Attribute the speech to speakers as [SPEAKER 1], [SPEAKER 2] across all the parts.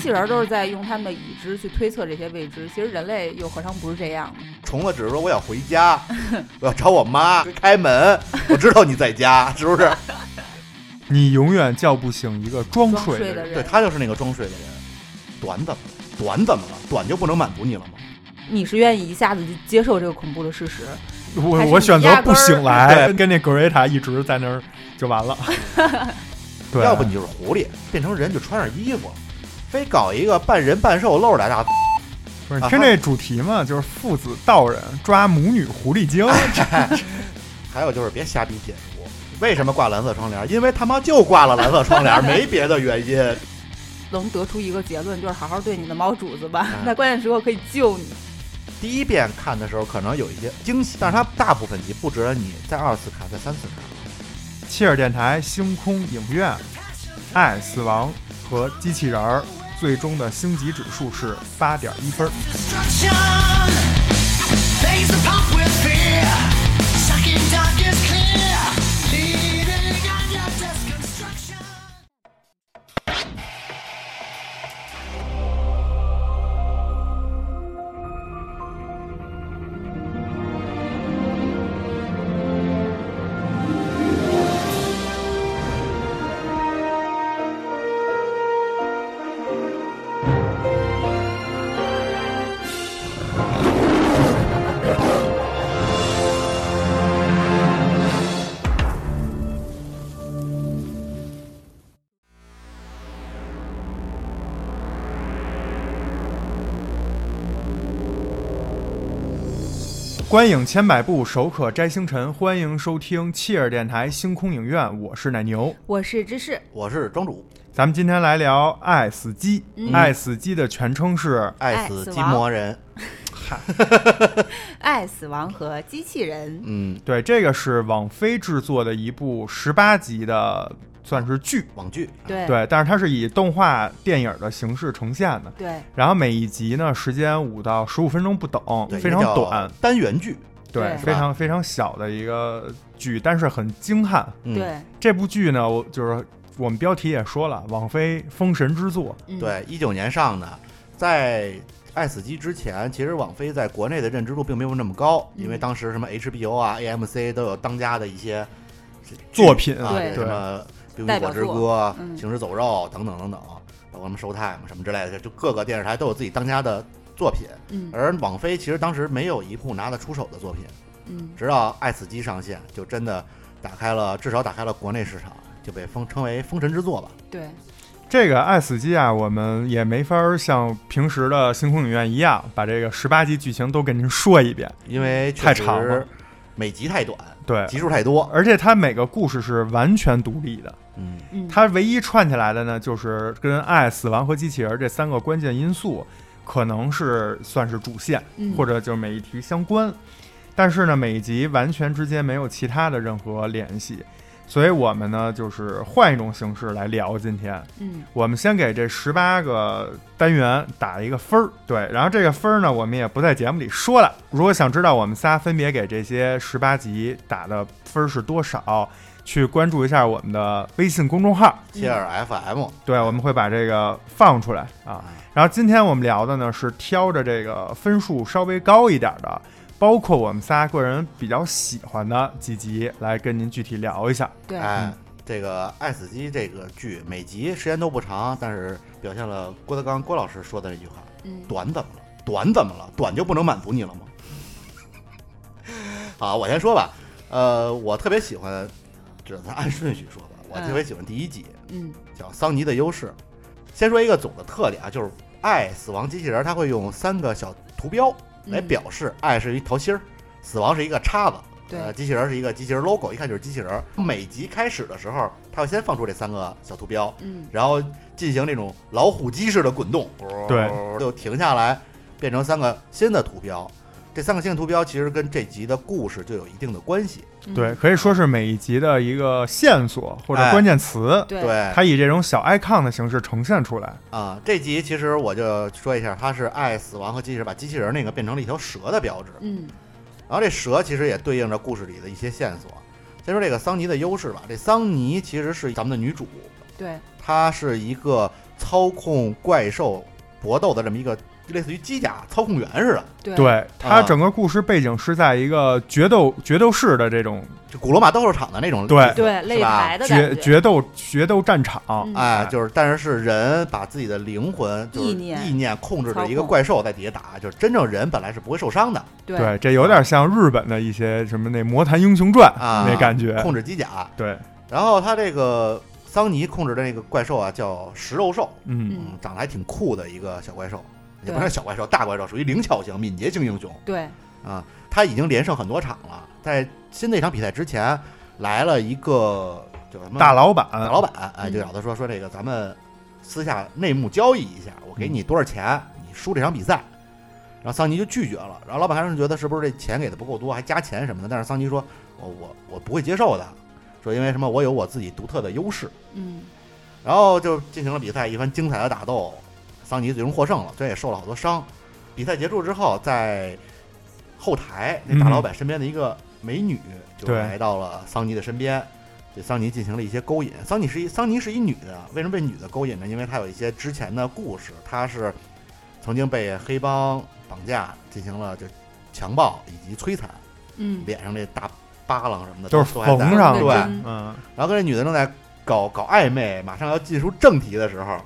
[SPEAKER 1] 器人都是在用他们的已知去推测这些未知，其实人类又何尝不是这样呢？
[SPEAKER 2] 虫子只是说我想回家，我要找我妈开门，我知道你在家，是不是？
[SPEAKER 3] 你永远叫不醒一个装
[SPEAKER 1] 装
[SPEAKER 3] 睡
[SPEAKER 1] 睡
[SPEAKER 3] 人。
[SPEAKER 1] 的
[SPEAKER 2] 对
[SPEAKER 1] 人，
[SPEAKER 2] 他就是那个装睡的人。短怎么了？短怎么了？短就不能满足你了吗？
[SPEAKER 1] 你是愿意一下子就接受这个恐怖的事实？还
[SPEAKER 3] 我
[SPEAKER 1] 是
[SPEAKER 3] 我
[SPEAKER 1] 你
[SPEAKER 3] 选择
[SPEAKER 1] 压
[SPEAKER 3] 不
[SPEAKER 1] 根儿
[SPEAKER 3] 醒来，
[SPEAKER 2] 对
[SPEAKER 3] 跟跟那格瑞塔一直在那儿就完了。对，啊
[SPEAKER 2] 要不你就是狐狸，变成人就穿上衣服，非搞一个半人半兽露着俩大
[SPEAKER 3] 不是
[SPEAKER 2] 啊
[SPEAKER 3] 听这主题嘛，就是父子道人抓母女狐狸 精，
[SPEAKER 2] 还有就是别瞎逼解读，为什么挂蓝色窗帘？因为他妈就挂了蓝色窗帘，没别的原因。
[SPEAKER 1] 能得出一个结论，就是好好对你的猫主子吧，
[SPEAKER 2] 嗯
[SPEAKER 1] 在关键时刻可以救你。
[SPEAKER 2] 第一遍看的时候可能有一些惊喜，但是它大部分集不值得你再二次看、再三次看。
[SPEAKER 3] 切尔电台、星空影院、爱死亡和机器人儿，最终的星级指数是八点一分儿。
[SPEAKER 4] Destruction Face the pump with fear Sucking dark is clear Leading on your deconstruction
[SPEAKER 3] 观影千百步，手可摘星辰。欢迎收听切尔电台星空影院，我是奶牛。
[SPEAKER 1] 我是芝士，
[SPEAKER 2] 我是庄主，
[SPEAKER 3] 咱们今天来聊《爱死机》，
[SPEAKER 1] 嗯
[SPEAKER 3] 爱死机》的全称是
[SPEAKER 2] 爱死机魔人。
[SPEAKER 1] 爱、死亡和机器人。
[SPEAKER 2] 嗯，
[SPEAKER 3] 对，这个是网飞制作的一部十八集的，算是剧。
[SPEAKER 2] 网剧。
[SPEAKER 1] 对
[SPEAKER 3] 对，但是它是以动画电影的形式呈现的，
[SPEAKER 1] 对
[SPEAKER 3] 然后每一集呢时间五到十五分钟不等
[SPEAKER 2] 对，，
[SPEAKER 3] 非常
[SPEAKER 2] 也叫
[SPEAKER 3] 短，
[SPEAKER 2] 单元剧。
[SPEAKER 1] 对
[SPEAKER 3] 非常非常小的一个剧，但是很精悍。
[SPEAKER 2] 嗯、
[SPEAKER 1] 对，
[SPEAKER 3] 这部剧呢，我就是我们标题也说了，网飞封神之作，
[SPEAKER 1] 嗯，
[SPEAKER 2] 对，一九年上的，在《爱死机》之前，其实网飞在国内的认知度并没有那么高，因为
[SPEAKER 1] 嗯
[SPEAKER 2] 当时什么 HBO 啊、AMC 都有当家的一些剧
[SPEAKER 3] 作品
[SPEAKER 2] 啊，
[SPEAKER 1] 对
[SPEAKER 2] 什么《冰
[SPEAKER 1] 代
[SPEAKER 2] 与
[SPEAKER 1] 表
[SPEAKER 2] 火之
[SPEAKER 1] 作
[SPEAKER 2] 歌》啊
[SPEAKER 1] 嗯
[SPEAKER 2] 《行尸走肉》等等等等，包括什么《Showtime》什么之类的，就各个电视台都有自己当家的作品。
[SPEAKER 1] 嗯
[SPEAKER 2] 而网飞其实当时没有一部拿得出手的作品，
[SPEAKER 1] 嗯，
[SPEAKER 2] 直到《爱死机》上线，就真的打开了，至少打开了国内市场，就被封称为封神之作吧。
[SPEAKER 3] 嗯
[SPEAKER 1] 对，
[SPEAKER 3] 这个《爱死机》啊，我们也没法儿像平时的星空影院一样，把这个十八集剧情都给您说一遍。
[SPEAKER 2] 因为确
[SPEAKER 3] 太长
[SPEAKER 2] 实
[SPEAKER 3] 了
[SPEAKER 2] 每集太短，
[SPEAKER 3] 对，
[SPEAKER 2] 集数太多。
[SPEAKER 3] 而且它每个故事是完全独立的，
[SPEAKER 2] 嗯，
[SPEAKER 1] 嗯，
[SPEAKER 3] 它唯一串起来的呢，就是跟爱、死亡和机器人这三个关键因素，可能是算是主线，
[SPEAKER 1] 嗯
[SPEAKER 3] 或者就是每一题相关。但是呢，每一集完全之间没有其他的任何联系，所以我们呢就是换一种形式来聊今天。
[SPEAKER 1] 嗯
[SPEAKER 3] 我们先给这十八个单元打一个分儿，对，然后这个分儿呢，我们也不在节目里说了。如果想知道我们仨分别给这些十八集打的分儿是多少，去关注一下我们的微信公众号，
[SPEAKER 2] 切尔 FM，
[SPEAKER 3] 对，我们会把这个放出来啊。然后今天我们聊的呢是挑着这个分数稍微高一点的，包括我们仨个人比较喜欢的几集来跟您具体聊一下。
[SPEAKER 1] 对，
[SPEAKER 2] 哎
[SPEAKER 3] 嗯，
[SPEAKER 2] 这个《爱死机》这个剧每集时间都不长，但是表现了郭德纲郭老师说的那句话：
[SPEAKER 1] 嗯
[SPEAKER 2] 短怎么了？短怎么了？短就不能满足你了吗？ 好，我先说吧。呃，我特别喜欢，这咱按顺序说吧。我
[SPEAKER 1] 嗯
[SPEAKER 2] 特别喜欢第一集，
[SPEAKER 1] 嗯
[SPEAKER 2] 叫《桑尼的优势》。先说一个总的特点啊，就是爱死亡机器人，它会用三个小图标来
[SPEAKER 1] 嗯
[SPEAKER 2] 表示爱是一桃心儿，死亡是一个叉子，
[SPEAKER 1] 对
[SPEAKER 2] 呃，机器人是一个机器人 logo，一看就是机器人儿。每集开始的时候，它会先放出这三个小图标，
[SPEAKER 1] 嗯
[SPEAKER 2] 然后进行这种老虎机式的滚动，
[SPEAKER 3] 对，
[SPEAKER 2] 就停下来，变成三个新的图标。这三个新的图标其实跟这集的故事就有一定的关系。
[SPEAKER 1] 嗯
[SPEAKER 3] 对，可以说是每一集的一个线索或者
[SPEAKER 2] 哎
[SPEAKER 3] 关键词。
[SPEAKER 1] 对
[SPEAKER 2] 对，
[SPEAKER 3] 它以这种小 icon 的形式呈现出来。
[SPEAKER 2] 啊、这集其实我就说一下，它是爱死亡和机器人把机器人那个变成了一条蛇的标志，
[SPEAKER 1] 嗯
[SPEAKER 2] 然后这蛇其实也对应着故事里的一些线索。先说这个桑尼的优势吧，这桑尼其实是咱们的女主，
[SPEAKER 1] 对，
[SPEAKER 2] 它是一个操控怪兽搏斗的这么一个类似于机甲操控员似的，
[SPEAKER 1] 对
[SPEAKER 3] 对，它
[SPEAKER 2] 啊
[SPEAKER 3] 整个故事背景是在一个决斗决斗式的这种
[SPEAKER 2] 就古罗马斗兽场的那种
[SPEAKER 3] 对
[SPEAKER 2] 意思
[SPEAKER 1] 对
[SPEAKER 2] 是
[SPEAKER 1] 擂
[SPEAKER 2] 吧？
[SPEAKER 1] 台的
[SPEAKER 3] 决
[SPEAKER 1] 感觉，
[SPEAKER 3] 决斗决斗战场。
[SPEAKER 1] 嗯
[SPEAKER 2] 哎，就是，但是是人把自己的灵魂、就是
[SPEAKER 1] 意念
[SPEAKER 2] 意念控制着
[SPEAKER 1] 操
[SPEAKER 2] 一个
[SPEAKER 1] 控
[SPEAKER 2] 怪兽在底下打，就是真正人本来是不会受伤的，
[SPEAKER 1] 对
[SPEAKER 3] 对，这有点像日本的一些什么那《魔坛英雄传》
[SPEAKER 2] 啊
[SPEAKER 3] 那感觉。
[SPEAKER 2] 控制机甲。
[SPEAKER 3] 对，
[SPEAKER 2] 然后他这个桑尼控制的那个怪兽啊，叫食肉兽，
[SPEAKER 3] 嗯，
[SPEAKER 1] 嗯
[SPEAKER 2] 嗯，长得还挺酷的一个小怪兽，也
[SPEAKER 1] 对
[SPEAKER 2] 不是小怪兽，大怪兽，属于灵巧型、敏捷型英雄
[SPEAKER 1] 对
[SPEAKER 2] 啊。他已经连胜很多场了，在新的一场比赛之前，来了一个叫什么
[SPEAKER 3] 大老板，
[SPEAKER 2] 大老板，哎，
[SPEAKER 1] 嗯
[SPEAKER 2] 就找他说说这个，咱们私下内幕交易一下，我给
[SPEAKER 1] 嗯
[SPEAKER 2] 你多少钱，你输这场比赛。然后桑尼就拒绝了，然后老板还是觉得是不是这钱给的不够多，还加钱什么的。但是桑尼说，我我我不会接受的，说因为什么，我有我自己独特的优势。
[SPEAKER 1] 嗯
[SPEAKER 2] 然后就进行了比赛，一番精彩的打斗，桑尼最终获胜了，虽然也受了好多伤。比赛结束之后，在后台那大老板身边的一个美女就
[SPEAKER 3] 对
[SPEAKER 2] 来到了桑尼的身边，对桑尼进行了一些勾引。桑尼是一桑尼是一女的，为什么被女的勾引呢？因为她有一些之前的故事，她是曾经被黑帮绑架，进行了就强暴以及摧残，
[SPEAKER 1] 嗯，
[SPEAKER 2] 脸上这大疤榔什么的
[SPEAKER 3] 就是
[SPEAKER 2] 都还在
[SPEAKER 3] 缝上
[SPEAKER 1] 的
[SPEAKER 2] 对，
[SPEAKER 1] 嗯
[SPEAKER 3] 嗯，
[SPEAKER 2] 然后跟这女的正在搞搞暧昧，马上要进入正题的时候，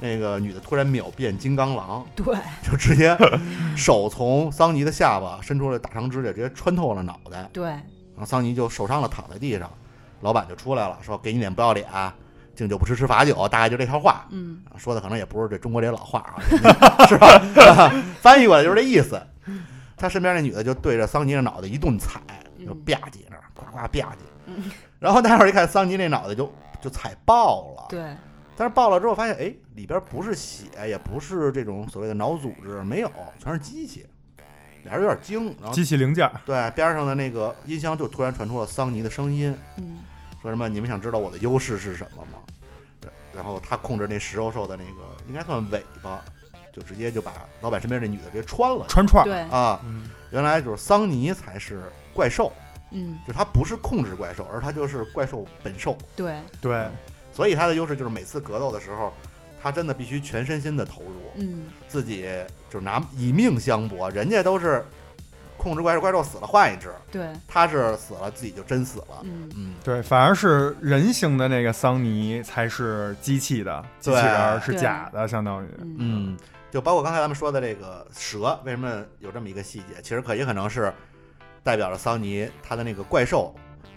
[SPEAKER 2] 那个女的突然秒变金刚狼，
[SPEAKER 1] 对
[SPEAKER 2] 就直接手从桑尼的下巴伸出了大长指甲，直接穿透了脑袋。
[SPEAKER 1] 对
[SPEAKER 2] 然后桑尼就受伤了，躺在地上。老板就出来了，说：“给你脸不要脸，敬酒不吃吃罚酒。”大概就这套话，
[SPEAKER 1] 嗯
[SPEAKER 2] 说的可能也不是这中国这老话啊， 是吧？翻译过来就是这意思。他身边那女的就对着桑尼的脑袋一顿踩，就
[SPEAKER 1] 嗯
[SPEAKER 2] 吧唧那儿，呱呱吧唧。
[SPEAKER 1] 嗯
[SPEAKER 2] 然后待会儿一看，桑尼那脑袋就就踩爆了。
[SPEAKER 1] 对
[SPEAKER 2] 但是爆了之后发现，哎，里边不是血，也不是这种所谓的脑组织，没有，全是机器。俩人有点惊，然后
[SPEAKER 3] 机器零件，
[SPEAKER 2] 对边上的那个音箱就突然传出了桑尼的声音，
[SPEAKER 1] 嗯
[SPEAKER 2] 说什么“你们想知道我的优势是什么吗？”对，然后他控制那食肉兽的那个应该算尾巴，就直接就把老板身边这女的给穿了
[SPEAKER 3] 穿串儿，
[SPEAKER 1] 对
[SPEAKER 2] 啊！
[SPEAKER 3] 嗯，
[SPEAKER 2] 原来就是桑尼才是怪兽，
[SPEAKER 1] 嗯
[SPEAKER 2] 就是他不是控制怪兽，而他就是怪兽本兽。
[SPEAKER 1] 对
[SPEAKER 3] 对，
[SPEAKER 2] 所以他的优势就是每次格斗的时候，他真的必须全身心的投入，
[SPEAKER 1] 嗯
[SPEAKER 2] 自己就是拿以命相搏。人家都是控制怪兽，怪兽死了换一只，
[SPEAKER 1] 对
[SPEAKER 2] 他是死了自己就真死了。
[SPEAKER 1] 嗯
[SPEAKER 2] 嗯，
[SPEAKER 3] 对，反而是人形的那个桑尼才是机器的，机器
[SPEAKER 2] 对
[SPEAKER 3] 人儿是假的，相当于，
[SPEAKER 1] 嗯
[SPEAKER 2] 嗯，就包括刚才咱们说的这个蛇，为什么有这么一个细节？其实可也可能是代表着桑尼他的那个怪兽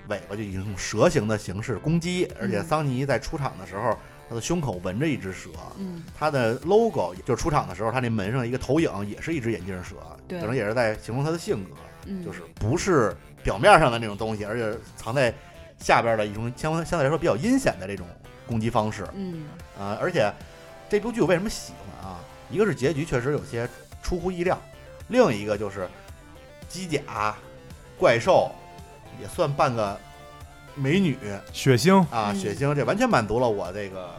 [SPEAKER 2] 尾巴就已经用蛇形的形式攻击，而且
[SPEAKER 1] 嗯
[SPEAKER 2] 桑尼在出场的时候，他的胸口纹着一只蛇。
[SPEAKER 1] 嗯
[SPEAKER 2] 它的 logo 就是出场的时候，它那门上一个投影也是一只眼镜蛇，
[SPEAKER 1] 对
[SPEAKER 2] 可能也是在形容它的性格，
[SPEAKER 1] 嗯，
[SPEAKER 2] 就是不是表面上的那种东西，而且藏在下边的一种相相对来说比较阴险的这种攻击方式啊、
[SPEAKER 1] 嗯
[SPEAKER 2] 而且这部剧我为什么喜欢啊？一个是结局确实有些出乎意料，另一个就是机甲怪兽也算半个美女
[SPEAKER 3] 血腥
[SPEAKER 2] 啊，
[SPEAKER 1] 嗯
[SPEAKER 2] 血腥，这完全满足了我这个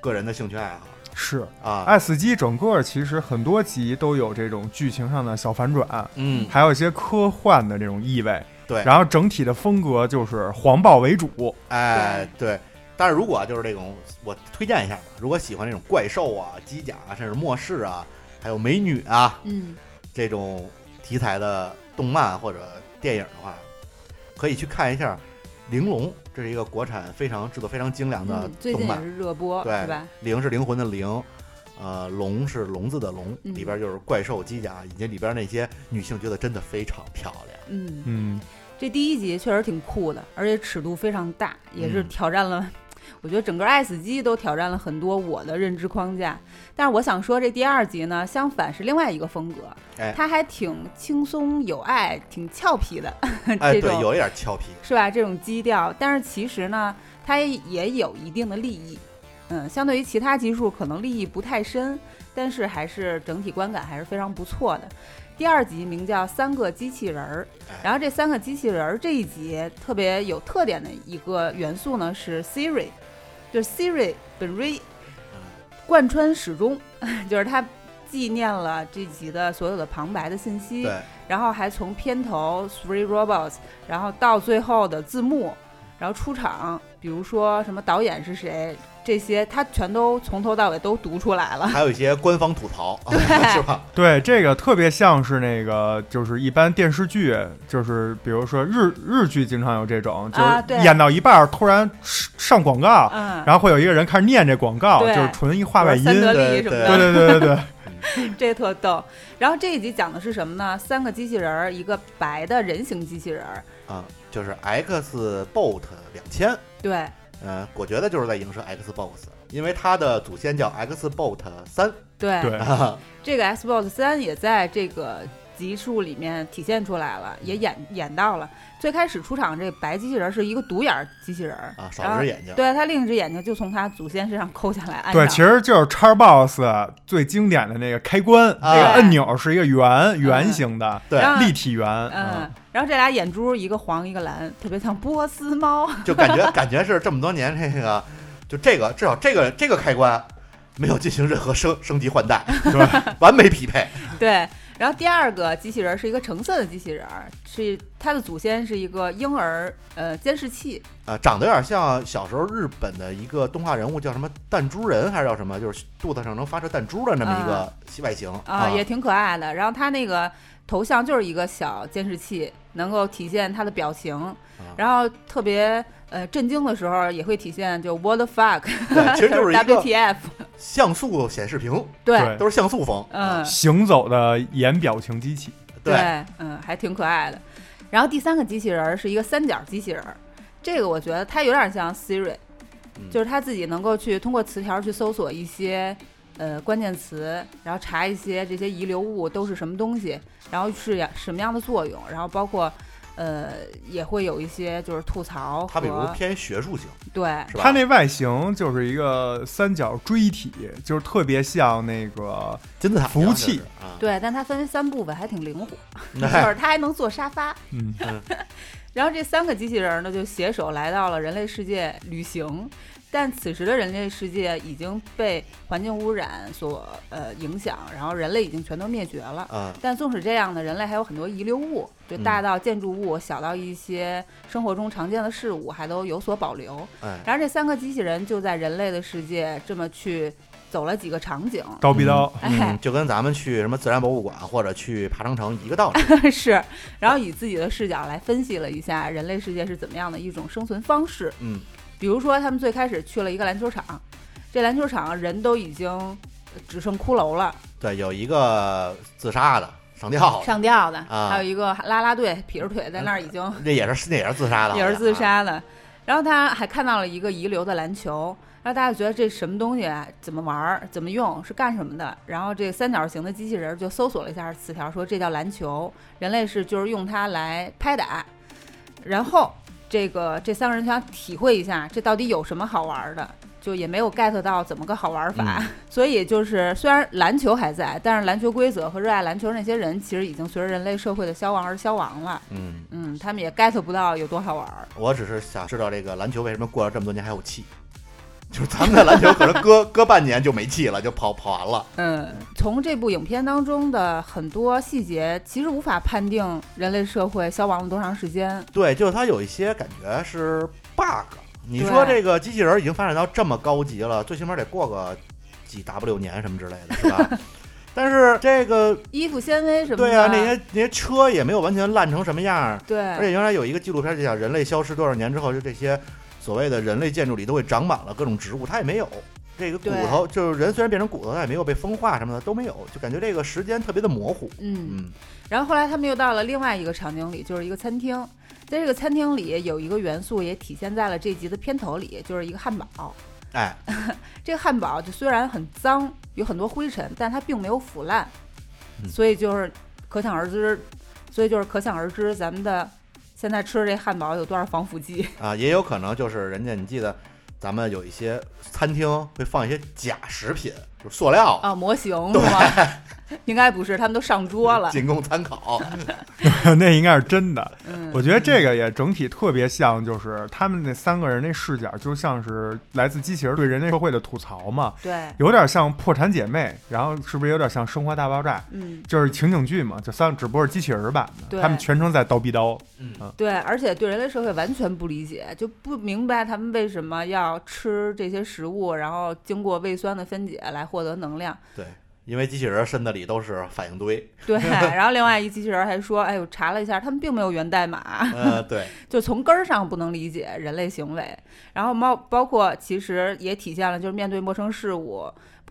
[SPEAKER 2] 个人的兴趣爱
[SPEAKER 3] 是。
[SPEAKER 2] 好啊。
[SPEAKER 3] 爱死机整个其实很多集都有这种剧情上的小反转，
[SPEAKER 2] 嗯，
[SPEAKER 3] 还有一些科幻的这种意味。
[SPEAKER 2] 对
[SPEAKER 3] 然后整体的风格就是黄暴为主。
[SPEAKER 2] 哎，对。但是如果就是这种，我推荐一下吧。如果喜欢这种怪兽啊、机甲啊，甚至末世啊，还有美女啊
[SPEAKER 1] 嗯
[SPEAKER 2] 这种题材的动漫或者电影的话，可以去看一下《玲珑》，这是一个国产非常制作非常精良的
[SPEAKER 1] 嗯，最
[SPEAKER 2] 动
[SPEAKER 1] 近也
[SPEAKER 2] 漫。
[SPEAKER 1] 是热播
[SPEAKER 2] 对
[SPEAKER 1] 是吧？
[SPEAKER 2] 灵是灵魂的灵，呃，龙是笼子的龙，
[SPEAKER 1] 嗯
[SPEAKER 2] 里边就是怪兽、机甲，以及里边那些女性觉得真的非常漂亮。
[SPEAKER 1] 嗯，
[SPEAKER 3] 嗯，
[SPEAKER 1] 这第一集确实挺酷的，而且尺度非常大，也是
[SPEAKER 2] 嗯
[SPEAKER 1] 挑战了。 我觉得整个《爱死机》都挑战了很多我的认知框架，但是我想说，这第二集呢，相反是另外一个风格，
[SPEAKER 2] 哎
[SPEAKER 1] 它还挺轻松有爱、挺俏皮的，
[SPEAKER 2] 哎，
[SPEAKER 1] 这
[SPEAKER 2] 对，
[SPEAKER 1] 种
[SPEAKER 2] 有一点俏皮。
[SPEAKER 1] 是吧？这种基调，但是其实呢，它也有一定的利益，嗯，相对于其他集数可能利益不太深，但是还是整体观感还是非常不错的。第二集名叫《三个机器人儿》，然后这三个机器人儿这一集特别有特点的一个元素呢是 Siri，就是 Siri 本瑞贯穿始终， 就是他纪念了这集的所有的旁白的信息，
[SPEAKER 2] 对，
[SPEAKER 1] 然后还从片头 Three Robots，然后到最后的字幕，然后出场，比如说什么导演是谁，这些他全都从头到尾都读出来了。
[SPEAKER 2] 还有一些官方吐槽，
[SPEAKER 1] 对
[SPEAKER 2] 哦是吧？
[SPEAKER 3] 对，这个特别像是那个，就是一般电视剧，就是比如说日日剧，经常有这种，就
[SPEAKER 1] 啊
[SPEAKER 3] 是
[SPEAKER 1] 对
[SPEAKER 3] 演到一半儿突然上广告，
[SPEAKER 1] 嗯，
[SPEAKER 3] 然后会有一个人开始念这广告，就
[SPEAKER 1] 对
[SPEAKER 3] 是纯一话外音。
[SPEAKER 1] 三得
[SPEAKER 3] 对
[SPEAKER 1] 利什么
[SPEAKER 2] 对
[SPEAKER 1] 的，
[SPEAKER 3] 对对对对，
[SPEAKER 1] 这特逗。然后这一集讲的是什么呢？三个机器人儿，一个白的人形机器人儿，
[SPEAKER 2] 啊，就是 Xbot 两千，
[SPEAKER 1] 对，
[SPEAKER 2] 呃，我觉得就是在影射 Xbox，因为它的祖先叫 Xbot 三，
[SPEAKER 1] 对
[SPEAKER 3] 对
[SPEAKER 1] 这个 Xbox 三也在这个集数里面体现出来了，也演演到了。最开始出场这白机器人是一个独眼儿机器人儿
[SPEAKER 2] 啊，
[SPEAKER 1] 然
[SPEAKER 2] 少
[SPEAKER 1] 后
[SPEAKER 2] 一只眼睛，
[SPEAKER 1] 对他另一只眼睛就从他祖先身上抠下来安
[SPEAKER 3] 对，
[SPEAKER 1] 上。
[SPEAKER 3] 其实就是叉 box 最经典的那个开关，那个按钮是一个圆圆形的
[SPEAKER 2] 啊对
[SPEAKER 1] 嗯然后
[SPEAKER 3] 立体圆，
[SPEAKER 1] 嗯
[SPEAKER 2] 嗯，
[SPEAKER 1] 然后这俩眼珠一个黄一个蓝，特别像波斯 猫。
[SPEAKER 2] 就感觉感觉是这么多年这个，就这个至少这个这个开关没有进行任何升升级换代，
[SPEAKER 3] 对，
[SPEAKER 2] 完美匹配。
[SPEAKER 1] 对，然后第二个机器人是一个橙色的机器人儿，是它的祖先是一个婴儿呃监视器，
[SPEAKER 2] 啊，长得有点像小时候日本的一个动画人物，叫什么弹珠人还是叫什么，就是肚子上能发射弹珠的那么一个西外形
[SPEAKER 1] 啊、也挺可爱的。然后它那个头像就是一个小监视器，能够体现它的表
[SPEAKER 2] 啊
[SPEAKER 1] 情。然后特别呃震惊的时候也会体现就 what the fuck，
[SPEAKER 2] 对，其实就是 一个
[SPEAKER 1] WTF，
[SPEAKER 2] 像素显示屏，
[SPEAKER 1] 对，
[SPEAKER 3] 对
[SPEAKER 2] 都是像素风。啊
[SPEAKER 1] 嗯
[SPEAKER 3] 行走的眼表情机器，
[SPEAKER 1] 对，嗯，还挺可爱的。然后第三个机器人儿是一个三角机器人儿，这个我觉得它有点像 Siri，
[SPEAKER 2] 嗯
[SPEAKER 1] 就是它自己能够去通过词条去搜索一些呃关键词，然后查一些这些遗留物都是什么东西，然后是呀什么样的作用，然后包括呃也会有一些就是吐槽
[SPEAKER 2] 它比如
[SPEAKER 1] 和
[SPEAKER 2] 偏学术型，
[SPEAKER 1] 对
[SPEAKER 2] 是吧？
[SPEAKER 3] 它那外形就是一个三角锥体，就是特别像那个
[SPEAKER 2] 金字塔
[SPEAKER 3] 服务器
[SPEAKER 2] 一样就是啊，
[SPEAKER 1] 对，但它分为三部分，还挺灵活， 就
[SPEAKER 2] 哎
[SPEAKER 1] 是它还能做沙发。
[SPEAKER 3] 嗯，
[SPEAKER 1] 然后这三个机器人呢，就携手来到了人类世界旅行。但此时的人类世界已经被环境污染所呃影响，然后人类已经全都灭绝了。
[SPEAKER 2] 嗯，
[SPEAKER 1] 但纵使这样呢，人类还有很多遗留物，就大到建筑物，小到一些生活中常见的事物，还都有所保留。
[SPEAKER 2] 哎，
[SPEAKER 1] 然后这三个机器人就在人类的世界这么去走了几个场景，
[SPEAKER 3] 刀
[SPEAKER 2] 嗯
[SPEAKER 3] 逼刀，
[SPEAKER 1] 哎，
[SPEAKER 2] 就跟咱们去什么自然博物馆或者去爬长城一个道理。
[SPEAKER 1] 是，然后以自己的视角来分析了一下人类世界是怎么样的一种生存方式。
[SPEAKER 2] 嗯，
[SPEAKER 1] 比如说，他们最开始去了一个篮球场，这篮球场人都已经只剩骷髅了，
[SPEAKER 2] 对，有一个自杀的上吊的，
[SPEAKER 1] 上吊的，
[SPEAKER 2] 啊
[SPEAKER 1] 还有一个啦啦队劈着腿在那儿已经
[SPEAKER 2] 这也是那也是自杀的，
[SPEAKER 1] 也是自
[SPEAKER 2] 啊。
[SPEAKER 1] 杀的。然后他还看到了一个遗留的篮球，然后大家觉得这什么东西啊，怎么玩儿，怎么用，是干什么的？然后这三角形的机器人就搜索了一下词条，说这叫篮球，人类是就是用它来拍打。然后这个这三个人想体会一下，这到底有什么好玩儿的？就也没有 get 到怎么个好玩儿法， 所以就是虽然篮球还在，但是篮球规则和热爱篮球那些人其实已经随着人类社会的消亡而消亡了。
[SPEAKER 2] 嗯，
[SPEAKER 1] 嗯，他们也 get 不到有多好玩儿。
[SPEAKER 2] 我只是想知道这个篮球为什么过了这么多年还有气，就是咱们的篮球可能 搁搁半年就没气了，就跑跑完了。
[SPEAKER 1] 嗯，从这部影片当中的很多细节，其实无法判定人类社会消亡了多长时间。
[SPEAKER 2] 对，就是它有一些感觉是 bug。你说
[SPEAKER 1] 对
[SPEAKER 2] 这个机器人已经发展到这么高级了，最起码得过个几 W 年什么之类的，是 吧？但是这个
[SPEAKER 1] 衣服纤维什么的，
[SPEAKER 2] 对啊，那些那些车也没有完全烂成什么样儿，而
[SPEAKER 1] 对
[SPEAKER 2] 且原来有一个纪录片就讲人类消失多少年之后，就这些所谓的人类建筑里都会长满了各种植物，它也没有。这个骨
[SPEAKER 1] 对
[SPEAKER 2] 头就是人虽然变成骨头，它也没有被风化什么的都没有，就感觉这个时间特别的模糊。
[SPEAKER 1] 嗯。
[SPEAKER 2] 嗯
[SPEAKER 1] 然后后来他们又到了另外一个场景里，就是一个餐厅。在这个餐厅里有一个元素也体现在了这集的片头里，就是一个汉堡。
[SPEAKER 2] 哎，
[SPEAKER 1] 这个汉堡就虽然很脏，有很多灰尘，但它并没有腐烂，
[SPEAKER 2] 嗯
[SPEAKER 1] 所以就是可想而知，所以就是可想而知咱们的现在吃这汉堡有多少防腐剂。
[SPEAKER 2] 啊，也有可能就是人家，你记得咱们有一些餐厅会放一些假食品，就是塑料
[SPEAKER 1] 啊，模型是吗？ 应该不是，他们都上桌了。
[SPEAKER 2] 仅供参 考。
[SPEAKER 3] 那应该是真的。
[SPEAKER 1] 嗯，
[SPEAKER 3] 我觉得这个也整体特别像，就是他们那三个人那视角，就像是来自机器人对人类社会的吐槽嘛，
[SPEAKER 1] 对，
[SPEAKER 3] 有点像《破产姐妹》，然后是不是有点像《生活大爆炸》？
[SPEAKER 1] 嗯，
[SPEAKER 3] 就是情景剧嘛，就三，只不过是机器人版的，
[SPEAKER 1] 对
[SPEAKER 3] 他们全程在叨逼叨。
[SPEAKER 2] 嗯
[SPEAKER 1] 对，而且对人类社会完全不理解，就不明白他们为什么要吃这些食物，然后经过胃酸的分解来获得能量。
[SPEAKER 2] 对，因为机器人身子里都是反应堆。
[SPEAKER 1] 对，然后另外一机器人还说：“哎，我查了一下，他们并没有源代码，
[SPEAKER 2] 呃， 对，
[SPEAKER 1] 就从根儿上不能理解人类行为。”然后猫包括其实也体现了，就是面对陌生事物，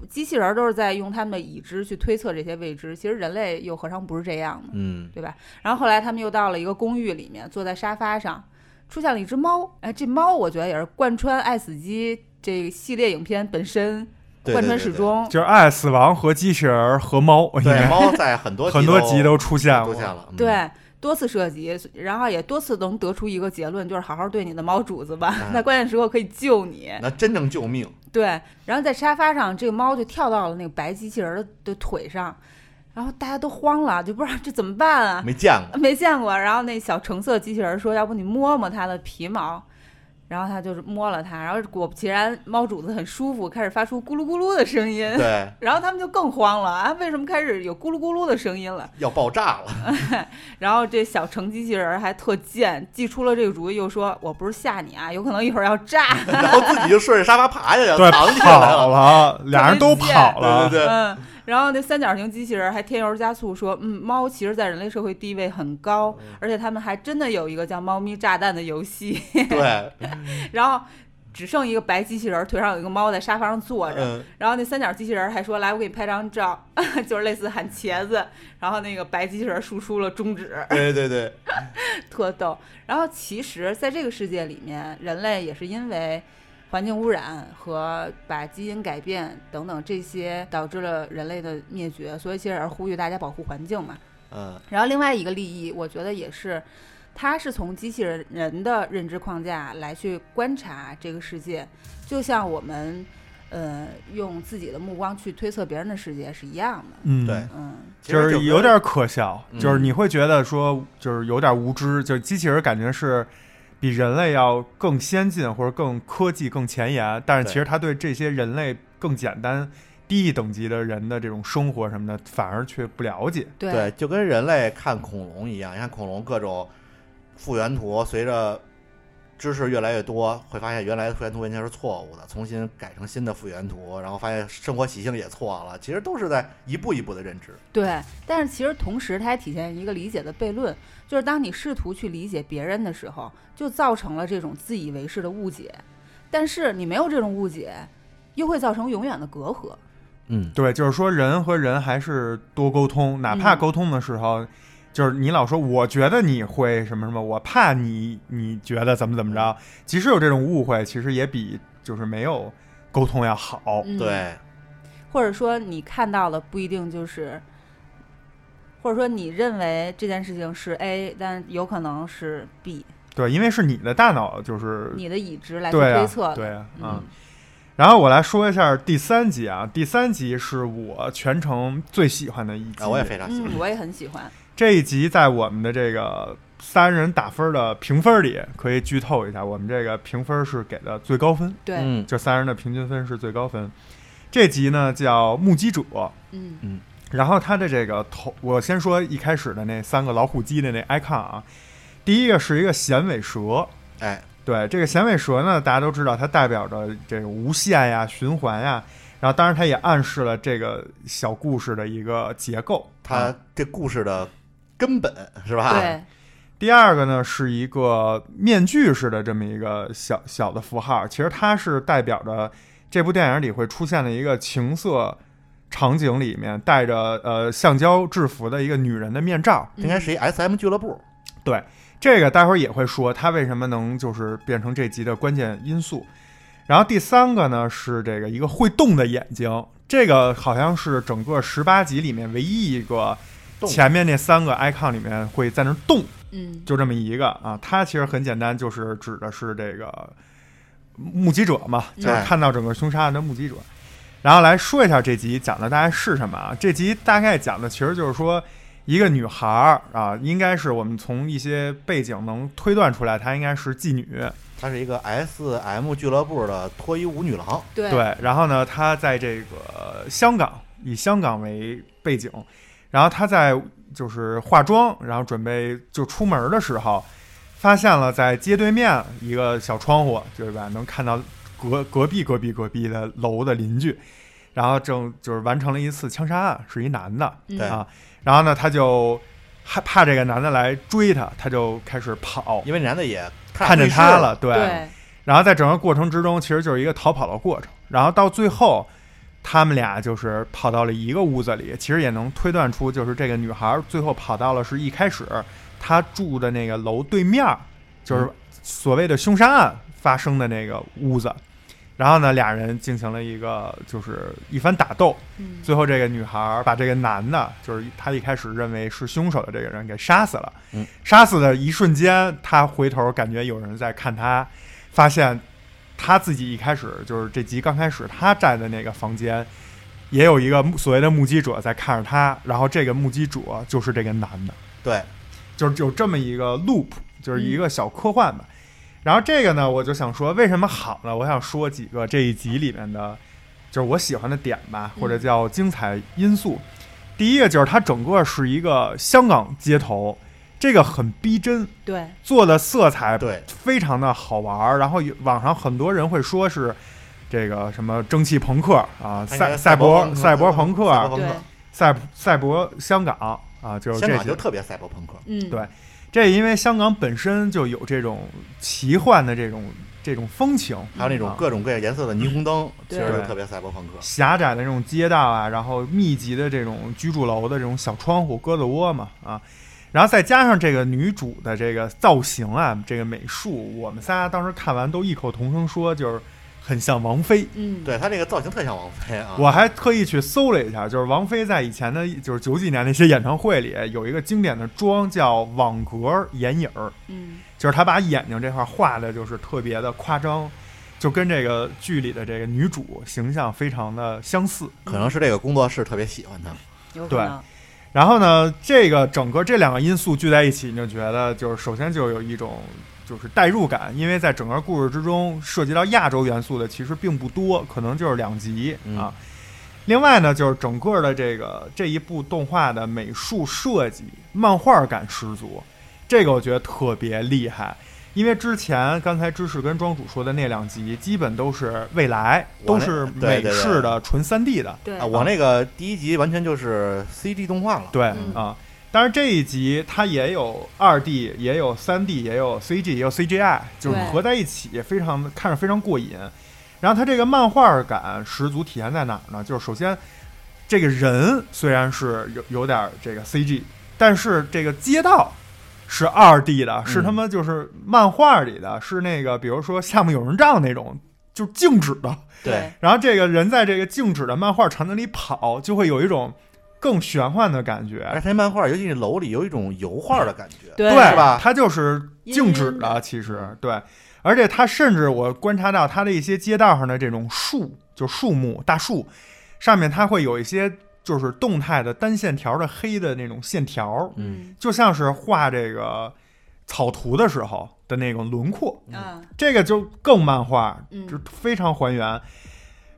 [SPEAKER 1] 机器人都是在用他们的已知去推测这些未知，其实人类又何尝不是这样呢？
[SPEAKER 2] 嗯，
[SPEAKER 1] 对吧？然后后来他们又到了一个公寓里面，坐在沙发上，出现了一只猫。哎，这猫我觉得也是贯穿《爱死机》这个系列影片本身，
[SPEAKER 2] 对
[SPEAKER 1] 贯穿始。终。
[SPEAKER 3] 就是爱、死亡和机器人和猫，
[SPEAKER 2] 对
[SPEAKER 3] 应
[SPEAKER 2] 对对对，
[SPEAKER 3] 该
[SPEAKER 2] 猫在很 多
[SPEAKER 3] 很多集
[SPEAKER 2] 集
[SPEAKER 3] 都出现
[SPEAKER 2] 出
[SPEAKER 3] 过
[SPEAKER 2] 现。了。嗯，
[SPEAKER 1] 对，多次涉及，然后也多次能得出一个结论，就是好好对你的猫主子吧，
[SPEAKER 2] 嗯
[SPEAKER 1] 在关键时刻可以救你。
[SPEAKER 2] 那真正救命，
[SPEAKER 1] 对，然后在沙发上，这个猫就跳到了那个白机器人的的腿上，然后大家都慌了，就不知道这怎么办啊。
[SPEAKER 2] 没见 过。
[SPEAKER 1] 没见过。然后那小橙色机器人说：“要不你摸摸它的皮毛。”然后他就是摸了它，然后果不其然，猫主子很舒服，开始发出咕噜咕噜的声音。
[SPEAKER 2] 对，
[SPEAKER 1] 然后他们就更慌了啊！为什么开始有咕噜咕噜的声音了？
[SPEAKER 2] 要爆炸了。
[SPEAKER 1] 然后这小橙机器人还特贱，既出了这个主意，又说：“我不是吓你啊，有可能一会儿要炸。
[SPEAKER 2] 然后自己就顺着沙发爬下去了，
[SPEAKER 3] 对，
[SPEAKER 2] 藏起来了。
[SPEAKER 3] 跑了，俩人都跑了。
[SPEAKER 2] 对对对，
[SPEAKER 1] 嗯，然后那三角形机器人还添油加醋说：“嗯，猫其实在人类社会地位很高，而且他们还真的有一个叫‘猫咪炸弹’的游戏。”
[SPEAKER 2] 对，
[SPEAKER 1] 然后只剩一个白机器人儿，腿上有一个猫在沙发上坐着。
[SPEAKER 2] 嗯，
[SPEAKER 1] 然后那三角机器人儿还说：“来，我给你拍张照。” 就是类似喊茄子。然后那个白机器人儿竖出了中指，
[SPEAKER 2] 对对对，
[SPEAKER 1] 特逗。然后其实，在这个世界里面，人类也是因为。环境污染和把基因改变等等这些导致了人类的灭绝，所以其实也是呼吁大家保护环境嘛。
[SPEAKER 2] 嗯，
[SPEAKER 1] 然后另外一个利益，我觉得也是，它是从机器人人的认知框架来去观察这个世界，就像我们，呃，用自己的目光去推测别人的世界是一样的。
[SPEAKER 3] 嗯，
[SPEAKER 2] 对，
[SPEAKER 1] 嗯，
[SPEAKER 2] 其
[SPEAKER 3] 就
[SPEAKER 2] 实
[SPEAKER 3] 是
[SPEAKER 2] 跟
[SPEAKER 3] 有点可笑，
[SPEAKER 2] 嗯
[SPEAKER 3] 就是你会觉得说，就是有点无知，就是机器人感觉是比人类要更先进或者更科技更前沿，但是
[SPEAKER 2] 对
[SPEAKER 3] 其实它对这些人类更简单、低一等级的人的这种生活什么的，反而却不了解。
[SPEAKER 1] 对，
[SPEAKER 2] 对，就跟人类看恐龙一样，你看恐龙各种复原图，随着知识越来越多，会发现原来的复原图完全是错误的，重新改成新的复原图，然后发现生活习性也错了，其实都是在一步一步的认知。
[SPEAKER 1] 对，但是其实同时，它还体现一个理解的悖论，就是当你试图去理解别人的时候，就造成了这种自以为是的误解，但是你没有这种误解，又会造成永远的隔阂。
[SPEAKER 2] 嗯，
[SPEAKER 3] 对，就是说人和人还是多沟通，哪怕
[SPEAKER 1] 嗯
[SPEAKER 3] 沟通的时候，就是你老说我觉得你会什么什么，我怕你你觉得怎么怎
[SPEAKER 1] 嗯
[SPEAKER 3] 么着，即使有这种误会，其实也比就是没有沟通要好。
[SPEAKER 1] 嗯、。
[SPEAKER 2] 对，
[SPEAKER 1] 或者说你看到的不一定就是，或者说你认为这件事情是 A，但有可能是 B，
[SPEAKER 3] 对，因为是你的大脑就是
[SPEAKER 1] 你的已知来去
[SPEAKER 3] 对啊
[SPEAKER 1] 推测，的。
[SPEAKER 3] 对啊，
[SPEAKER 1] 嗯，
[SPEAKER 3] 然后我来说一下第三集啊，第三集是我全程最喜欢的一集，
[SPEAKER 2] 啊，我也非常喜欢。
[SPEAKER 1] 嗯，我也很喜欢。
[SPEAKER 3] 这一集在我们的这个三人打分的评分里，可以剧透一下，我们这个评分是给的最高分，
[SPEAKER 1] 对，
[SPEAKER 2] 嗯
[SPEAKER 3] 就三人的平均分是最高分。这集呢叫《目击者》，
[SPEAKER 1] 嗯
[SPEAKER 3] 然后它的这个头，我先说一开始的那三个老虎机的那 icon 啊，第一个是一个响尾蛇，
[SPEAKER 2] 哎，
[SPEAKER 3] 对这个响尾蛇呢，大家都知道它代表着这个无限呀、循环呀，然后当然它也暗示了这个小故事的一个结构。
[SPEAKER 2] 他这故事的根本是吧？
[SPEAKER 1] 嗯对，
[SPEAKER 3] 第二个呢是一个面具式的这么一个小小的符号，其实它是代表着这部电影里会出现的一个情色场景里面戴着呃橡胶制服的一个女人的面罩。
[SPEAKER 2] 应
[SPEAKER 1] 嗯
[SPEAKER 2] 该是一 S M 俱乐部。
[SPEAKER 3] 这个待会儿也会说它为什么能就是变成这集的关键因素。然后第三个呢是这个一个会动的眼睛，这个好像是整个十八集里面唯一一个
[SPEAKER 2] 动
[SPEAKER 3] 前面那三个 icon 里面会在那儿动，
[SPEAKER 1] 嗯，
[SPEAKER 3] 就这么一个啊。它其实很简单，就是指的是这个目击者嘛，就是看到整个凶杀案的目击者。然后来说一下这集讲的大概是什么啊？这集大概讲的其实就是说，一个女孩儿啊，应该是我们从一些背景能推断出来，她应该是妓女。
[SPEAKER 2] 她是一个 S M 俱乐部的脱衣舞女郎，
[SPEAKER 1] 对
[SPEAKER 3] 对，然后呢，他在这个呃香港，以香港为背景，然后他在就是化妆，然后准备就出门的时候，发现了在街对面一个小窗户，对吧？能看到隔 隔壁隔壁隔壁的楼的邻居，然后正就是完成了一次枪杀案，是一男的，
[SPEAKER 1] 嗯
[SPEAKER 2] 对
[SPEAKER 3] 啊然后呢，他就害怕这个男的来追他，他就开始跑，
[SPEAKER 2] 因为男的也
[SPEAKER 3] 看着
[SPEAKER 2] 电视
[SPEAKER 3] 他了，对
[SPEAKER 1] 对
[SPEAKER 3] 然后在整个过程之中，其实就是一个逃跑的过程。然后到最后，他们俩就是跑到了一个屋子里，其实也能推断出，就是这个女孩最后跑到了是一开始她住的那个楼对面儿，就是所谓的凶杀案发生的那个屋子。然后呢，俩人进行了一个就是一番打斗，
[SPEAKER 1] 嗯
[SPEAKER 3] 最后这个女孩儿把这个男的，就是她一开始认为是凶手的这个人给杀死了。
[SPEAKER 2] 嗯
[SPEAKER 3] 杀死的一瞬间，她回头感觉有人在看她，发现她自己一开始就是这集刚开始她站的那个房间，也有一个目所谓的目击者在看着她，然后这个目击者就是这个男的。
[SPEAKER 2] 对，
[SPEAKER 3] 就是有这么一个 loop，就是一个小科幻吧。然后这个呢，我就想说，为什么好呢？我想说几个这一集里面的，就是我喜欢的点吧，
[SPEAKER 1] 嗯
[SPEAKER 3] 或者叫精彩因素。第一个就是它整个是一个香港街头，这个很逼真，
[SPEAKER 1] 对
[SPEAKER 3] 做的色彩
[SPEAKER 2] 对
[SPEAKER 3] 非常的好玩儿。然后有网上很多人会说是这个什么蒸汽朋克啊，
[SPEAKER 2] 他应该
[SPEAKER 3] 赛
[SPEAKER 2] 是
[SPEAKER 3] 赛博
[SPEAKER 2] 赛博
[SPEAKER 3] 博
[SPEAKER 2] 朋
[SPEAKER 3] 朋
[SPEAKER 2] 克赛博
[SPEAKER 3] 克，
[SPEAKER 2] 朋
[SPEAKER 1] 对
[SPEAKER 2] 克，
[SPEAKER 3] 赛赛博香港啊，就是
[SPEAKER 2] 香
[SPEAKER 3] 这
[SPEAKER 2] 港
[SPEAKER 3] 些
[SPEAKER 2] 就特别赛博朋克，
[SPEAKER 1] 嗯
[SPEAKER 3] 对这因为香港本身就有这种奇幻的这种这种风情，
[SPEAKER 2] 还有那种
[SPEAKER 3] 啊
[SPEAKER 2] 各种各样颜色的霓虹灯，其
[SPEAKER 1] 嗯对
[SPEAKER 2] 实就特别赛博朋克。
[SPEAKER 3] 狭窄的这种街道啊，然后密集的这种居住楼的这种小窗户、鸽子窝嘛啊，然后再加上这个女主的这个造型啊，这个美术，我们仨当时看完都异口同声说，就是很像王菲。
[SPEAKER 1] 嗯
[SPEAKER 2] 对他那个造型特像王菲啊，
[SPEAKER 3] 我还特意去搜了一下，就是王菲在以前的，就是九几年那些演唱会里有一个经典的妆叫网格眼影儿，
[SPEAKER 1] 嗯
[SPEAKER 3] 就是他把眼睛这块画的，就是特别的夸张，就跟这个剧里的这个女主形象非常的相似。
[SPEAKER 1] 嗯
[SPEAKER 2] 可能是这个工作室特别喜欢他。
[SPEAKER 1] 有可能
[SPEAKER 3] 然后呢，这个整个这两个因素聚在一起，你就觉得就是首先就有一种就是代入感，因为在整个故事之中涉及到亚洲元素的其实并不多，可能就是两集
[SPEAKER 2] 嗯
[SPEAKER 3] 啊。另外呢，就是整个的这个这一部动画的美术设计、漫画感十足，这个我觉得特别厉害。因为之前刚才知识跟庄主说的那两集，基本都是未来，
[SPEAKER 2] 我
[SPEAKER 3] 都
[SPEAKER 2] 那
[SPEAKER 3] 是
[SPEAKER 2] 对对
[SPEAKER 3] 美
[SPEAKER 2] 对
[SPEAKER 3] 式的纯3 D 的，
[SPEAKER 1] 对
[SPEAKER 2] 啊，我那个第一集完全就是 CG 动画了，
[SPEAKER 3] 对、
[SPEAKER 1] 嗯
[SPEAKER 3] 啊，当然这一集它也有二 D，也有三 D，也有 CG，也有 CGI，就是
[SPEAKER 1] 对
[SPEAKER 3] 合在一起，非常看着非常过瘾。然后它这个漫画感十足体现在哪儿呢？就是首先，这个人虽然是有有点儿这个 CG，但是这个街道是二 D 的，
[SPEAKER 1] 嗯
[SPEAKER 3] 是他妈就是漫画里的，是那个比如说《夏目友人帐》那种，就是静止的，
[SPEAKER 1] 对
[SPEAKER 3] 然后这个人在这个静止的漫画场景里跑，就会有一种更玄幻的感
[SPEAKER 2] 而
[SPEAKER 3] 觉。
[SPEAKER 2] 且那漫画，尤其是楼里有一种油画的感觉，
[SPEAKER 1] 对
[SPEAKER 2] 是吧
[SPEAKER 3] 它就是静止
[SPEAKER 1] 阴阴
[SPEAKER 3] 的，
[SPEAKER 1] 的
[SPEAKER 3] 其实对。而且它甚至我观察到它的一些街道上的这种树，就树木、大树上面，它会有一些就是动态的单线条的黑的那种线条，
[SPEAKER 1] 嗯
[SPEAKER 3] 就像是画这个草图的时候的那种轮廓。
[SPEAKER 1] 啊
[SPEAKER 3] 这个就更漫画，
[SPEAKER 1] 嗯
[SPEAKER 3] 就非常还原。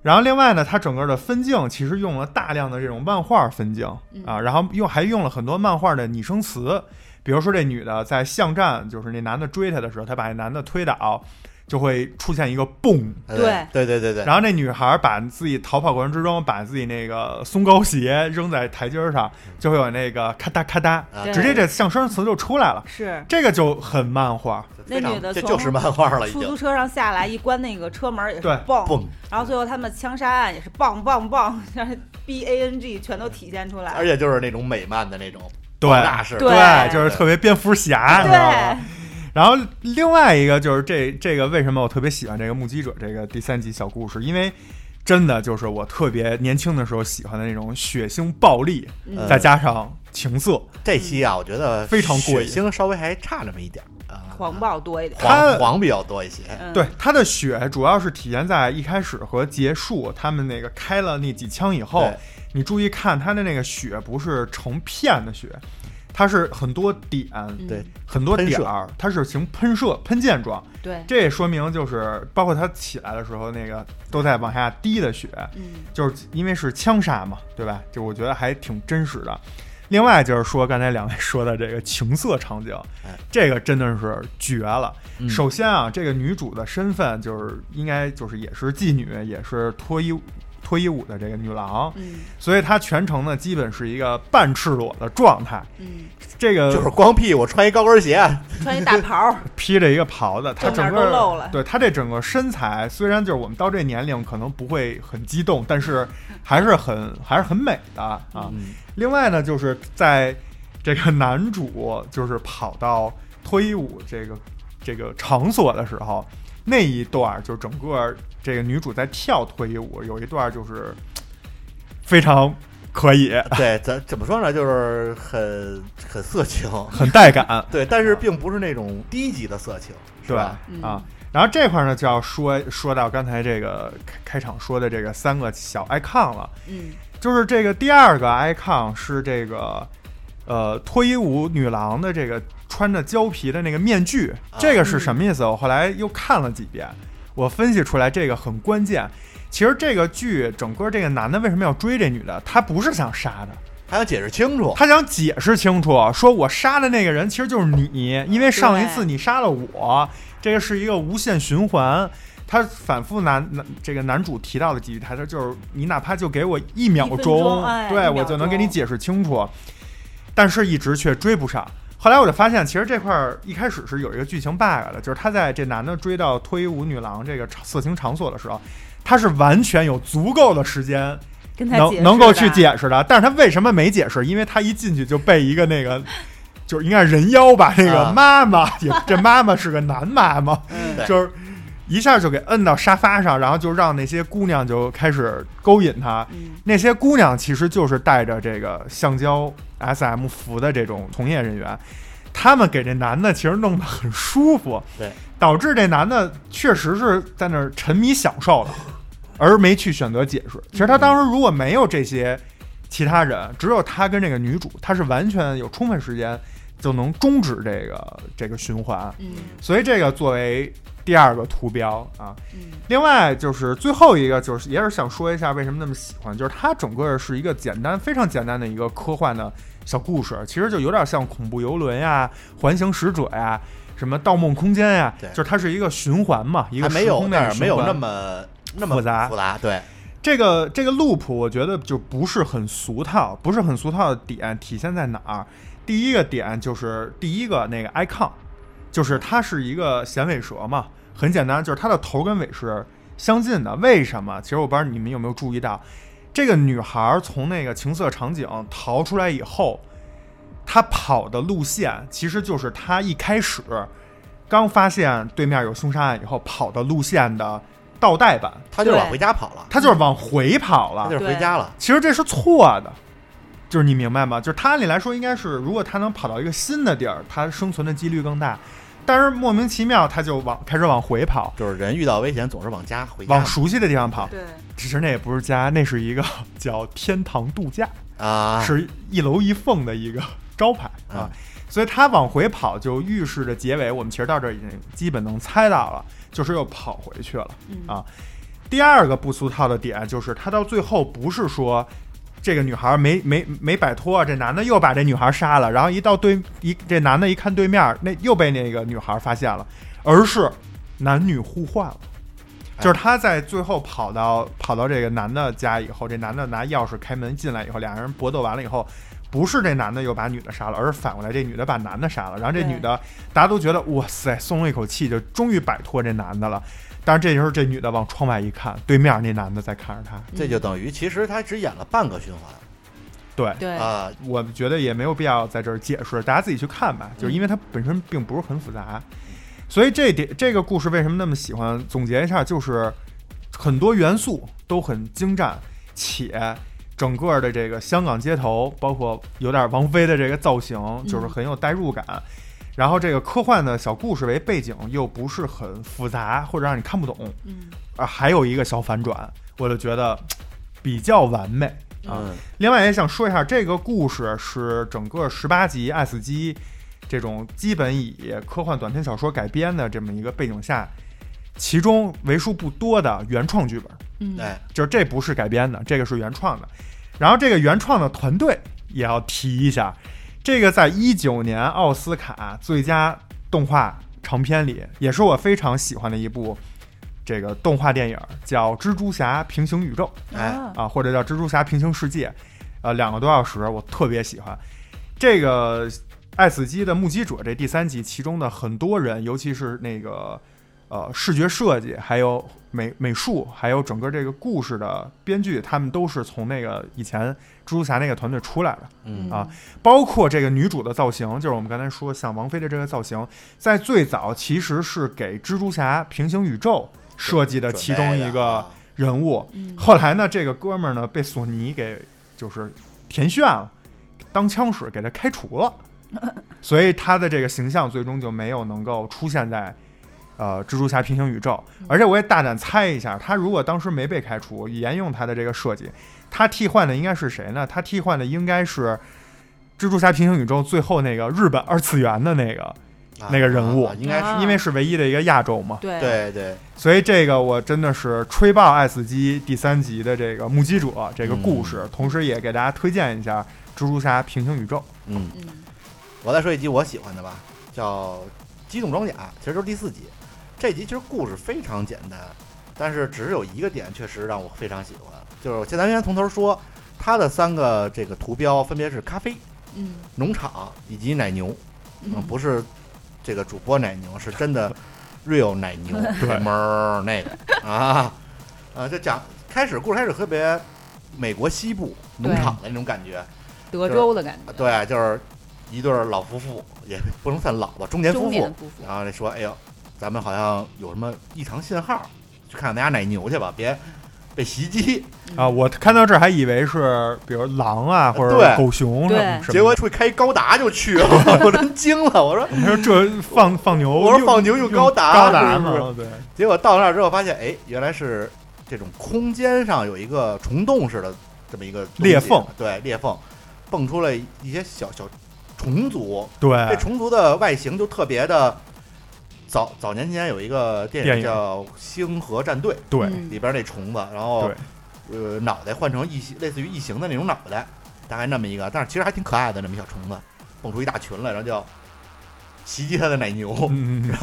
[SPEAKER 3] 然后另外呢，它整个的分镜其实用了大量的这种漫画分镜
[SPEAKER 1] 嗯
[SPEAKER 3] 啊，然后用还用了很多漫画的拟声词，比如说这女的在巷战，就是那男的追她的时候，她把那男的推倒，就会出现一个蹦。
[SPEAKER 2] 哎对对对对对，
[SPEAKER 3] 然后那女孩把自己逃跑过程之中，把自己那个松糕鞋扔在台阶上，就会有那个咔嗒咔嗒，
[SPEAKER 2] 啊
[SPEAKER 1] 嗯对
[SPEAKER 3] 直接这象声词就出来了，
[SPEAKER 1] 是
[SPEAKER 3] 这个就很漫画。
[SPEAKER 2] 非
[SPEAKER 1] 那
[SPEAKER 2] 常
[SPEAKER 1] 女的
[SPEAKER 2] 这
[SPEAKER 1] 从
[SPEAKER 2] 就是漫画了，已
[SPEAKER 1] 出
[SPEAKER 2] 经
[SPEAKER 1] 租车上下来一关那个车门儿也是
[SPEAKER 3] 对
[SPEAKER 1] 蹦
[SPEAKER 2] 蹦，
[SPEAKER 1] 然后最后他们枪杀案也是棒棒 棒，像是 B A N G 全都体现出来。
[SPEAKER 2] 而且就是那种美漫的那种
[SPEAKER 3] 对，
[SPEAKER 2] 爆炸式的，
[SPEAKER 1] 哎对
[SPEAKER 3] 对，就是特别蝙蝠侠，你知道吗？
[SPEAKER 1] 对，
[SPEAKER 3] 然后另外一个就是这这个为什么我特别喜欢这个目击者这个第三集小故事，因为真的就是我特别年轻的时候喜欢的那种血腥暴力，
[SPEAKER 2] 嗯
[SPEAKER 3] 再加上情色，
[SPEAKER 2] 这期啊，我觉得
[SPEAKER 3] 嗯非常过瘾
[SPEAKER 2] 血腥稍微还差那么一点儿啊，
[SPEAKER 1] 黄豹多一点。
[SPEAKER 3] 他
[SPEAKER 2] 黄黄比较多一些，
[SPEAKER 1] 嗯，
[SPEAKER 3] 对，它的血主要是体现在一开始和结束，他们那个开了那几枪以后
[SPEAKER 2] 对，
[SPEAKER 3] 你注意看它的那个血不是成片的血，它是很多点，
[SPEAKER 1] 嗯
[SPEAKER 2] 对，
[SPEAKER 3] 很多
[SPEAKER 2] 嗯喷
[SPEAKER 3] 点
[SPEAKER 2] 射
[SPEAKER 3] 儿，它是行喷射、喷溅状。
[SPEAKER 1] 对，
[SPEAKER 3] 这也说明就是，包括它起来的时候，那个都在往下滴的血，
[SPEAKER 1] 嗯
[SPEAKER 3] 就是因为是枪杀嘛，对吧？就我觉得还挺真实的。另外就是说，刚才两位说的这个情色场景
[SPEAKER 2] 哎，
[SPEAKER 3] 这个真的是绝了。
[SPEAKER 2] 嗯
[SPEAKER 3] 首先啊，这个女主的身份就是应该就是也是妓女，也是脱衣脱衣舞的这个女郎，
[SPEAKER 1] 嗯
[SPEAKER 3] 所以她全程呢基本是一个半赤裸的状态。
[SPEAKER 1] 嗯，
[SPEAKER 3] 这个
[SPEAKER 2] 就是光屁股穿一高跟鞋，啊
[SPEAKER 1] 穿一大袍 儿，
[SPEAKER 3] 披着一个袍子，
[SPEAKER 1] 就
[SPEAKER 3] 他
[SPEAKER 1] 哪
[SPEAKER 3] 整
[SPEAKER 1] 儿
[SPEAKER 3] 个
[SPEAKER 1] 都露了
[SPEAKER 3] 对他这整个身材，虽然就是我们到这年龄可能不会很激动，但是还是很 还是很美的啊。
[SPEAKER 2] 嗯
[SPEAKER 3] 另外呢，就是在这个男主就是跑到脱衣舞这个这个场所的时候，那一段儿就整个这个女主在跳脱衣舞，有一段儿就是非常可以，
[SPEAKER 2] 对，咱怎么说呢，就是很很色情，
[SPEAKER 3] 很带感。
[SPEAKER 2] 对，但是并不是那种低级的色情，是
[SPEAKER 3] 对
[SPEAKER 2] 吧？
[SPEAKER 1] 嗯
[SPEAKER 3] 啊。然后这块儿呢，就要说说到刚才这个开开场说的这个三个小 icon 了，
[SPEAKER 1] 嗯
[SPEAKER 3] 就是这个第二个 icon 是这个呃脱衣舞女郎的这个穿着胶皮的那个面具，
[SPEAKER 2] 啊
[SPEAKER 3] 这个是
[SPEAKER 2] 嗯
[SPEAKER 3] 什么意思？我后来又看了几遍，我分析出来这个很关键。其实这个剧整个这个男的为什么要追这女的？他不是想杀的，
[SPEAKER 2] 还要解释清楚，
[SPEAKER 3] 他想解释清楚，说我杀的那个人其实就是你，因为上一次你杀了我，这个是一个无限循环。他反复男男这个男主提到的几句台词，就是你哪怕就给我一秒
[SPEAKER 1] 一分
[SPEAKER 3] 钟，
[SPEAKER 1] 钟哎一
[SPEAKER 3] 对
[SPEAKER 1] 秒
[SPEAKER 3] 我就能给你
[SPEAKER 1] 钟
[SPEAKER 3] 解释清楚，但是一直却追不上。后来我就发现，其实这块儿一开始是有一个剧情 bug 的，就是他在这男的追到脱衣舞女郎这个场色情场所的时候，他是完全有足够的时间
[SPEAKER 1] 跟他解
[SPEAKER 3] 能
[SPEAKER 1] 释
[SPEAKER 3] 能够去
[SPEAKER 1] 吧，
[SPEAKER 3] 解释的，但是他为什么没解释？因为他一进去就被一个那个，就是应该是人妖吧，那个
[SPEAKER 2] 啊
[SPEAKER 3] 妈妈，也这妈妈是个男妈妈，
[SPEAKER 1] 嗯
[SPEAKER 2] 对
[SPEAKER 3] 就是一下就给摁到沙发上，然后就让那些姑娘就开始勾引他。
[SPEAKER 1] 嗯
[SPEAKER 3] 那些姑娘其实就是带着这个橡胶 SM 服的这种从业人员，他们给这男的其实弄得很舒服，
[SPEAKER 2] 对，
[SPEAKER 3] 导致这男的确实是在那儿沉迷享受了，而没去选择解释。其实他
[SPEAKER 2] 嗯
[SPEAKER 3] 当时如果没有这些其他人，只有他跟这个女主，他是完全有充分时间就能终止这个这个循环。
[SPEAKER 1] 嗯
[SPEAKER 3] 所以这个作为第二个图标啊，
[SPEAKER 1] 嗯
[SPEAKER 3] 另外就是最后一个，就是也是想说一下为什么那么喜欢，就是它整个是一个简单、非常简单的一个科幻的小故事，其实就有点像《恐怖游轮》呀、《环形使者》呀、什么《盗梦空间》呀，
[SPEAKER 2] 对
[SPEAKER 3] 就是它是一个循环嘛，一个
[SPEAKER 2] 还没
[SPEAKER 3] 时
[SPEAKER 2] 有
[SPEAKER 3] 空内
[SPEAKER 2] 那
[SPEAKER 3] 的
[SPEAKER 2] 儿
[SPEAKER 3] 循
[SPEAKER 2] 没有
[SPEAKER 3] 环
[SPEAKER 2] 那么那么
[SPEAKER 3] 复杂
[SPEAKER 2] 复杂，对，
[SPEAKER 3] 这个这个 loop，我觉得就不是很俗套，不是很俗套的点体现在哪儿？第一个点就是第一个那个 icon，就是它是一个衔尾蛇嘛，很简单，就是它的头跟尾是相近的。为什么？其实我不知道你们有没有注意到，这个女孩从那个情色场景逃出来以后，她跑的路线其实就是她一开始刚发现对面有凶杀案以后跑的路线的倒带版。
[SPEAKER 2] 他就是
[SPEAKER 1] 对
[SPEAKER 2] 往回家跑了，
[SPEAKER 3] 他就是往回跑
[SPEAKER 2] 他
[SPEAKER 3] 了
[SPEAKER 2] 就。是回家了，
[SPEAKER 3] 其实这是错的，就是你明白吗？就是他按理来说应该是，如果他能跑到一个新的地儿，他生存的几率更大。但是莫名其妙他就往开始往回跑，
[SPEAKER 2] 就是人遇到危险总是往家回家
[SPEAKER 3] 往熟悉的地方跑。
[SPEAKER 1] 对，
[SPEAKER 3] 其实那也不是家，那是一个 叫天堂度假，
[SPEAKER 2] 啊，
[SPEAKER 3] 是一楼一凤的一个招牌啊
[SPEAKER 2] 啊。
[SPEAKER 3] 所以他往回跑就预示着结尾，我们其实到这儿已经基本能猜到了，就是又跑回去了。
[SPEAKER 1] 嗯
[SPEAKER 3] 啊第二个不俗套的点就是，他到最后不是说这个女孩没没没摆脱，这男的又把这女孩杀了，然后一到对一这男的一看对面，那又被那个女孩发现了，而是男女互换了。
[SPEAKER 2] 哎
[SPEAKER 3] 就是他在最后跑到跑到这个男的家以后，这男的拿钥匙开门进来以后，俩人搏斗完了以后，不是这男的又把女的杀了，而是反过来这女的把男的杀了，然后这
[SPEAKER 1] 对
[SPEAKER 3] 女的大家都觉得哇塞，松了一口气，就终于摆脱这男的了。但是这时候这女的往窗外一看，对面那男的在看着她，
[SPEAKER 2] 这就等于其实他只演了半个循环
[SPEAKER 3] 对。
[SPEAKER 1] 对
[SPEAKER 2] 啊，
[SPEAKER 3] 我觉得也没有必要在这儿解释，大家自己去看吧。就是因为它本身并不是很复杂，所以这点这个故事为什么那么喜欢？总结一下，就是很多元素都很精湛，且整个的这个香港街头，包括有点王菲的这个造型，就是很有代入感。然后这个科幻的小故事为背景，又不是很复杂或者让你看不懂，
[SPEAKER 1] 嗯
[SPEAKER 3] 啊，还有一个小反转，我就觉得比较完美。
[SPEAKER 2] 嗯
[SPEAKER 3] 另外也想说一下，这个故事是整个十八集《爱死机》这种基本以科幻短篇小说改编的这么一个背景下，其中为数不多的原创剧本，
[SPEAKER 1] 嗯
[SPEAKER 2] 哎，
[SPEAKER 3] 就是这不是改编的，这个是原创的。然后这个原创的团队也要提一下，这个在一九年奥斯卡最佳动画长片里，也是我非常喜欢的一部这个动画电影，叫《蜘蛛侠：平行宇宙》。
[SPEAKER 2] 哎
[SPEAKER 1] 啊
[SPEAKER 3] 啊，或者叫《蜘蛛侠：平行世界》，呃，两个多小时，我特别喜欢。这个《爱死机的目击者》这第三集，其中的很多人，尤其是那个呃视觉设计，还有美美术，还有整个这个故事的编剧，他们都是从那个以前蜘蛛侠那个团队出来的。
[SPEAKER 2] 嗯
[SPEAKER 3] 啊，包括这个女主的造型，就是我们刚才说像王菲的这个造型，在最早其实是给蜘蛛侠平行宇宙设计的其中一个人物。
[SPEAKER 1] 嗯
[SPEAKER 3] 后来呢，这个哥们儿呢被索尼给就是填炫了，当枪使给他开除了，所以他的这个形象最终就没有能够出现在。呃，蜘蛛侠平行宇宙，
[SPEAKER 2] 嗯
[SPEAKER 3] 而且我也大胆猜一下，他如果当时没被开除，沿用他的这个设计，他替换的应该是谁呢？他替换的应该是蜘蛛侠平行宇宙最后那个日本二次元的那个，
[SPEAKER 2] 啊
[SPEAKER 3] 那个人物
[SPEAKER 2] 啊应该是
[SPEAKER 1] 啊
[SPEAKER 3] 因为是唯一的一个亚洲嘛，
[SPEAKER 1] 对
[SPEAKER 2] 对对，
[SPEAKER 3] 所以这个我真的是吹爆《爱死机》第三集的这个目击者这个故事，同时也给大家推荐一下《蜘蛛侠：平行宇宙》。
[SPEAKER 2] 嗯，
[SPEAKER 1] 嗯
[SPEAKER 2] 我再说一集我喜欢的吧，叫《机动装甲》，其实就是第四集。这集其实故事非常简单，但是只是有一个点确实让我非常喜欢，就是咱先从头说，它的三个这个图标分别是咖啡、
[SPEAKER 1] 嗯
[SPEAKER 2] 农场以及奶牛。嗯，
[SPEAKER 1] 嗯
[SPEAKER 2] 不是这个主播奶牛，是真的 real 奶牛，
[SPEAKER 3] 对
[SPEAKER 2] 哞儿那个啊，呃，就讲开始故事开始特别美国西部农场的那种感觉，
[SPEAKER 1] 德州的感觉，
[SPEAKER 2] 对，就是一对儿老夫妇，也不能算老吧，中年夫
[SPEAKER 1] 中
[SPEAKER 2] 妇
[SPEAKER 1] 年，夫妇，
[SPEAKER 2] 然后就说，哎呦，咱们好像有什么异常信号，去看看咱家奶牛去吧，别被袭击。
[SPEAKER 3] 啊，
[SPEAKER 1] 嗯
[SPEAKER 3] 我看到这儿还以为是比如狼啊，或者
[SPEAKER 2] 对
[SPEAKER 3] 狗熊什么
[SPEAKER 1] 对
[SPEAKER 3] 什么的。
[SPEAKER 2] 结果出去开高达就去了， 我真惊了，我说。
[SPEAKER 3] 你说这放放牛，
[SPEAKER 2] 我说
[SPEAKER 3] 用
[SPEAKER 2] 放牛用高达
[SPEAKER 3] 高达
[SPEAKER 2] 是不是
[SPEAKER 3] 嘛，对，
[SPEAKER 2] 结果到那儿之后发现，哎，原来是这种空间上有一个虫洞似的这么一个东西
[SPEAKER 3] 裂缝，
[SPEAKER 2] 对裂缝，蹦出了一些小小虫族。这
[SPEAKER 3] 对，
[SPEAKER 2] 虫族的外形就特别的。早早年间有一个电
[SPEAKER 3] 电
[SPEAKER 2] 影
[SPEAKER 3] 影
[SPEAKER 2] 叫《星河战队》，
[SPEAKER 3] 对，
[SPEAKER 1] 嗯
[SPEAKER 2] 里边那虫子，然后呃脑袋换成异形，类似于异形的那种脑袋，大概那么一个，但是其实还挺可爱的，那么一小虫子，蹦出一大群来，然后就要袭击他的奶牛。
[SPEAKER 3] 嗯嗯，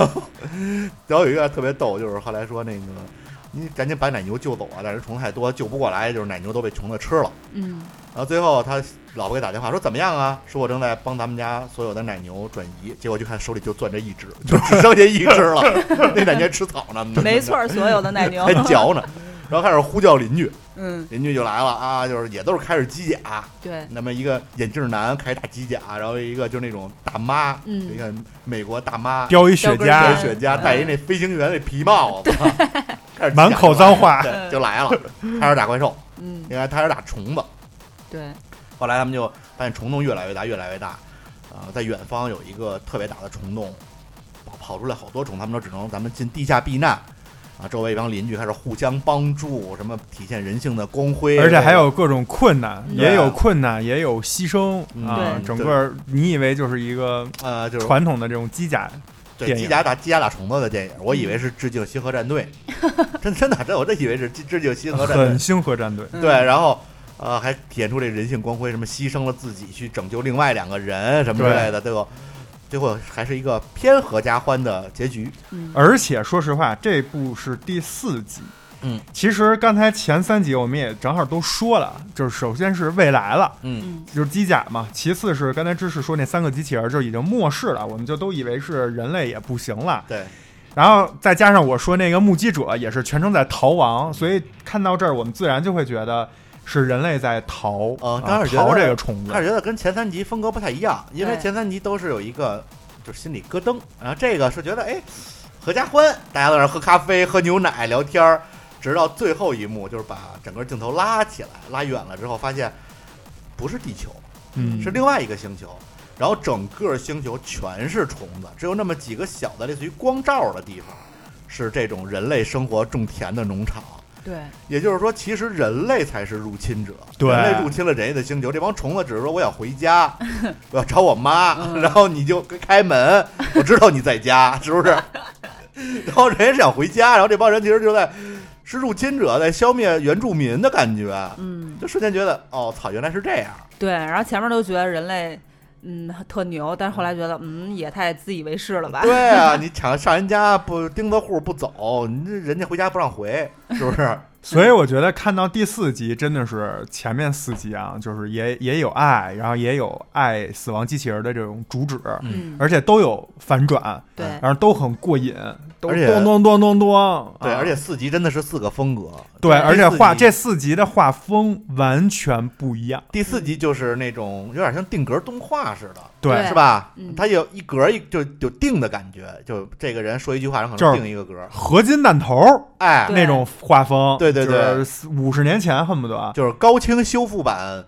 [SPEAKER 3] 嗯
[SPEAKER 2] 然后有一个特别逗，就是后来说那个你赶紧把奶牛救走啊，但是虫子太多救不过来，就是奶牛都被虫子吃了。
[SPEAKER 1] 嗯
[SPEAKER 2] 然后最后他老婆给打电话说怎么样啊？说我正在帮咱们家所有的奶牛转移，结果就看手里就攥着一只，就只剩下一只 了，那奶牛吃草呢，嗯
[SPEAKER 1] 没错，儿，所有的奶牛
[SPEAKER 2] 还，嚼呢。然后开始呼叫邻居，
[SPEAKER 1] 嗯，
[SPEAKER 2] 邻居就来了啊，就是也都是开着机甲，
[SPEAKER 1] 对，
[SPEAKER 2] 那么一个眼镜男开着大机甲，然后一个就是那种大妈，
[SPEAKER 1] 嗯
[SPEAKER 2] 一个美国大妈，
[SPEAKER 3] 叼一雪
[SPEAKER 1] 叼根儿
[SPEAKER 2] 白
[SPEAKER 3] 茄
[SPEAKER 1] 烟，
[SPEAKER 2] 雪茄，戴一那飞行员那皮帽子， 开始
[SPEAKER 3] 哎满口脏话
[SPEAKER 2] 对，就来了，开始打怪兽，
[SPEAKER 1] 嗯
[SPEAKER 2] 应该开始打虫子。
[SPEAKER 1] 对，
[SPEAKER 2] 后来他们就发现虫洞越来越大，越来越大，呃，在远方有一个特别大的虫洞，跑跑出来好多虫，他们都只能咱们进地下避难。啊，周围一帮邻居开始互相帮助，什么体现人性的光辉，
[SPEAKER 3] 而且还有各种困难，
[SPEAKER 1] 嗯
[SPEAKER 3] 也有困难，也有牺牲
[SPEAKER 2] 嗯
[SPEAKER 3] 啊
[SPEAKER 1] 对。
[SPEAKER 3] 整个你以为就是一个
[SPEAKER 2] 呃，就是
[SPEAKER 3] 传统的这种机甲，
[SPEAKER 2] 对
[SPEAKER 3] 电影
[SPEAKER 2] 机甲打机甲打虫子的电影，我以为是致敬《星河战队》 真真的，这我真以为是致致敬《星河战队
[SPEAKER 3] 很》。星河战队，
[SPEAKER 1] 嗯
[SPEAKER 2] 对，，然后呃还体现出这人性光辉，什么牺牲了自己去拯救另外两个人什么之类的，最后最后还是一个偏合家欢的结局。
[SPEAKER 1] 嗯
[SPEAKER 3] 而且说实话，这部是第四集。
[SPEAKER 2] 嗯，
[SPEAKER 3] 其实刚才前三集我们也正好都说了，就是首先是未来了，
[SPEAKER 2] 嗯
[SPEAKER 1] 嗯
[SPEAKER 3] 就是机甲嘛；其次是刚才知识说那三个机器人就已经末世了，我们就都以为是人类也不行了。
[SPEAKER 2] 对，
[SPEAKER 3] 然后再加上我说那个目击者也是全程在逃亡，所以看到这儿我们自然就会觉得是人类在逃，
[SPEAKER 2] 呃
[SPEAKER 3] 啊
[SPEAKER 2] 当然觉得
[SPEAKER 3] 逃这个虫子
[SPEAKER 2] 他。是觉得跟前三集风格不太一样，因为
[SPEAKER 1] 对
[SPEAKER 2] 前三集都是有一个就是心里咯噔，然后这个是觉得哎合家欢，大家在那儿喝咖啡、喝牛奶、聊天儿，直到最后一幕就是把整个镜头拉起来，拉远了之后发现不是地球，
[SPEAKER 3] 嗯，
[SPEAKER 2] 是另外一个星球。然后整个星球全是虫子，只有那么几个小的类似于光照的地方，是这种人类生活种田的农场。
[SPEAKER 1] 对，
[SPEAKER 2] 也就是说，其实人类才是入侵者，
[SPEAKER 3] 对
[SPEAKER 2] 人类入侵了人家的星球，这帮虫子只是说我想回家，我要找我妈，然后你就开门，我知道你在家，是不是？然后人家是想回家，然后这帮人其实就在是入侵者在消灭原住民的感觉，
[SPEAKER 1] 嗯，
[SPEAKER 2] 就瞬间觉得哦操，原来是这样，
[SPEAKER 1] 对。然后前面都觉得人类，嗯，特牛，但是后来觉得，嗯，也太自以为是了吧？
[SPEAKER 2] 对啊， 你抢上人家不钉子户不走，你这人家回家不让回，是不是？
[SPEAKER 3] 所以我觉得看到第四集真的是前面四集啊，就是也也有爱，然后也有爱死亡机器人的这种主旨，
[SPEAKER 1] 嗯，
[SPEAKER 3] 而且都有反转，
[SPEAKER 1] 对，
[SPEAKER 3] 然后都很过瘾，都
[SPEAKER 2] 而且
[SPEAKER 3] 咚咚咚咚咚，
[SPEAKER 2] 对，
[SPEAKER 3] 啊
[SPEAKER 2] 而且四集真的是四个风格，
[SPEAKER 3] 对，而且画
[SPEAKER 2] 第四
[SPEAKER 3] 这
[SPEAKER 2] 集
[SPEAKER 3] 四集的画风完全不一样，
[SPEAKER 2] 第
[SPEAKER 1] 嗯
[SPEAKER 2] 四集就是那种有点像定格动画似的，
[SPEAKER 1] 对
[SPEAKER 2] 是吧？
[SPEAKER 1] 嗯
[SPEAKER 2] 它有一格一就就定的感觉，就这个人说一句话，然后可
[SPEAKER 3] 就
[SPEAKER 2] 能
[SPEAKER 3] 是
[SPEAKER 2] 定一个格，
[SPEAKER 3] 合金弹头
[SPEAKER 2] 哎，
[SPEAKER 1] 对
[SPEAKER 3] 那种画风，
[SPEAKER 2] 对对对，
[SPEAKER 3] 五十年前恨不得，
[SPEAKER 2] 就是高清修复版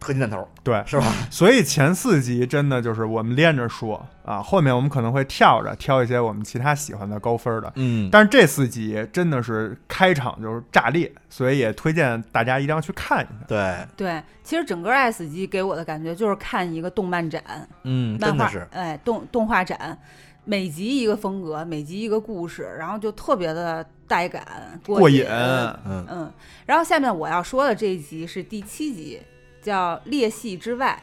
[SPEAKER 2] 合金弹头，
[SPEAKER 3] 对，
[SPEAKER 2] 是吧？
[SPEAKER 3] 所以前四集真的就是我们连着说啊，后面我们可能会跳着挑一些我们其他喜欢的高分的，
[SPEAKER 2] 嗯，
[SPEAKER 3] 但是这四集真的是开场就是炸裂，所以也推荐大家一定要去看一下。
[SPEAKER 2] 对，
[SPEAKER 1] 对。其实整个《爱死机》给我的感觉就是看一个动漫展，
[SPEAKER 2] 嗯，
[SPEAKER 1] 漫
[SPEAKER 2] 真
[SPEAKER 1] 画
[SPEAKER 2] 的是，
[SPEAKER 1] 哎动动画展，每集一个风格，每集一个故事，然后就特别的带感
[SPEAKER 3] 过瘾，
[SPEAKER 2] 嗯，
[SPEAKER 1] 嗯，然后下面我要说的这一集是第七集，叫《裂隙之外》，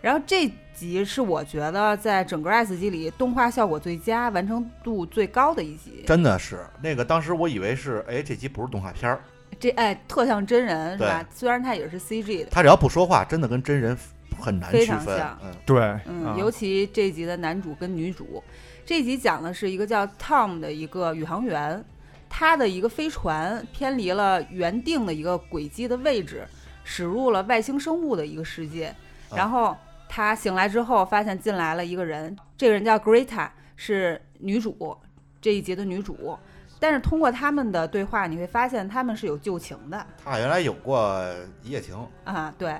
[SPEAKER 1] 然后这集是我觉得在整个 S 集里动画效果最佳、完成度最高的一集。
[SPEAKER 2] 真的是那个当时我以为是，哎，这集不是动画片儿，
[SPEAKER 1] 这哎，特像真人是
[SPEAKER 2] 对
[SPEAKER 1] 吧？虽然它也是 CG 的，
[SPEAKER 2] 他只要不说话，真的跟真人很难
[SPEAKER 1] 非
[SPEAKER 2] 区
[SPEAKER 1] 常
[SPEAKER 2] 分
[SPEAKER 1] 像，
[SPEAKER 2] 嗯，
[SPEAKER 3] 对，
[SPEAKER 1] 嗯，
[SPEAKER 3] 啊
[SPEAKER 1] 尤其这集的男主跟女主，这集讲的是一个叫 Tom 的一个宇航员，他的一个飞船偏离了原定的一个轨迹的位置，驶入了外星生物的一个世界。
[SPEAKER 2] 啊
[SPEAKER 1] 然后他醒来之后，发现进来了一个人，这个人叫 Greta，是女主这一集的女主。但是通过他们的对话，你会发现他们是有旧情的。
[SPEAKER 2] 他原来有过一夜情，
[SPEAKER 1] 啊，对，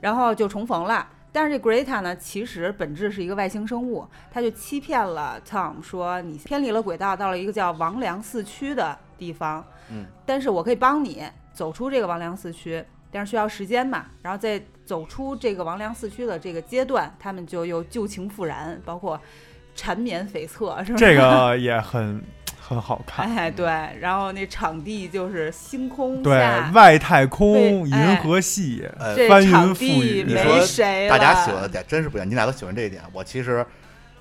[SPEAKER 1] 然后就重逢了。但是这 Greta 呢，其实本质是一个外星生物，他就欺骗了 Tom 说你偏离了轨道，到了一个叫王良四区的地方。
[SPEAKER 2] 嗯，
[SPEAKER 1] 但是我可以帮你走出这个王良四区，但是需要时间嘛。然后在走出这个王良四区的这个阶段，他们就又旧情复燃，包括缠绵悱恻，是吧？
[SPEAKER 3] 这个也很很好看。
[SPEAKER 1] 哎，对，然后那场地就是星空
[SPEAKER 3] 对
[SPEAKER 1] 下，
[SPEAKER 3] 外太空、
[SPEAKER 1] 对哎
[SPEAKER 3] 银河系，
[SPEAKER 2] 呃，
[SPEAKER 1] 这
[SPEAKER 3] 翻云
[SPEAKER 1] 场
[SPEAKER 3] 覆
[SPEAKER 1] 地
[SPEAKER 3] 雨
[SPEAKER 2] 你说
[SPEAKER 1] 没谁
[SPEAKER 2] 大家
[SPEAKER 1] 了
[SPEAKER 2] 喜欢的点真是不一样，你俩都喜欢这一点。我其实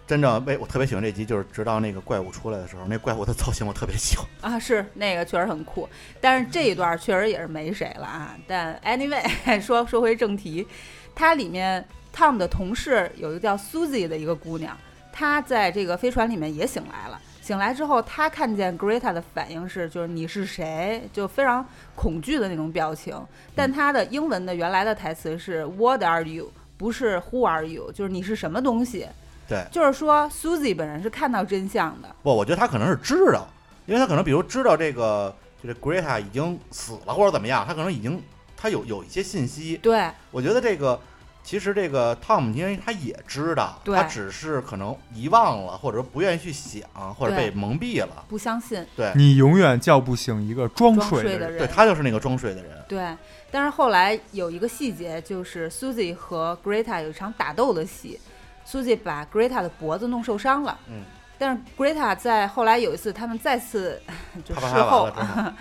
[SPEAKER 2] 真正为我特别喜欢这集，就是直到那个怪物出来的时候，那怪物的造型我特别喜欢。
[SPEAKER 1] 啊，是那个确实很酷，但是这一段确实也是没谁了啊。但 anyway，说 说回正题，它里面 Tom 的同事有一个叫 Susie 的一个姑娘，她在这个飞船里面也醒来了。醒来之后，她看见 Greta 的反应是，就是你是谁，就非常恐惧的那种表情。但她的英文的原来的台词是 What are you？不是 Who are you？就是你是什么东西？
[SPEAKER 2] 对，
[SPEAKER 1] 就是说 Susie 本人是看到真相的。
[SPEAKER 2] 不，我觉得他可能是知道，因为他可能比如知道这个 就这 Greta 已经死了或者怎么样，他可能已经他有有一些信息。
[SPEAKER 1] 对，
[SPEAKER 2] 我觉得这个其实这个 Tom 因为他也知道，
[SPEAKER 1] 对
[SPEAKER 2] 他只是可能遗忘了，或者不愿意去想，或者
[SPEAKER 1] 对
[SPEAKER 2] 被蒙蔽了。
[SPEAKER 1] 不相信
[SPEAKER 2] 对，
[SPEAKER 3] 你永远叫不醒一个装
[SPEAKER 1] 装
[SPEAKER 3] 睡
[SPEAKER 1] 睡
[SPEAKER 3] 人。
[SPEAKER 1] 人。
[SPEAKER 2] 对他就是那个装睡的人。
[SPEAKER 1] 对，但是后来有一个细节，就是 Susie 和 Greta 有一场打斗的戏，Susie 把 Greta 的脖子弄受伤了。
[SPEAKER 2] 嗯。
[SPEAKER 1] 但是 Greta 在后来有一次，他们再次 就
[SPEAKER 2] 啪
[SPEAKER 1] 事
[SPEAKER 2] 啪啪完
[SPEAKER 1] 后
[SPEAKER 2] 了，之后，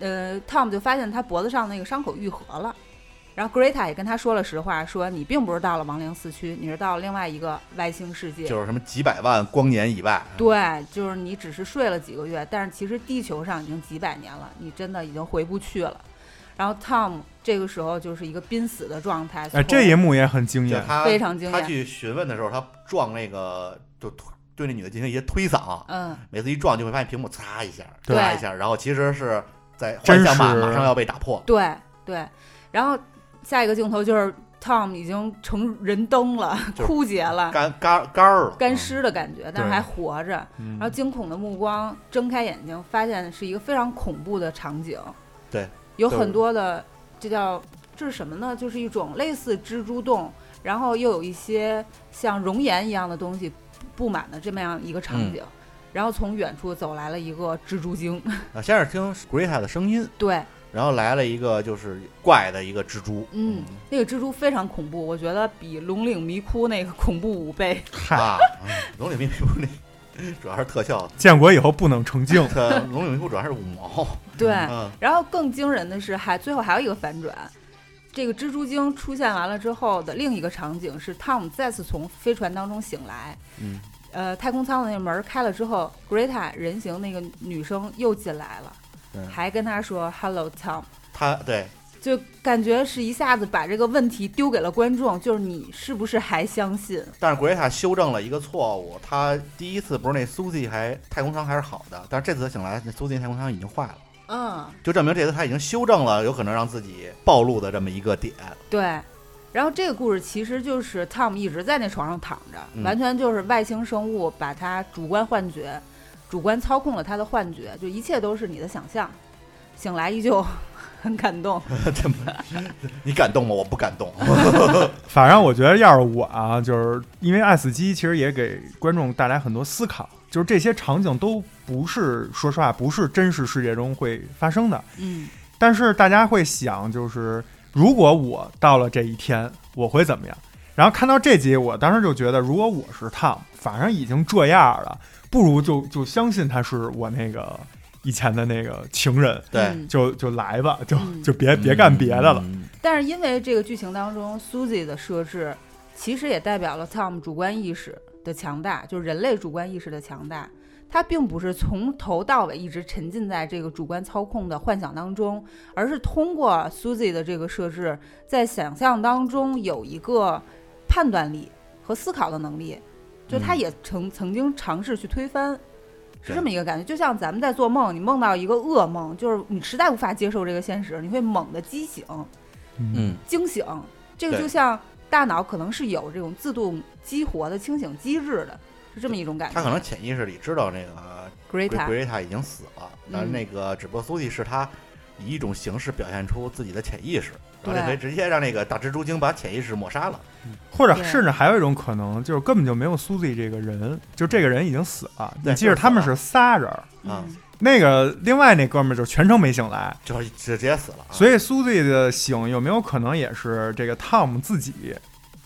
[SPEAKER 1] 呃，Tom 就发现他脖子上那个伤口愈合了。然后 Greta 也跟他说了实话，说你并不是到了亡灵四区，你是到了另外一个外星世界。
[SPEAKER 2] 就是什么几百万光年以外。
[SPEAKER 1] 对，就是你只是睡了几个月，但是其实地球上已经几百年了，你真的已经回不去了。然后 Tom 这个时候就是一个濒死的状态，
[SPEAKER 3] 哎，这一幕也很惊
[SPEAKER 2] 就
[SPEAKER 3] 艳。
[SPEAKER 2] 他
[SPEAKER 1] 非常惊
[SPEAKER 2] 他
[SPEAKER 1] 艳。
[SPEAKER 2] 去询问的时候，他撞那个就推对那女的进行一些推搡，
[SPEAKER 1] 嗯，
[SPEAKER 2] 每次一撞就会发现屏幕擦一下，
[SPEAKER 1] 对
[SPEAKER 2] 擦一下，然后其实是在幻象马
[SPEAKER 3] 真实
[SPEAKER 2] 马上要被打破，
[SPEAKER 1] 对对。然后下一个镜头就是 Tom 已经成人灯了，
[SPEAKER 2] 就是
[SPEAKER 1] 枯竭了，
[SPEAKER 2] 干干干儿了，
[SPEAKER 1] 干尸的感觉，但是还活着。
[SPEAKER 3] 嗯
[SPEAKER 1] 然后惊恐的目光睁开眼睛，发现是一个非常恐怖的场景。
[SPEAKER 2] 对，
[SPEAKER 1] 有
[SPEAKER 2] 就是
[SPEAKER 1] 很多的，这叫这是什么呢？就是一种类似蜘蛛洞，然后又有一些像熔岩一样的东西布满了这么样一个场
[SPEAKER 2] 嗯
[SPEAKER 1] 景，然后从远处走来了一个蜘蛛精，
[SPEAKER 2] 啊，先是听 Greta 的声音，
[SPEAKER 1] 对，
[SPEAKER 2] 然后来了一个就是怪的一个蜘蛛，
[SPEAKER 1] 嗯，那个蜘蛛非常恐怖，我觉得比龙岭迷窟那个恐怖五倍。
[SPEAKER 2] 啊， 嗯龙岭迷窟那主要是特效，，
[SPEAKER 3] 建国以后不能成 精
[SPEAKER 2] 特龙岭迷窟主要是五毛，
[SPEAKER 1] 对，
[SPEAKER 2] 嗯，
[SPEAKER 1] 然后更惊人的是还最后还有一个反转，这个蜘蛛精出现完了之后的另一个场景是汤姆再次从飞船当中醒来，
[SPEAKER 2] 嗯，
[SPEAKER 1] 呃，太空舱的那个门开了之后，Greta 人形那个女生又进来了，
[SPEAKER 2] 嗯
[SPEAKER 1] 还跟他说 “Hello Tom”，
[SPEAKER 2] 他对
[SPEAKER 1] 就感觉是一下子把这个问题丢给了观众，就是你是不是还相信？
[SPEAKER 2] 但是格瑞塔修正了一个错误，他第一次不是那苏西还太空舱还是好的，但是这次醒来那苏西太空舱已经坏了，
[SPEAKER 1] 嗯，
[SPEAKER 2] 就证明这次他已经修正了有可能让自己暴露的这么一个点。
[SPEAKER 1] 对。然后这个故事其实就是 Tom 一直在那床上躺着，
[SPEAKER 2] 嗯
[SPEAKER 1] 完全就是外星生物把他主观幻觉、主观操控了他的幻觉，就一切都是你的想象。醒来依旧 很感动，
[SPEAKER 2] 你敢动吗？我不敢 动。
[SPEAKER 3] 反正我觉得要是我啊，就是因为《爱死机》其实也给观众带来很多思考，就是这些场景都不是说实话不是真实世界中会发生的，
[SPEAKER 1] 嗯
[SPEAKER 3] 但是大家会想，就是如果我到了这一天，我会怎么样？然后看到这集，我当时就觉得，如果我是 Tom，反正已经这样了，不如就就相信他是我那个以前的那个情人，
[SPEAKER 2] 对，
[SPEAKER 1] 嗯
[SPEAKER 3] 就就来吧，就
[SPEAKER 1] 嗯
[SPEAKER 3] 就别别干别的了。
[SPEAKER 2] 嗯
[SPEAKER 1] 但是因为这个剧情当中 Susie 的设置，其实也代表了 Tom 主观意识的强大，就是人类主观意识的强大。他并不是从头到尾一直沉浸在这个主观操控的幻想当中，而是通过 Susie 的这个设置，在想象当中有一个判断力和思考的能力。就他也曾曾经尝试去推翻，是
[SPEAKER 2] 对
[SPEAKER 1] 这么一个感觉。就像咱们在做梦，你梦到一个噩梦，就是你实在无法接受这个现实，你会猛地激醒，
[SPEAKER 2] 嗯，
[SPEAKER 1] 惊醒，这个
[SPEAKER 2] 对
[SPEAKER 1] 就像大脑可能是有这种自动激活的清醒机制的，是这么一种感觉。
[SPEAKER 2] 他可能潜意识里知道那个格
[SPEAKER 1] Greta，
[SPEAKER 2] 瑞塔已经死了，但是
[SPEAKER 1] 嗯
[SPEAKER 2] 那个只不过苏西是他以一种形式表现出自己的潜意识，然后这
[SPEAKER 1] 对
[SPEAKER 2] 回直接让那个大蜘蛛精把潜意识抹杀了。
[SPEAKER 3] 或者
[SPEAKER 1] 对
[SPEAKER 3] 甚至还有一种可能，就是根本就没有 Susie 这个人，就这个人已经死了。
[SPEAKER 2] 对
[SPEAKER 3] 你记着，他们
[SPEAKER 2] 就是
[SPEAKER 3] 仨人儿，
[SPEAKER 2] 啊
[SPEAKER 1] 嗯，
[SPEAKER 3] 那个另外那哥们儿就全程没醒来，
[SPEAKER 2] 就是直接死了啊，
[SPEAKER 3] 所以 Susie 的醒有没有可能也是这个 Tom 自己，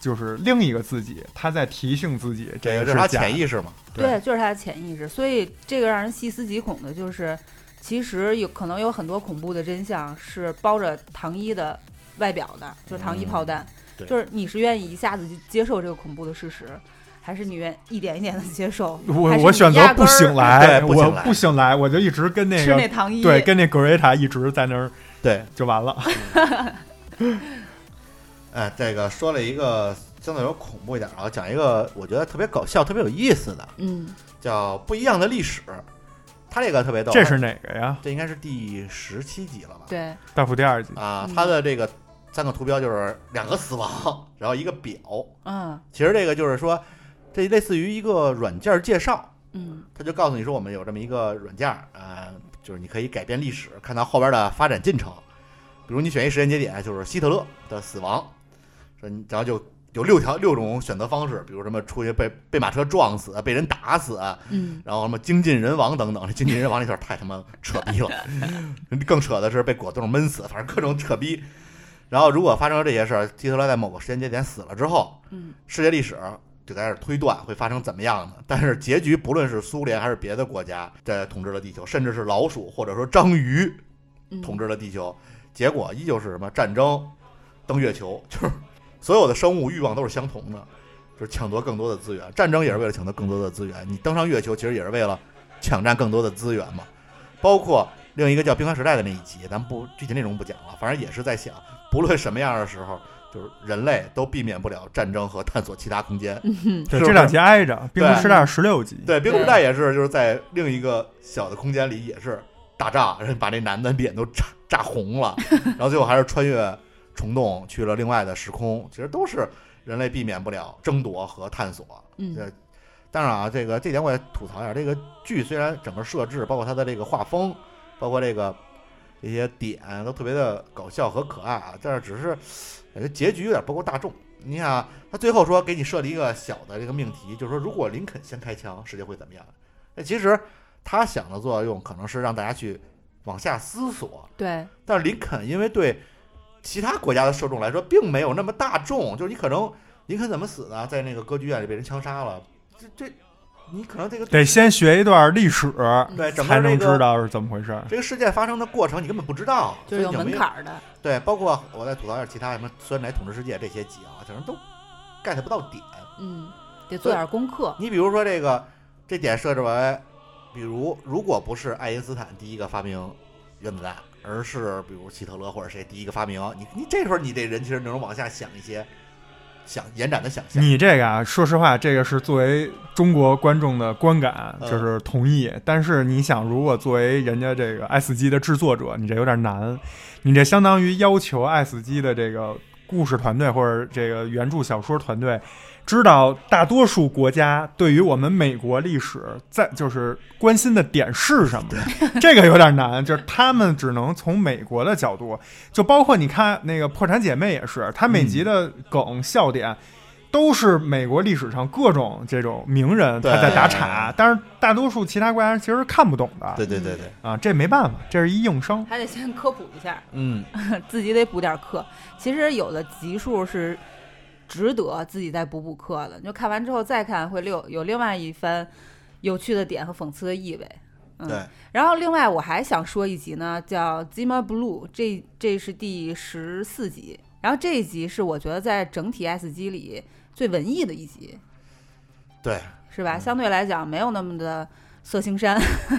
[SPEAKER 3] 就是另一个自己，他在提醒自己
[SPEAKER 2] 这
[SPEAKER 3] 个
[SPEAKER 2] 个
[SPEAKER 3] 是
[SPEAKER 2] 是他
[SPEAKER 3] 假
[SPEAKER 2] 潜意识嘛？
[SPEAKER 1] 对，就是他的潜意识。所以这个让人细思极恐的就是，其实有可能有很多恐怖的真相是包着糖衣的外表的，就是糖衣炮弹。
[SPEAKER 2] 嗯对
[SPEAKER 1] 就是你是愿意一下子就接受这个恐怖的事实，还是你愿一点一点的接受？
[SPEAKER 3] 我
[SPEAKER 1] 还是
[SPEAKER 3] 我
[SPEAKER 1] 你
[SPEAKER 3] 选择
[SPEAKER 1] 压
[SPEAKER 3] 不
[SPEAKER 1] 根儿
[SPEAKER 3] 醒来，
[SPEAKER 2] 对不
[SPEAKER 3] 我
[SPEAKER 2] 醒来
[SPEAKER 3] 不醒来，我就一直跟那
[SPEAKER 1] 吃那
[SPEAKER 3] 个
[SPEAKER 1] 糖衣。
[SPEAKER 3] 对跟那 Greta 一直在那儿
[SPEAKER 2] 对，
[SPEAKER 3] 就完了。
[SPEAKER 2] 哎，这个说了一个相对有恐怖一点儿，然后讲一个我觉得特别搞笑、特别有意思的，
[SPEAKER 1] 嗯，
[SPEAKER 2] 叫《不一样的历史》。它这个特别逗，啊
[SPEAKER 3] 这是哪个呀？
[SPEAKER 2] 这应该是第十七集了吧？
[SPEAKER 1] 对，
[SPEAKER 3] 大副第二集，
[SPEAKER 2] 啊，
[SPEAKER 1] 嗯
[SPEAKER 2] 它的这个三个图标就是两个死亡， 然后一个表。
[SPEAKER 1] 嗯
[SPEAKER 2] 其实这个就是说，这类似于一个软件介绍，
[SPEAKER 1] 嗯
[SPEAKER 2] 它就告诉你说我们有这么一个软件儿，呃，就是你可以改变历史，看它后边的发展进程。比如你选一时间节点，就是希特勒的死亡，说你然后就有六条六种选择方式，比如什么出去被被马车撞死、被人打死，
[SPEAKER 1] 嗯，
[SPEAKER 2] 然后什么精尽人亡等等。这精尽人亡那段太他妈扯逼了， 更扯的是被果冻闷死，反正各种扯逼。然后如果发生了这些事儿，希特勒在某个时间节点死了之后，
[SPEAKER 1] 嗯，
[SPEAKER 2] 世界历史就在这儿推断会发生怎么样的。但是结局不论是苏联还是别的国家在统治了地球，甚至是老鼠或者说章鱼
[SPEAKER 1] 嗯
[SPEAKER 2] 统治了地球，结果依旧是什么战争、登月球， 就是所有的生物欲望都是相同的，就是抢夺更多的资源。战争也是为了抢夺更多的资源，你登上月球其实也是为了抢占更多的资源嘛。包括另一个叫《冰河时代》的那一集，咱们不具体内容不讲了，反正也是在想，不论什么样的时候，就是人类都避免不了战争和探索其他空间。
[SPEAKER 3] 对，
[SPEAKER 2] 是
[SPEAKER 3] 这两集挨着，《冰河
[SPEAKER 2] 对
[SPEAKER 3] 时代》十六集，
[SPEAKER 2] 对，《冰河时代》也是，就是在另一个小的空间里也是打仗，然后把那男的脸都炸炸红了，然后最后还是穿越虫洞去了另外的时空，其实都是人类避免不了争夺和探索。
[SPEAKER 1] 嗯
[SPEAKER 2] 这当然啊，这个这点我也吐槽一下，这个剧虽然整个设置，包括它的这个画风，包括这个这些点都特别的搞笑和可爱啊，但是只是感觉结局有点不够大众。你看啊，他最后说给你设了一个小的这个命题，就是说如果林肯先开枪，世界会怎么样？那其实他想的作用可能是让大家去往下思索，
[SPEAKER 1] 对，
[SPEAKER 2] 但是林肯因为对其他国家的受众来说并没有那么大众，就是你可能林肯怎么死呢？在那个歌剧院里被人枪杀了，这这你可能这个
[SPEAKER 3] 得先学一段历史，
[SPEAKER 1] 嗯
[SPEAKER 2] 对整
[SPEAKER 3] 才
[SPEAKER 2] 个这
[SPEAKER 3] 能知
[SPEAKER 2] 个
[SPEAKER 3] 道是怎么回事儿。
[SPEAKER 2] 这个事件发生的过程你根本不知道，
[SPEAKER 1] 就是有
[SPEAKER 2] 所以你
[SPEAKER 1] 门
[SPEAKER 2] 没
[SPEAKER 1] 槛儿的，
[SPEAKER 2] 对，包括我再吐槽一下其他什么“酸奶统治世界”这些集啊，反正都 get 不到点。
[SPEAKER 1] 嗯，得做点功课，
[SPEAKER 2] 你比如说这个这点设置为，比如如果不是爱因斯坦第一个发明原子弹，而是比如希特勒或者谁第一个发明，你你这时候你这人其实能往下想一些想延展的想象。
[SPEAKER 3] 你这个啊，说实话，这个是作为中国观众的观感，
[SPEAKER 2] 嗯
[SPEAKER 3] 就是同意。但是你想，如果作为人家这个爱死机的制作者，你这有点难，你这相当于要求爱死机的这个故事团队或者这个原著小说团队，知道大多数国家对于我们美国历史在就是关心的点是什么，这个有点难，就是他们只能从美国的角度，就包括你看那个《破产姐妹》也是，它
[SPEAKER 2] 嗯
[SPEAKER 3] 每集的梗笑点。都是美国历史上各种这种名人他
[SPEAKER 2] 对
[SPEAKER 3] 在打岔，但是大多数其他国家人其实是看不懂的。
[SPEAKER 2] 对对对对，
[SPEAKER 3] 啊，这没办法，这是一硬伤。
[SPEAKER 1] 还得先科普一下，
[SPEAKER 2] 嗯，
[SPEAKER 1] 自己得补点课。其实有的集数是值得自己再补补课的，你就看完之后再看会另有另外一番有趣的点和讽刺的意味。嗯，
[SPEAKER 2] 对，
[SPEAKER 1] 然后另外我还想说一集呢，叫《Zima Blue》，这这是第十四集。然后这一集是我觉得在整体 S 集里最文艺的一集，
[SPEAKER 2] 对，嗯
[SPEAKER 1] 是吧？相对来讲，没有那么的色情山，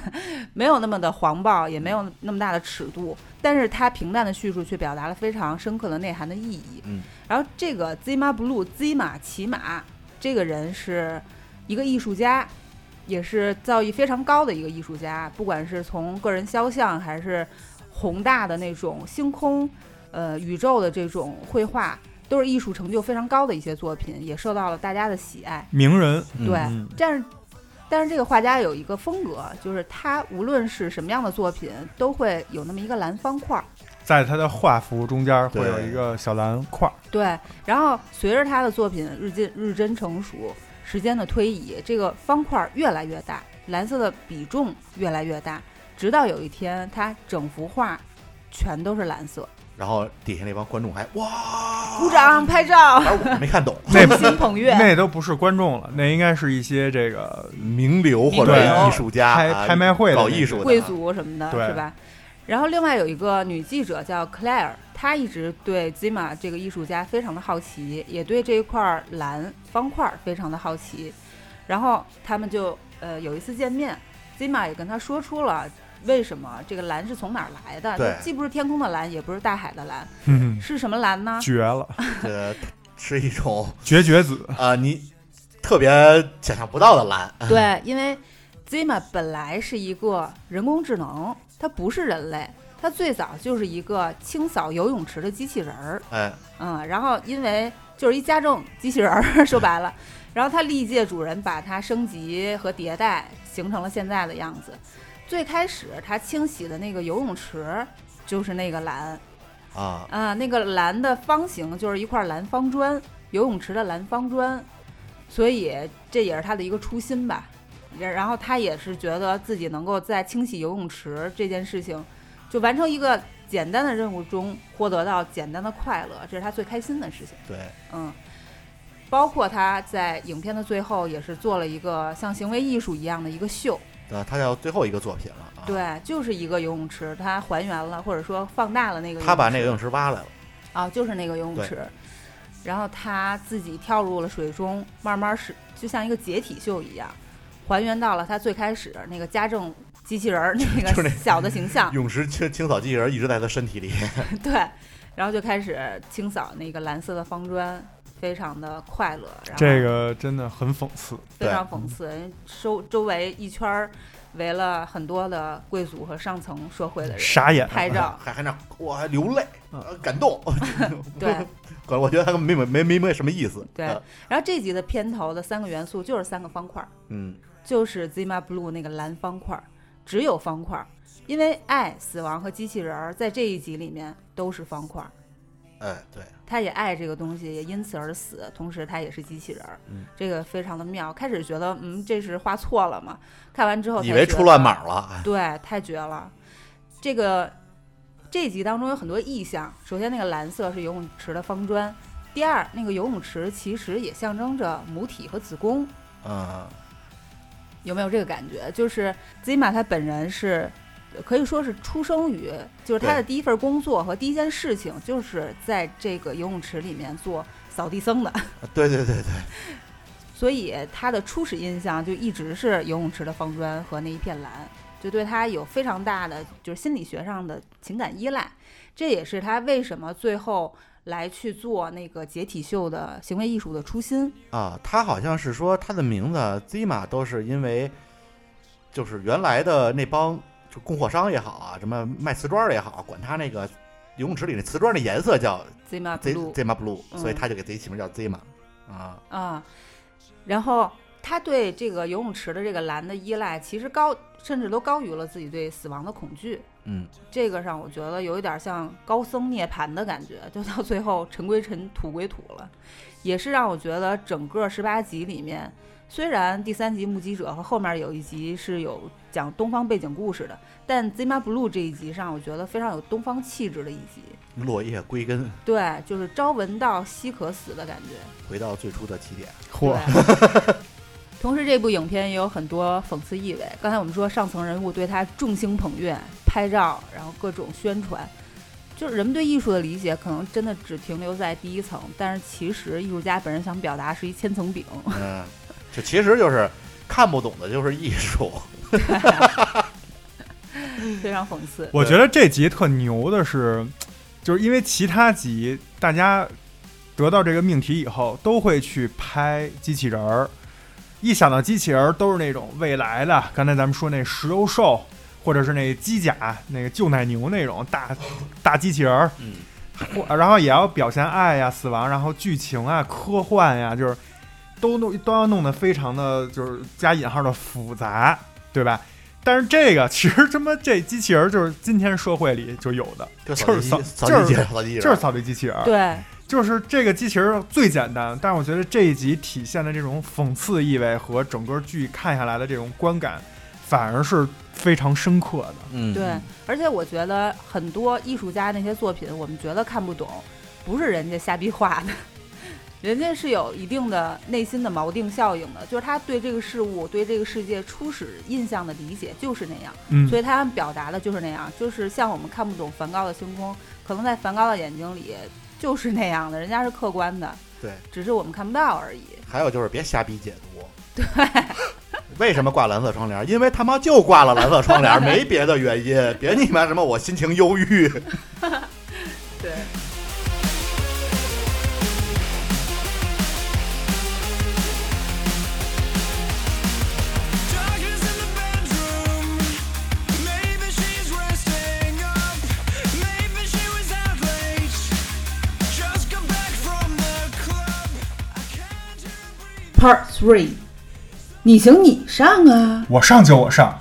[SPEAKER 1] 没有那么的黄暴，也没
[SPEAKER 2] 嗯
[SPEAKER 1] 有那么大的尺度，但是它平淡的叙述却表达了非常深刻的内涵的意义。
[SPEAKER 2] 嗯，
[SPEAKER 1] 然后这个 Zima Blue Zima 骑马这个人是一个艺术家，也是造诣非常高的一个艺术家，不管是从个人肖像还是宏大的那种星空、呃宇宙的这种绘画。都是艺术成就非常高的一些作品，也受到了大家的喜爱。
[SPEAKER 3] 名人，
[SPEAKER 2] 嗯
[SPEAKER 1] 对
[SPEAKER 3] 嗯，
[SPEAKER 1] 但是但是这个画家有一个风格，就是他无论是什么样的作品，都会有那么一个蓝方块儿。
[SPEAKER 3] 在他的画幅中间会
[SPEAKER 2] 对
[SPEAKER 3] 有一个小蓝 块儿，
[SPEAKER 1] 对，然后随着他的作品日进日臻成熟，时间的推移，这个方块儿越来越大，蓝色的比重越来越大，直到有一天，他整幅画全都是蓝色，
[SPEAKER 2] 然后底下那帮观众还哇
[SPEAKER 1] 鼓，掌拍照，
[SPEAKER 2] 而我没看懂
[SPEAKER 3] 那
[SPEAKER 1] 众星捧月。
[SPEAKER 3] 那都不是观众了，那应该是一些这个
[SPEAKER 2] 名流或者
[SPEAKER 3] 名
[SPEAKER 1] 流
[SPEAKER 2] 艺术家
[SPEAKER 3] 开
[SPEAKER 2] 啊
[SPEAKER 3] 拍卖会的
[SPEAKER 2] 搞
[SPEAKER 3] 那
[SPEAKER 2] 艺术的
[SPEAKER 1] 贵族什么的，
[SPEAKER 3] 对
[SPEAKER 1] 是吧？然后另外有一个女记者叫 Claire，她一直对 Zima 这个艺术家非常的好奇，也对这一块蓝方块非常的好奇。然后他们就呃有一次见面，Zima 也跟她说出了为什么这个蓝是从哪儿来的，
[SPEAKER 2] 对嗯
[SPEAKER 1] 它既不是天空的蓝，也不是大海的蓝，
[SPEAKER 3] 哼
[SPEAKER 1] 是什么蓝呢？
[SPEAKER 3] 绝了，
[SPEAKER 2] 呃，是一种
[SPEAKER 3] 绝绝子，
[SPEAKER 2] 啊、你特别想象不到的蓝，
[SPEAKER 1] 对，因为 Zima 本来是一个人工智能，它不是人类，它最早就是一个清扫游泳池的机器人儿。
[SPEAKER 2] 哎，
[SPEAKER 1] 嗯，然后因为就是一家政机器人儿， 说白了，然后它历届主人把它升级和迭代，形成了现在的样子。最开始它清洗的那个游泳池就是那个蓝
[SPEAKER 2] 啊，
[SPEAKER 1] 啊、那个蓝的方形就是一块蓝方砖，游泳池的蓝方砖，所以这也是它的一个初心吧。然然后他也是觉得自己能够在清洗游泳池这件事情，就完成一个简单的任务中获得到简单的快乐，这是他最开心的事情。
[SPEAKER 2] 对，
[SPEAKER 1] 嗯，包括他在影片的最后也是做了一个像行为艺术一样的一个秀，
[SPEAKER 2] 呃，他叫最后一个作品了啊，，
[SPEAKER 1] 对，就是一个游泳池，他还原了或者说放大了那个游泳池。
[SPEAKER 2] 他把那个游泳池挖来了，
[SPEAKER 1] 啊，就是那个游泳
[SPEAKER 2] 对
[SPEAKER 1] 池，然后他自己跳入了水中，慢慢是就像一个解体秀一样，还原到了他最开始那个家政机器人儿那
[SPEAKER 2] 就是
[SPEAKER 1] 个
[SPEAKER 2] 那
[SPEAKER 1] 小的形象，
[SPEAKER 2] 泳池清清扫机器人一直在他身体里，
[SPEAKER 1] 对，然后就开始清扫那个蓝色的方砖，非常的快乐，然后
[SPEAKER 3] 这个真的很讽刺。
[SPEAKER 1] 非
[SPEAKER 2] 对
[SPEAKER 1] 常讽刺，人周周围一圈儿围了很多的贵族和上层社会的人
[SPEAKER 3] 傻眼，
[SPEAKER 1] 拍 照，
[SPEAKER 2] 还还那我还流泪，
[SPEAKER 3] 嗯
[SPEAKER 2] 呃感动，
[SPEAKER 1] 对，
[SPEAKER 2] 管我觉得他没明没没明白什么意思，
[SPEAKER 1] 对
[SPEAKER 2] 呃
[SPEAKER 1] 然后这集的片头的三个元素就是三个方块儿。
[SPEAKER 2] 嗯，
[SPEAKER 1] 就是 Zima Blue 那个蓝方块儿，只有方块儿，因为爱、死亡和机器人儿在这一集里面都是方块儿。
[SPEAKER 2] 哎，对，
[SPEAKER 1] 他也爱这个东西，也因此而死。同时，他也是机器人儿，
[SPEAKER 3] 嗯
[SPEAKER 1] 这个非常的妙。开始觉得，嗯，这是画错了嘛？看完之后才
[SPEAKER 2] 以
[SPEAKER 1] 觉
[SPEAKER 2] 为
[SPEAKER 1] 得
[SPEAKER 2] 出乱码了，哎
[SPEAKER 1] 对，太绝了。这个这集当中有很多意象，首先那个蓝色是游泳池的方砖，第二那个游泳池其实也象征着母体和子宫，
[SPEAKER 2] 嗯，
[SPEAKER 1] 有没有这个感觉？就是吉玛他本人是。可以说是出生于，就是他的第一份工作和第一件事情，就是在这个游泳池里面做扫地僧的，
[SPEAKER 2] 对对对对，
[SPEAKER 1] 所以他的初始印象就一直是游泳池的方砖和那一片蓝，就对他有非常大的就是心理学上的情感依赖。这也是他为什么最后来去做那个解体秀的行为艺术的初心。
[SPEAKER 2] 啊，他好像是说他的名字 Zima 都是因为，就是原来的那帮就供货商也好啊，什么卖瓷砖儿也好，啊管他那个游泳池里那瓷砖儿的颜色叫
[SPEAKER 1] Zima
[SPEAKER 2] Z
[SPEAKER 1] Blue
[SPEAKER 2] Zima Blue，
[SPEAKER 1] 嗯
[SPEAKER 2] 所以他就给自己起名叫 Zima 啊，
[SPEAKER 1] 啊，然后他对这个游泳池的这个蓝的依赖，其实高甚至都高于了自己对死亡的恐惧。
[SPEAKER 2] 嗯，
[SPEAKER 1] 这个上我觉得有一点像高僧涅槃的感觉，就到最后尘归尘，土归土了，也是让我觉得整个十八集里面，虽然第三集《目击者》和后面有一集是有讲东方背景故事的，但《Zima Blue》这一集上，我觉得非常有东方气质的一集，
[SPEAKER 2] 落叶归根，
[SPEAKER 1] 对，就是朝闻道夕可死的感觉。
[SPEAKER 2] 回到最初的起点。
[SPEAKER 3] 嚯，
[SPEAKER 1] 对。同时，这部影片也有很多讽刺意味。刚才我们说，上层人物对他众星捧月、拍照，然后各种宣传，就是人们对艺术的理解可能真的只停留在第一层，但是其实艺术家本人想表达是一千层饼。
[SPEAKER 2] 嗯，这其实 就是看不懂的就是艺术，
[SPEAKER 1] 非常讽刺。
[SPEAKER 3] 我觉得这集特牛的是，就是因为其他集大家得到这个命题以后，都会去拍机器人儿。一想到机器人儿，都是那种未来的，刚才咱们说那石油兽，或者是那机甲、那个救奶牛那种大大机器人儿，
[SPEAKER 2] 嗯
[SPEAKER 3] 或然后也要表现爱呀、死亡，然后剧情啊、科幻呀，就是都弄都要弄得非常的就是加引号的复杂，对吧？但是这个其实他妈这机器人儿就是今天社会里就有的，
[SPEAKER 2] 就
[SPEAKER 3] 就是扫
[SPEAKER 2] 扫
[SPEAKER 3] 就是
[SPEAKER 2] 地机器人扫地机器人
[SPEAKER 3] 就是扫地机器人儿，
[SPEAKER 1] 对，
[SPEAKER 3] 就是这个机器人儿最简单，但是我觉得这一集体现的这种讽刺意味和整个剧看下来的这种观感，反而是非常深刻的。
[SPEAKER 2] 嗯
[SPEAKER 1] 对，而且我觉得很多艺术家那些作品，我们觉得看不懂，不是人家瞎逼画的， 人家是有一定的内心的锚定效应的，就是他对这个事物、对这个世界初始印象的理解就是那样，
[SPEAKER 3] 嗯
[SPEAKER 1] 所以他表达的就是那样，就是像我们看不懂梵高的《星空》，可能在梵高的眼睛里就是那样的，人家是客观的，
[SPEAKER 2] 对，
[SPEAKER 1] 只是我们看不到而已。
[SPEAKER 2] 还有就是别瞎逼解读。 对， 为什么挂蓝色窗帘？因为他妈就挂了蓝色窗帘，没别的原因。别你妈什么我心情忧郁。
[SPEAKER 1] 对。
[SPEAKER 4] Dog is in the bedroom. Maybe she's resting up. Maybe she was out late. Just got back from the club. I can't hear breathing.
[SPEAKER 1] Part Three，你行你上啊！
[SPEAKER 3] 我上就我上。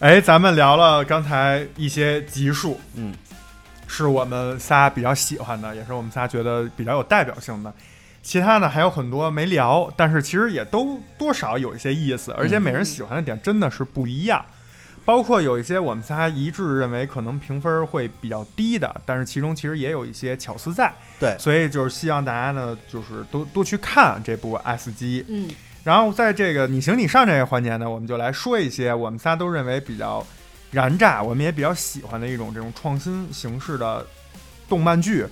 [SPEAKER 3] 哎，咱们聊了刚才一些集数，
[SPEAKER 2] 嗯，
[SPEAKER 3] 是我们仨比较喜欢的，也是我们仨觉得比较有代表性的。其他的还有很多没聊，但是其实也都多少有一些意思，而且每人喜欢的点真的是不一样。包括有一些我们仨一致认为可能评分会比较低的，但是其中其实也有一些巧思在，
[SPEAKER 2] 对，
[SPEAKER 3] 所以就是希望大家呢，就是多多去看这部 S 级，
[SPEAKER 1] 嗯，
[SPEAKER 3] 然后在这个你行你上这个环节呢，我们就来说一些我们仨都认为比较燃炸，我们也比较喜欢的一种这种创新形式的动漫剧，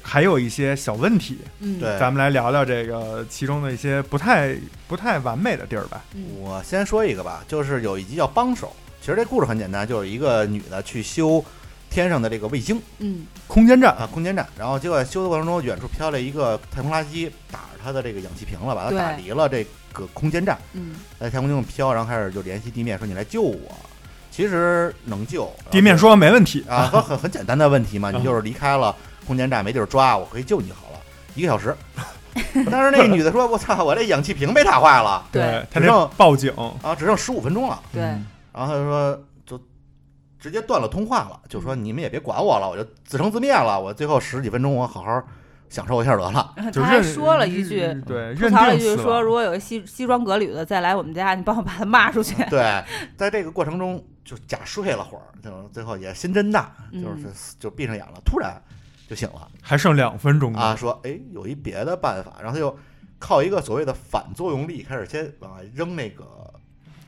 [SPEAKER 3] 还有一些小问题，
[SPEAKER 1] 嗯，
[SPEAKER 2] 对
[SPEAKER 3] 咱们来聊聊这个其中的一些不太不太完美的地儿吧。
[SPEAKER 1] 嗯
[SPEAKER 2] 我先说一个吧，就是有一集叫《帮手》，其实这故事很简单，就是一个女的去修天上的这个卫星
[SPEAKER 1] 嗯
[SPEAKER 3] 空间站，
[SPEAKER 2] 啊空间站，然后结果修的过程中，远处飘来一个太空垃圾，打着她的这个氧气瓶了，把她
[SPEAKER 1] 对
[SPEAKER 2] 打离了这个空间站。
[SPEAKER 1] 嗯，
[SPEAKER 2] 在太空中飘，然后开始就联系地面说你来救我。其实能救，然后
[SPEAKER 3] 地面说没问题
[SPEAKER 2] 啊，很很很简单的问题嘛，
[SPEAKER 3] 啊
[SPEAKER 2] 你就是离开了空间站没地儿抓，我可以救你好了，一个小时。 当时那个女的说：“我操，我这氧气瓶被打坏了
[SPEAKER 1] 对
[SPEAKER 3] 他
[SPEAKER 2] 只
[SPEAKER 3] 这
[SPEAKER 2] 剩
[SPEAKER 3] 报警，
[SPEAKER 2] 啊，只剩十五分钟了。
[SPEAKER 1] 对，”
[SPEAKER 2] 然后他就说：“就直接断了通话了，就说你们也别管我了，我就自生自灭了。我最后十几分钟，我好好享受一下得了。
[SPEAKER 3] 就
[SPEAKER 1] 他还
[SPEAKER 3] 认
[SPEAKER 1] 说了一句，
[SPEAKER 3] 嗯对，
[SPEAKER 1] 吐
[SPEAKER 3] 认
[SPEAKER 1] 槽了
[SPEAKER 3] 定
[SPEAKER 1] 一句
[SPEAKER 3] 死
[SPEAKER 1] 说，
[SPEAKER 3] 亡
[SPEAKER 1] 如果有西西装革履的再来我们家，你帮我把他骂出去。
[SPEAKER 2] 对，在这个过程中就假睡了会儿，就最后也心真大，就是就闭上眼了，突然就醒了
[SPEAKER 3] 还剩两分钟
[SPEAKER 2] 啊，，说哎有一别的办法，然后他就靠一个所谓的反作用力开始先往外扔那个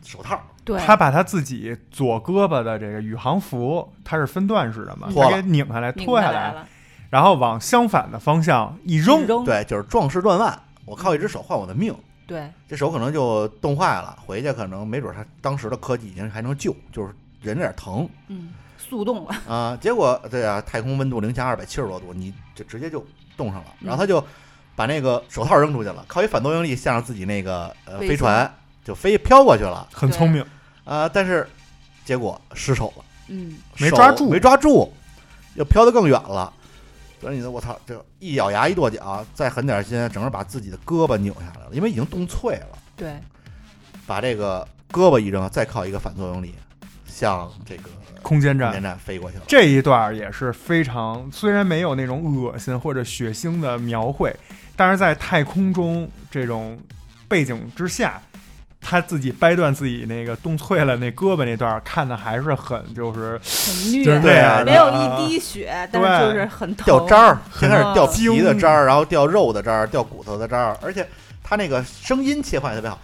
[SPEAKER 2] 手套，
[SPEAKER 1] 对
[SPEAKER 3] 他把他自己左胳膊的这个宇航服，它是分段式的嘛，
[SPEAKER 2] 嗯脱
[SPEAKER 3] 他
[SPEAKER 2] 了
[SPEAKER 3] 给拧下来，
[SPEAKER 1] 拧
[SPEAKER 3] 脱
[SPEAKER 1] 下
[SPEAKER 3] 下
[SPEAKER 1] 来
[SPEAKER 3] 来，
[SPEAKER 1] 了，
[SPEAKER 3] 然后往相反的方向一扔，
[SPEAKER 1] 扔
[SPEAKER 2] 对，就是壮士断腕，我靠一只手换我的命。
[SPEAKER 1] 对
[SPEAKER 2] 这手可能就冻坏了，回去可能没准他当时的科技已经还能救，就是忍着 点疼
[SPEAKER 1] 嗯，速冻了，
[SPEAKER 2] 啊、结果对啊，太空温度零下二百七十多度，你就直接就冻上了。
[SPEAKER 1] 嗯
[SPEAKER 2] 然后他就把那个手套扔出去了，靠一反作用力向着自己那个呃
[SPEAKER 1] 飞
[SPEAKER 2] 飞船就飞飘过去了
[SPEAKER 3] 很聪明，
[SPEAKER 2] 啊、但是结果失手了，
[SPEAKER 1] 嗯，
[SPEAKER 3] 没
[SPEAKER 2] 手
[SPEAKER 3] 抓住
[SPEAKER 2] 没抓住，又飘得更远了。所以你说我操，这一咬牙一跺脚，再狠点心，整个把自己的胳膊扭下来了，因为已经冻脆了。
[SPEAKER 1] 对，
[SPEAKER 2] 把这个胳膊一扔，再靠一个反作用力，向这个
[SPEAKER 3] 空间
[SPEAKER 1] 啊
[SPEAKER 2] 空
[SPEAKER 3] 站
[SPEAKER 2] 间。站飞过去了。
[SPEAKER 3] 这一段儿也是非常，虽然没有那种恶心或者血腥的描绘，但是在太空中这种背景之下，他自己掰断自己那个冻脆了那胳膊那段儿，看的还是很就是
[SPEAKER 1] 很
[SPEAKER 3] 就是
[SPEAKER 1] 虐，
[SPEAKER 3] 对啊，
[SPEAKER 1] 没有一滴血，但是就是很疼，
[SPEAKER 2] 掉渣儿，先开始
[SPEAKER 1] 嗯
[SPEAKER 2] 掉皮的渣儿，然后掉肉的渣儿，掉骨头的渣儿，而且它那个声音切换也特别好，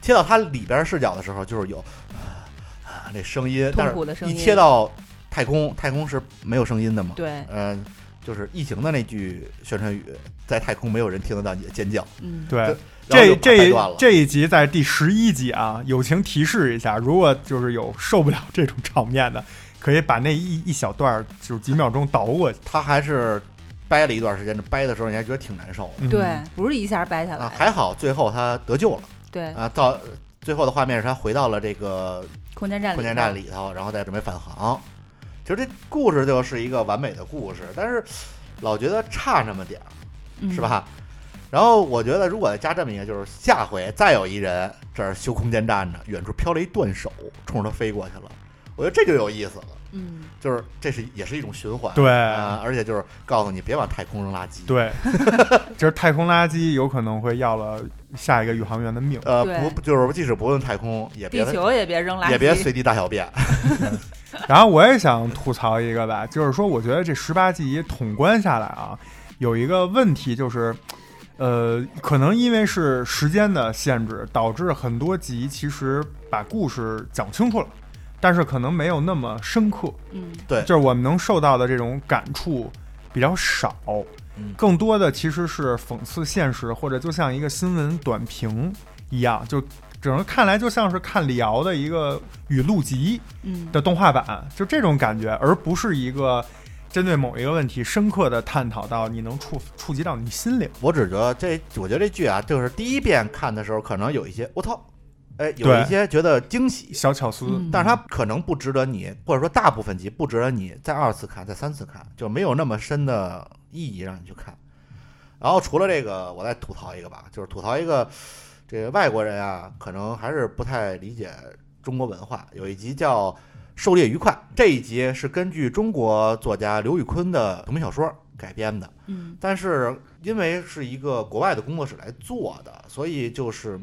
[SPEAKER 2] 切到它里边视角的时候，就是有啊啊那声音，
[SPEAKER 1] 痛苦的声音
[SPEAKER 2] 但是一切到太空，太空是没有声音的嘛？
[SPEAKER 1] 对，
[SPEAKER 2] 嗯、就是疫情的那句宣传语，在太空没有人听得到你的尖叫，
[SPEAKER 1] 嗯，
[SPEAKER 3] 对。
[SPEAKER 2] 然后
[SPEAKER 3] 这
[SPEAKER 2] 就掰
[SPEAKER 3] 这
[SPEAKER 2] 断了。
[SPEAKER 3] 这一集在第十一集啊，友情提示一下，如果就是有受不了这种场面的，可以把那一一小段儿就是几秒钟倒过去。
[SPEAKER 2] 他还是掰了一段时间，掰的时候你还觉得挺难受的。
[SPEAKER 3] 嗯
[SPEAKER 1] 对，不是一下掰下来，
[SPEAKER 2] 啊，还好最后他得救了
[SPEAKER 1] 对，
[SPEAKER 2] 啊！到最后的画面是他回到了这个
[SPEAKER 1] 空间站里，
[SPEAKER 2] 空间站，里头，然后再准备返航。其实这故事就是一个完美的故事，但是老觉得差那么点儿，
[SPEAKER 1] 嗯
[SPEAKER 2] 是？吧？然后我觉得如果再加这么一个，就是下回再有一人这儿修空间站呢，远处飘了一断手，冲着他飞过去了，我觉得这就有意思了。
[SPEAKER 1] 嗯，
[SPEAKER 2] 就是这是也是一种循环，
[SPEAKER 3] 对
[SPEAKER 2] 啊，而且就是告诉你别往太空扔垃圾，
[SPEAKER 3] 对， 就是太空垃圾有可能会要了下一个宇航员的命。
[SPEAKER 2] 呃，
[SPEAKER 1] 对
[SPEAKER 2] 不就是即使不论太空，也别
[SPEAKER 1] 地球也别扔垃圾，
[SPEAKER 2] 也别随地大小便，
[SPEAKER 3] 然后我也想吐槽一个吧，就是说，我觉得这十八集统观下来啊，有一个问题就是，呃，可能因为是时间的限制，导致很多集其实把故事讲清楚了，但是可能没有那么深刻，
[SPEAKER 1] 嗯，
[SPEAKER 2] 对
[SPEAKER 3] 就是我们能受到的这种感触比较少
[SPEAKER 2] 嗯，
[SPEAKER 3] 更多的其实是讽刺现实，或者就像一个新闻短评一样，就整个看来就像是看李敖的一个语录集。
[SPEAKER 1] 嗯，
[SPEAKER 3] 的动画版，就这种感觉，而不是一个针对某一个问题深刻的探讨到你能触触及到你心灵。
[SPEAKER 2] 我只觉得这，我觉得这剧啊，就是第一遍看的时候，可能有一些我操，哎，有
[SPEAKER 3] 对
[SPEAKER 2] 一些觉得惊喜，
[SPEAKER 3] 小巧思，
[SPEAKER 1] 嗯
[SPEAKER 2] 但是它可能不值得你，或者说大部分集不值得你再二次看、再三次看，就没有那么深的意义让你去看。然后除了这个，我再吐槽一个吧，就是吐槽一个这个外国人啊，可能还是不太理解中国文化。有一集叫《狩猎愉快》，这一集是根据中国作家刘宇昆的同名小说改编的。
[SPEAKER 1] 嗯，
[SPEAKER 2] 但是因为是一个国外的工作室来做的，所以就是嘖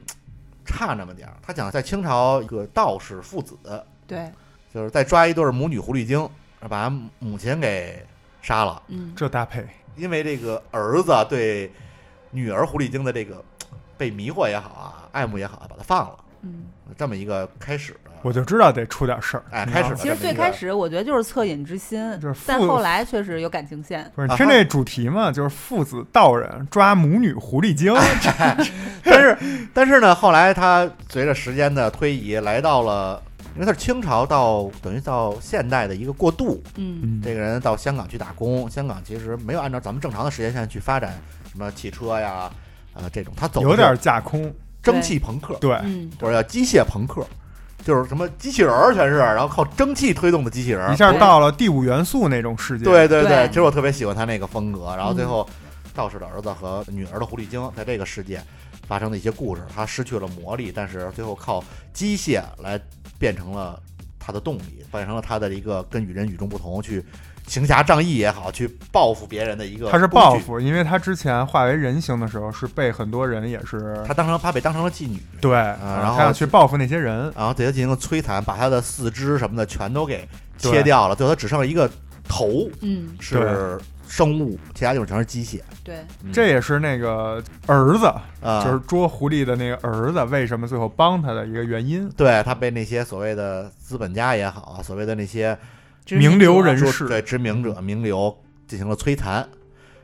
[SPEAKER 2] 差那么点儿。他讲在清朝一个道士父子，
[SPEAKER 1] 对，
[SPEAKER 2] 就是再抓一对母女狐狸精，把母亲给杀了，
[SPEAKER 1] 嗯，
[SPEAKER 3] 这搭配
[SPEAKER 2] 因为这个儿子对女儿狐狸精的这个嘖被迷惑也好啊，爱慕也好啊，把他放了，
[SPEAKER 1] 嗯。
[SPEAKER 2] 这么一个开始。啊
[SPEAKER 3] 我就知道得出点事儿。
[SPEAKER 2] 哎
[SPEAKER 3] 你知道吗
[SPEAKER 2] 开始
[SPEAKER 1] 其实最开始我觉得就是恻隐之心
[SPEAKER 3] 就是，父
[SPEAKER 1] 但后来确实有感情线。
[SPEAKER 3] 不是
[SPEAKER 2] 啊
[SPEAKER 3] 听这主题嘛，就是父子道人抓母女狐狸精，
[SPEAKER 2] 哎但是但是呢，后来他随着时间的推移，来到了。因为他是清朝到等于到现代的一个过渡，
[SPEAKER 1] 嗯
[SPEAKER 3] 嗯
[SPEAKER 2] 这个人到香港去打工，香港其实没有按照咱们正常的时间线去发展什么汽车呀，呃，这种他走的
[SPEAKER 3] 有
[SPEAKER 2] 是
[SPEAKER 3] 点架空。
[SPEAKER 2] 蒸汽朋克，
[SPEAKER 3] 对，
[SPEAKER 1] 嗯，
[SPEAKER 2] 或者叫机械朋克，就是什么机器人儿全是，然后靠蒸汽推动的机器人儿，
[SPEAKER 3] 一下到了第五元素那种世界。
[SPEAKER 2] 对对
[SPEAKER 1] 对
[SPEAKER 2] 其实我特别喜欢他那个风格。然后最
[SPEAKER 3] 嗯
[SPEAKER 2] 后，道士的儿子和女儿的狐狸精在这个世界发生的一些故事，他失去了魔力，但是最后靠机械来变成了他的动力，扮演成了他的一个跟与人与众不同，去行侠仗义也好，去报复别人的一个
[SPEAKER 3] 他是
[SPEAKER 2] 工
[SPEAKER 3] 报
[SPEAKER 2] 具，
[SPEAKER 3] 复，因为他之前化为人形的时候是被很多人也是
[SPEAKER 2] 他当成他被当成了妓女，
[SPEAKER 3] 对，
[SPEAKER 2] 然后嗯
[SPEAKER 3] 他要去报复那些人，
[SPEAKER 2] 然后对他进行了摧残，把他的四肢什么的全都给切掉了，最后他只剩一个头
[SPEAKER 1] 嗯，
[SPEAKER 2] 是生物，其他地方全是机械。
[SPEAKER 1] 对，
[SPEAKER 2] 嗯
[SPEAKER 3] 这也是那个儿子，
[SPEAKER 2] 啊，
[SPEAKER 3] 就是捉狐狸的那个儿子，为什么最后帮他的一个原因。
[SPEAKER 2] 对他被那些所谓的资本家也好啊，所谓的那些
[SPEAKER 1] 殖民
[SPEAKER 3] 名流嗯人
[SPEAKER 2] 说
[SPEAKER 3] 士嗯
[SPEAKER 2] 对知名者、名流进行了摧残。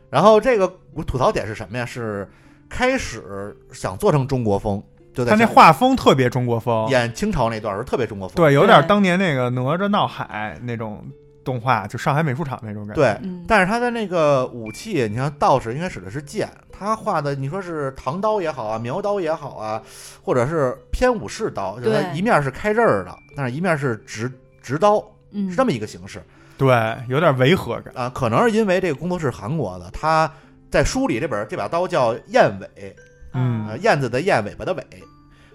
[SPEAKER 2] 然后这个我吐槽点是什么呀？是开始想做成中国风，就在
[SPEAKER 3] 他那
[SPEAKER 2] 想
[SPEAKER 3] 画风特别中国风，
[SPEAKER 2] 演清朝那段儿时候特别中国风。
[SPEAKER 3] 对，有点
[SPEAKER 1] 对
[SPEAKER 3] 当年那个哪吒闹海那种动画，就上海美术厂那种感觉。
[SPEAKER 2] 对
[SPEAKER 1] 嗯，
[SPEAKER 2] 但是他的那个武器，你看道士应该使的是剑，他画的你说是唐刀也好啊，苗刀也好啊，或者是偏武士刀，就是它
[SPEAKER 1] 对
[SPEAKER 2] 一面是开刃儿的，但是一面是直直刀，
[SPEAKER 1] 嗯，
[SPEAKER 2] 是这么一个形式
[SPEAKER 3] 对，有点违和感。
[SPEAKER 2] 啊。可能是因为这个工作室韩国的，他在书里这本这把刀叫燕尾，
[SPEAKER 3] 嗯
[SPEAKER 2] 啊，燕子的燕，尾巴的尾。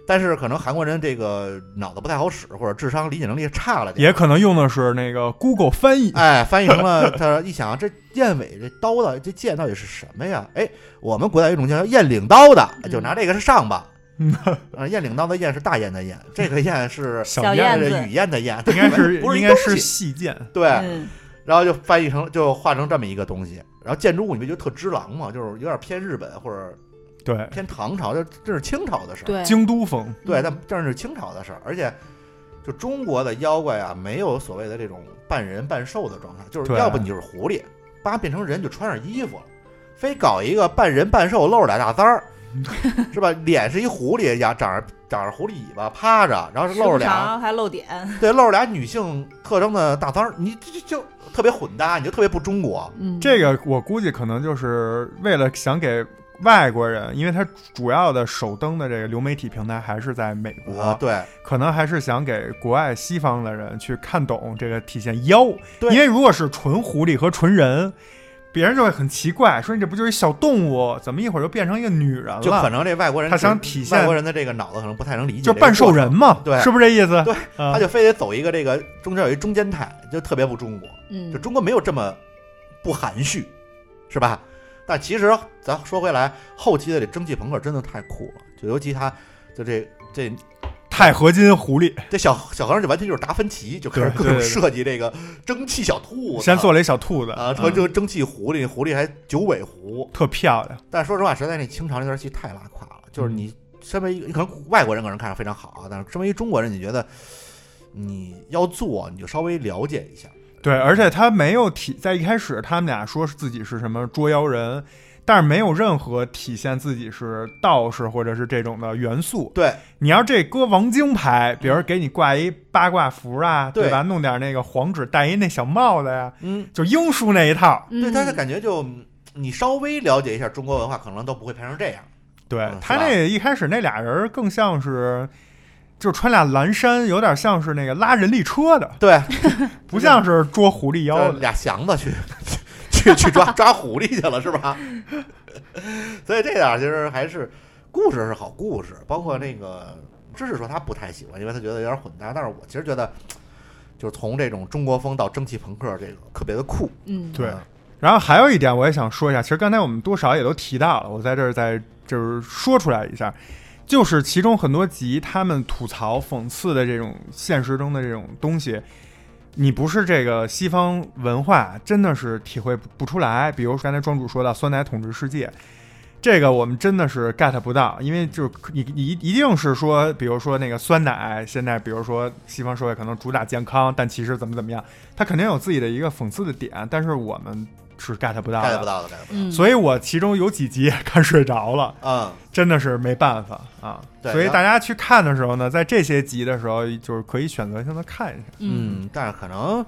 [SPEAKER 2] 但是可能韩国人这个脑子不太好使，或者智商理解能力差了点
[SPEAKER 3] 也
[SPEAKER 2] 儿，
[SPEAKER 3] 可能用的是那个 Google 翻译，
[SPEAKER 2] 哎，翻译成了他一想，这燕尾这刀到底这剑到底是什么呀？哎，我们古代有一种叫燕领刀的，
[SPEAKER 1] 嗯
[SPEAKER 2] 就拿这个是上吧。
[SPEAKER 3] 嗯
[SPEAKER 2] 呃，燕领刀的燕是大雁的雁，这个雁是
[SPEAKER 1] 小燕
[SPEAKER 2] 是
[SPEAKER 1] 子
[SPEAKER 2] 雨燕的燕，
[SPEAKER 3] 应该 是
[SPEAKER 2] 不是一
[SPEAKER 3] 应该
[SPEAKER 2] 东
[SPEAKER 3] 是
[SPEAKER 2] 西
[SPEAKER 3] 细剑，
[SPEAKER 2] 对，
[SPEAKER 1] 嗯
[SPEAKER 2] 然后就翻译成就画成这么一个东西。然后建筑物你不觉得特只狼吗？就是有点偏日本或者
[SPEAKER 3] 对，
[SPEAKER 2] 偏唐朝，就这是清朝的事儿。
[SPEAKER 1] 对，
[SPEAKER 3] 京都风，
[SPEAKER 2] 对，
[SPEAKER 1] 嗯
[SPEAKER 2] 但这是清朝的事儿，而且就中国的妖怪啊，没有所谓的这种半人半兽的状态，就是
[SPEAKER 3] 对
[SPEAKER 2] 要不你就是狐狸，把变成人就穿上衣服了，非搞一个半人半兽，露着俩大腮儿，是吧？脸是一狐狸，呀，长着长着狐狸尾巴，趴着，然后是
[SPEAKER 1] 吃
[SPEAKER 2] 露着
[SPEAKER 1] 不啊
[SPEAKER 2] 俩
[SPEAKER 1] 长还露点，
[SPEAKER 2] 对露着俩女性特征的大腮儿，你这就就特别混搭，你就特别不中国。
[SPEAKER 1] 嗯，
[SPEAKER 3] 这个我估计可能就是为了想给外国人，因为它主要的首登的这个流媒体平台还是在美国，
[SPEAKER 2] 啊，对，
[SPEAKER 3] 可能还是想给国外西方的人去看懂这个体现妖，
[SPEAKER 2] 对
[SPEAKER 3] 因为如果是纯狐狸和纯人，别人就会很奇怪，说你这不就是一小动物，怎么一会儿就变成一个女人了？
[SPEAKER 2] 就可能这外国人
[SPEAKER 3] 他想
[SPEAKER 2] 是
[SPEAKER 3] 体
[SPEAKER 2] 外
[SPEAKER 3] 现
[SPEAKER 2] 国人的这个脑子可能不太能理解，
[SPEAKER 3] 就是半兽人，嘛，
[SPEAKER 2] 对
[SPEAKER 3] 是不是这意思？
[SPEAKER 2] 对
[SPEAKER 3] 啊，
[SPEAKER 2] 他就非得走一个这个中间有一中间态，就特别不中国。
[SPEAKER 1] 嗯
[SPEAKER 2] 就中国没有这么不含蓄，是吧？但其实咱说回来，后期的这蒸汽朋克真的太酷了，就尤其他就这这
[SPEAKER 3] 钛合金狐 狸
[SPEAKER 2] 这小小和尚就完全就是达芬奇，就开始
[SPEAKER 3] 对
[SPEAKER 2] 各
[SPEAKER 3] 对
[SPEAKER 2] 种
[SPEAKER 3] 对
[SPEAKER 2] 设计这个蒸汽小兔子，
[SPEAKER 3] 先做了一小兔子
[SPEAKER 2] 啊，什么
[SPEAKER 3] 嗯
[SPEAKER 2] 就蒸汽狐狸，狐狸还九尾狐。
[SPEAKER 3] 特漂亮，
[SPEAKER 2] 但说实话，实在那清朝那段戏太拉胯了，就是你身为一个可能外国人可能看着非常好啊，但是身为一中国人，你觉得你要做你就稍微了解一下，
[SPEAKER 3] 对，而且他没有体在一开始他们俩说是自己是什么捉妖人。但是没有任何体现自己是道士或者是这种的元素，
[SPEAKER 2] 对，
[SPEAKER 3] 你要这搁王晶拍，比如给你挂一八卦符啊，
[SPEAKER 2] 对
[SPEAKER 3] 对吧？弄点那个黄纸，戴一那小帽子呀，
[SPEAKER 2] 嗯，
[SPEAKER 3] 就英叔那一套。
[SPEAKER 1] 嗯
[SPEAKER 2] 对，但是感觉就嗯你稍微了解一下中国文化，可能都不会拍成这样。
[SPEAKER 3] 对、
[SPEAKER 2] 嗯
[SPEAKER 3] 他
[SPEAKER 2] 是吧
[SPEAKER 3] 那一开始那俩人更像是，就穿俩蓝衫，有点像是那个拉人力车的，
[SPEAKER 2] 对，
[SPEAKER 3] 不像是捉狐狸妖
[SPEAKER 2] 要
[SPEAKER 3] 的。
[SPEAKER 2] 俩祥子去 去去抓抓狐狸去了，是吧？ 所以这点儿其实还是故事是好故事，包括那个知识说他不太喜欢，因为他觉得有点混搭。但是我其实觉得，就是从这种中国风到蒸汽朋克，这个特别的酷。
[SPEAKER 1] 嗯
[SPEAKER 3] 对
[SPEAKER 2] 嗯
[SPEAKER 3] 然后还有一点我也想说一下，其实刚才我们多少也都提到了，我在这儿再就是说出来一下，就是其中很多集他们吐槽讽刺的这种现实中的这种东西，你不是这个西方文化真的是体会不出来。比如刚才庄主说到酸奶统治世界。这个我们真的是 get 不到，因为就是你你一定是说，比如说那个酸奶，现在比如说西方社会可能主打健康，但其实怎么怎么样，它肯定有自己的一个讽刺的点，但是我们是 get 不到的。
[SPEAKER 2] ，get 不到的，get 不到的。
[SPEAKER 1] 嗯，
[SPEAKER 3] 所以我其中有几集 看睡着了，
[SPEAKER 2] 嗯，
[SPEAKER 3] 真的是没办法啊。
[SPEAKER 2] 对
[SPEAKER 3] 所以
[SPEAKER 2] 然后
[SPEAKER 3] 大家去看的时候呢，在这些集的时候，就是可以选择性的看一下。
[SPEAKER 1] 嗯
[SPEAKER 2] 嗯，但是可能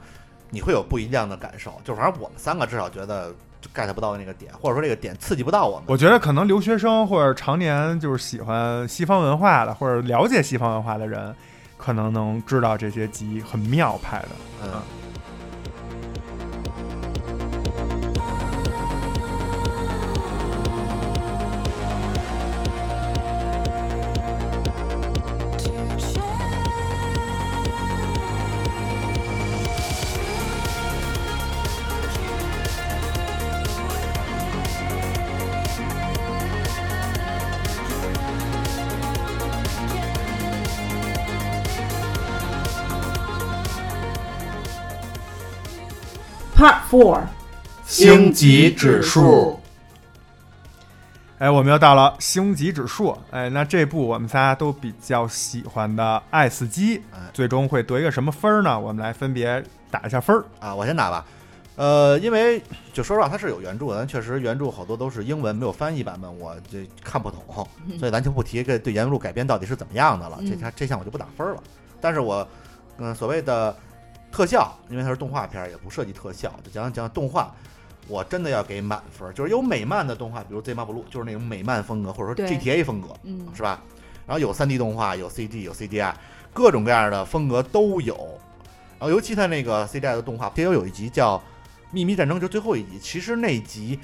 [SPEAKER 2] 你会有不一样的感受。就反正我们三个至少觉得就 get 不到那个点，或者说这个点刺激不到我们。
[SPEAKER 3] 我觉得可能留学生或者常年就是喜欢西方文化的，或者了解西方文化的人，可能能知道这些集很妙拍的。
[SPEAKER 2] 嗯。
[SPEAKER 4] To change
[SPEAKER 1] Part Four，
[SPEAKER 2] 星级指数，
[SPEAKER 3] 哎，我们又到了星级指数。哎，那这部我们仨都比较喜欢的《爱死机》
[SPEAKER 2] 哎，
[SPEAKER 3] 最终会得一个什么分儿呢？我们来分别打一下分儿。
[SPEAKER 2] 啊，我先打吧。呃，因为就说实话，它是有原著的，但确实原著好多都是英文，没有翻译版本，我这看不懂，所以咱就不提这对原著改编到底是怎么样的了。这
[SPEAKER 1] 嗯
[SPEAKER 2] 下这项我就不打分了。但是我，嗯、所谓的特效，因为它是动画片儿，也不涉及特效，就讲讲动画。我真的要给满分，就是有美漫的动画，比如《Z 马 blue》，就是那种美漫风格，或者说
[SPEAKER 1] 对
[SPEAKER 2] GTA 风格，
[SPEAKER 1] 嗯
[SPEAKER 2] 是吧？然后有 3D 动画，有 CG，有 CGI，各种各样的风格都有。然后尤其它那个 CGI 的动画，其实有一集叫《秘密战争》，就最后一集。其实那集，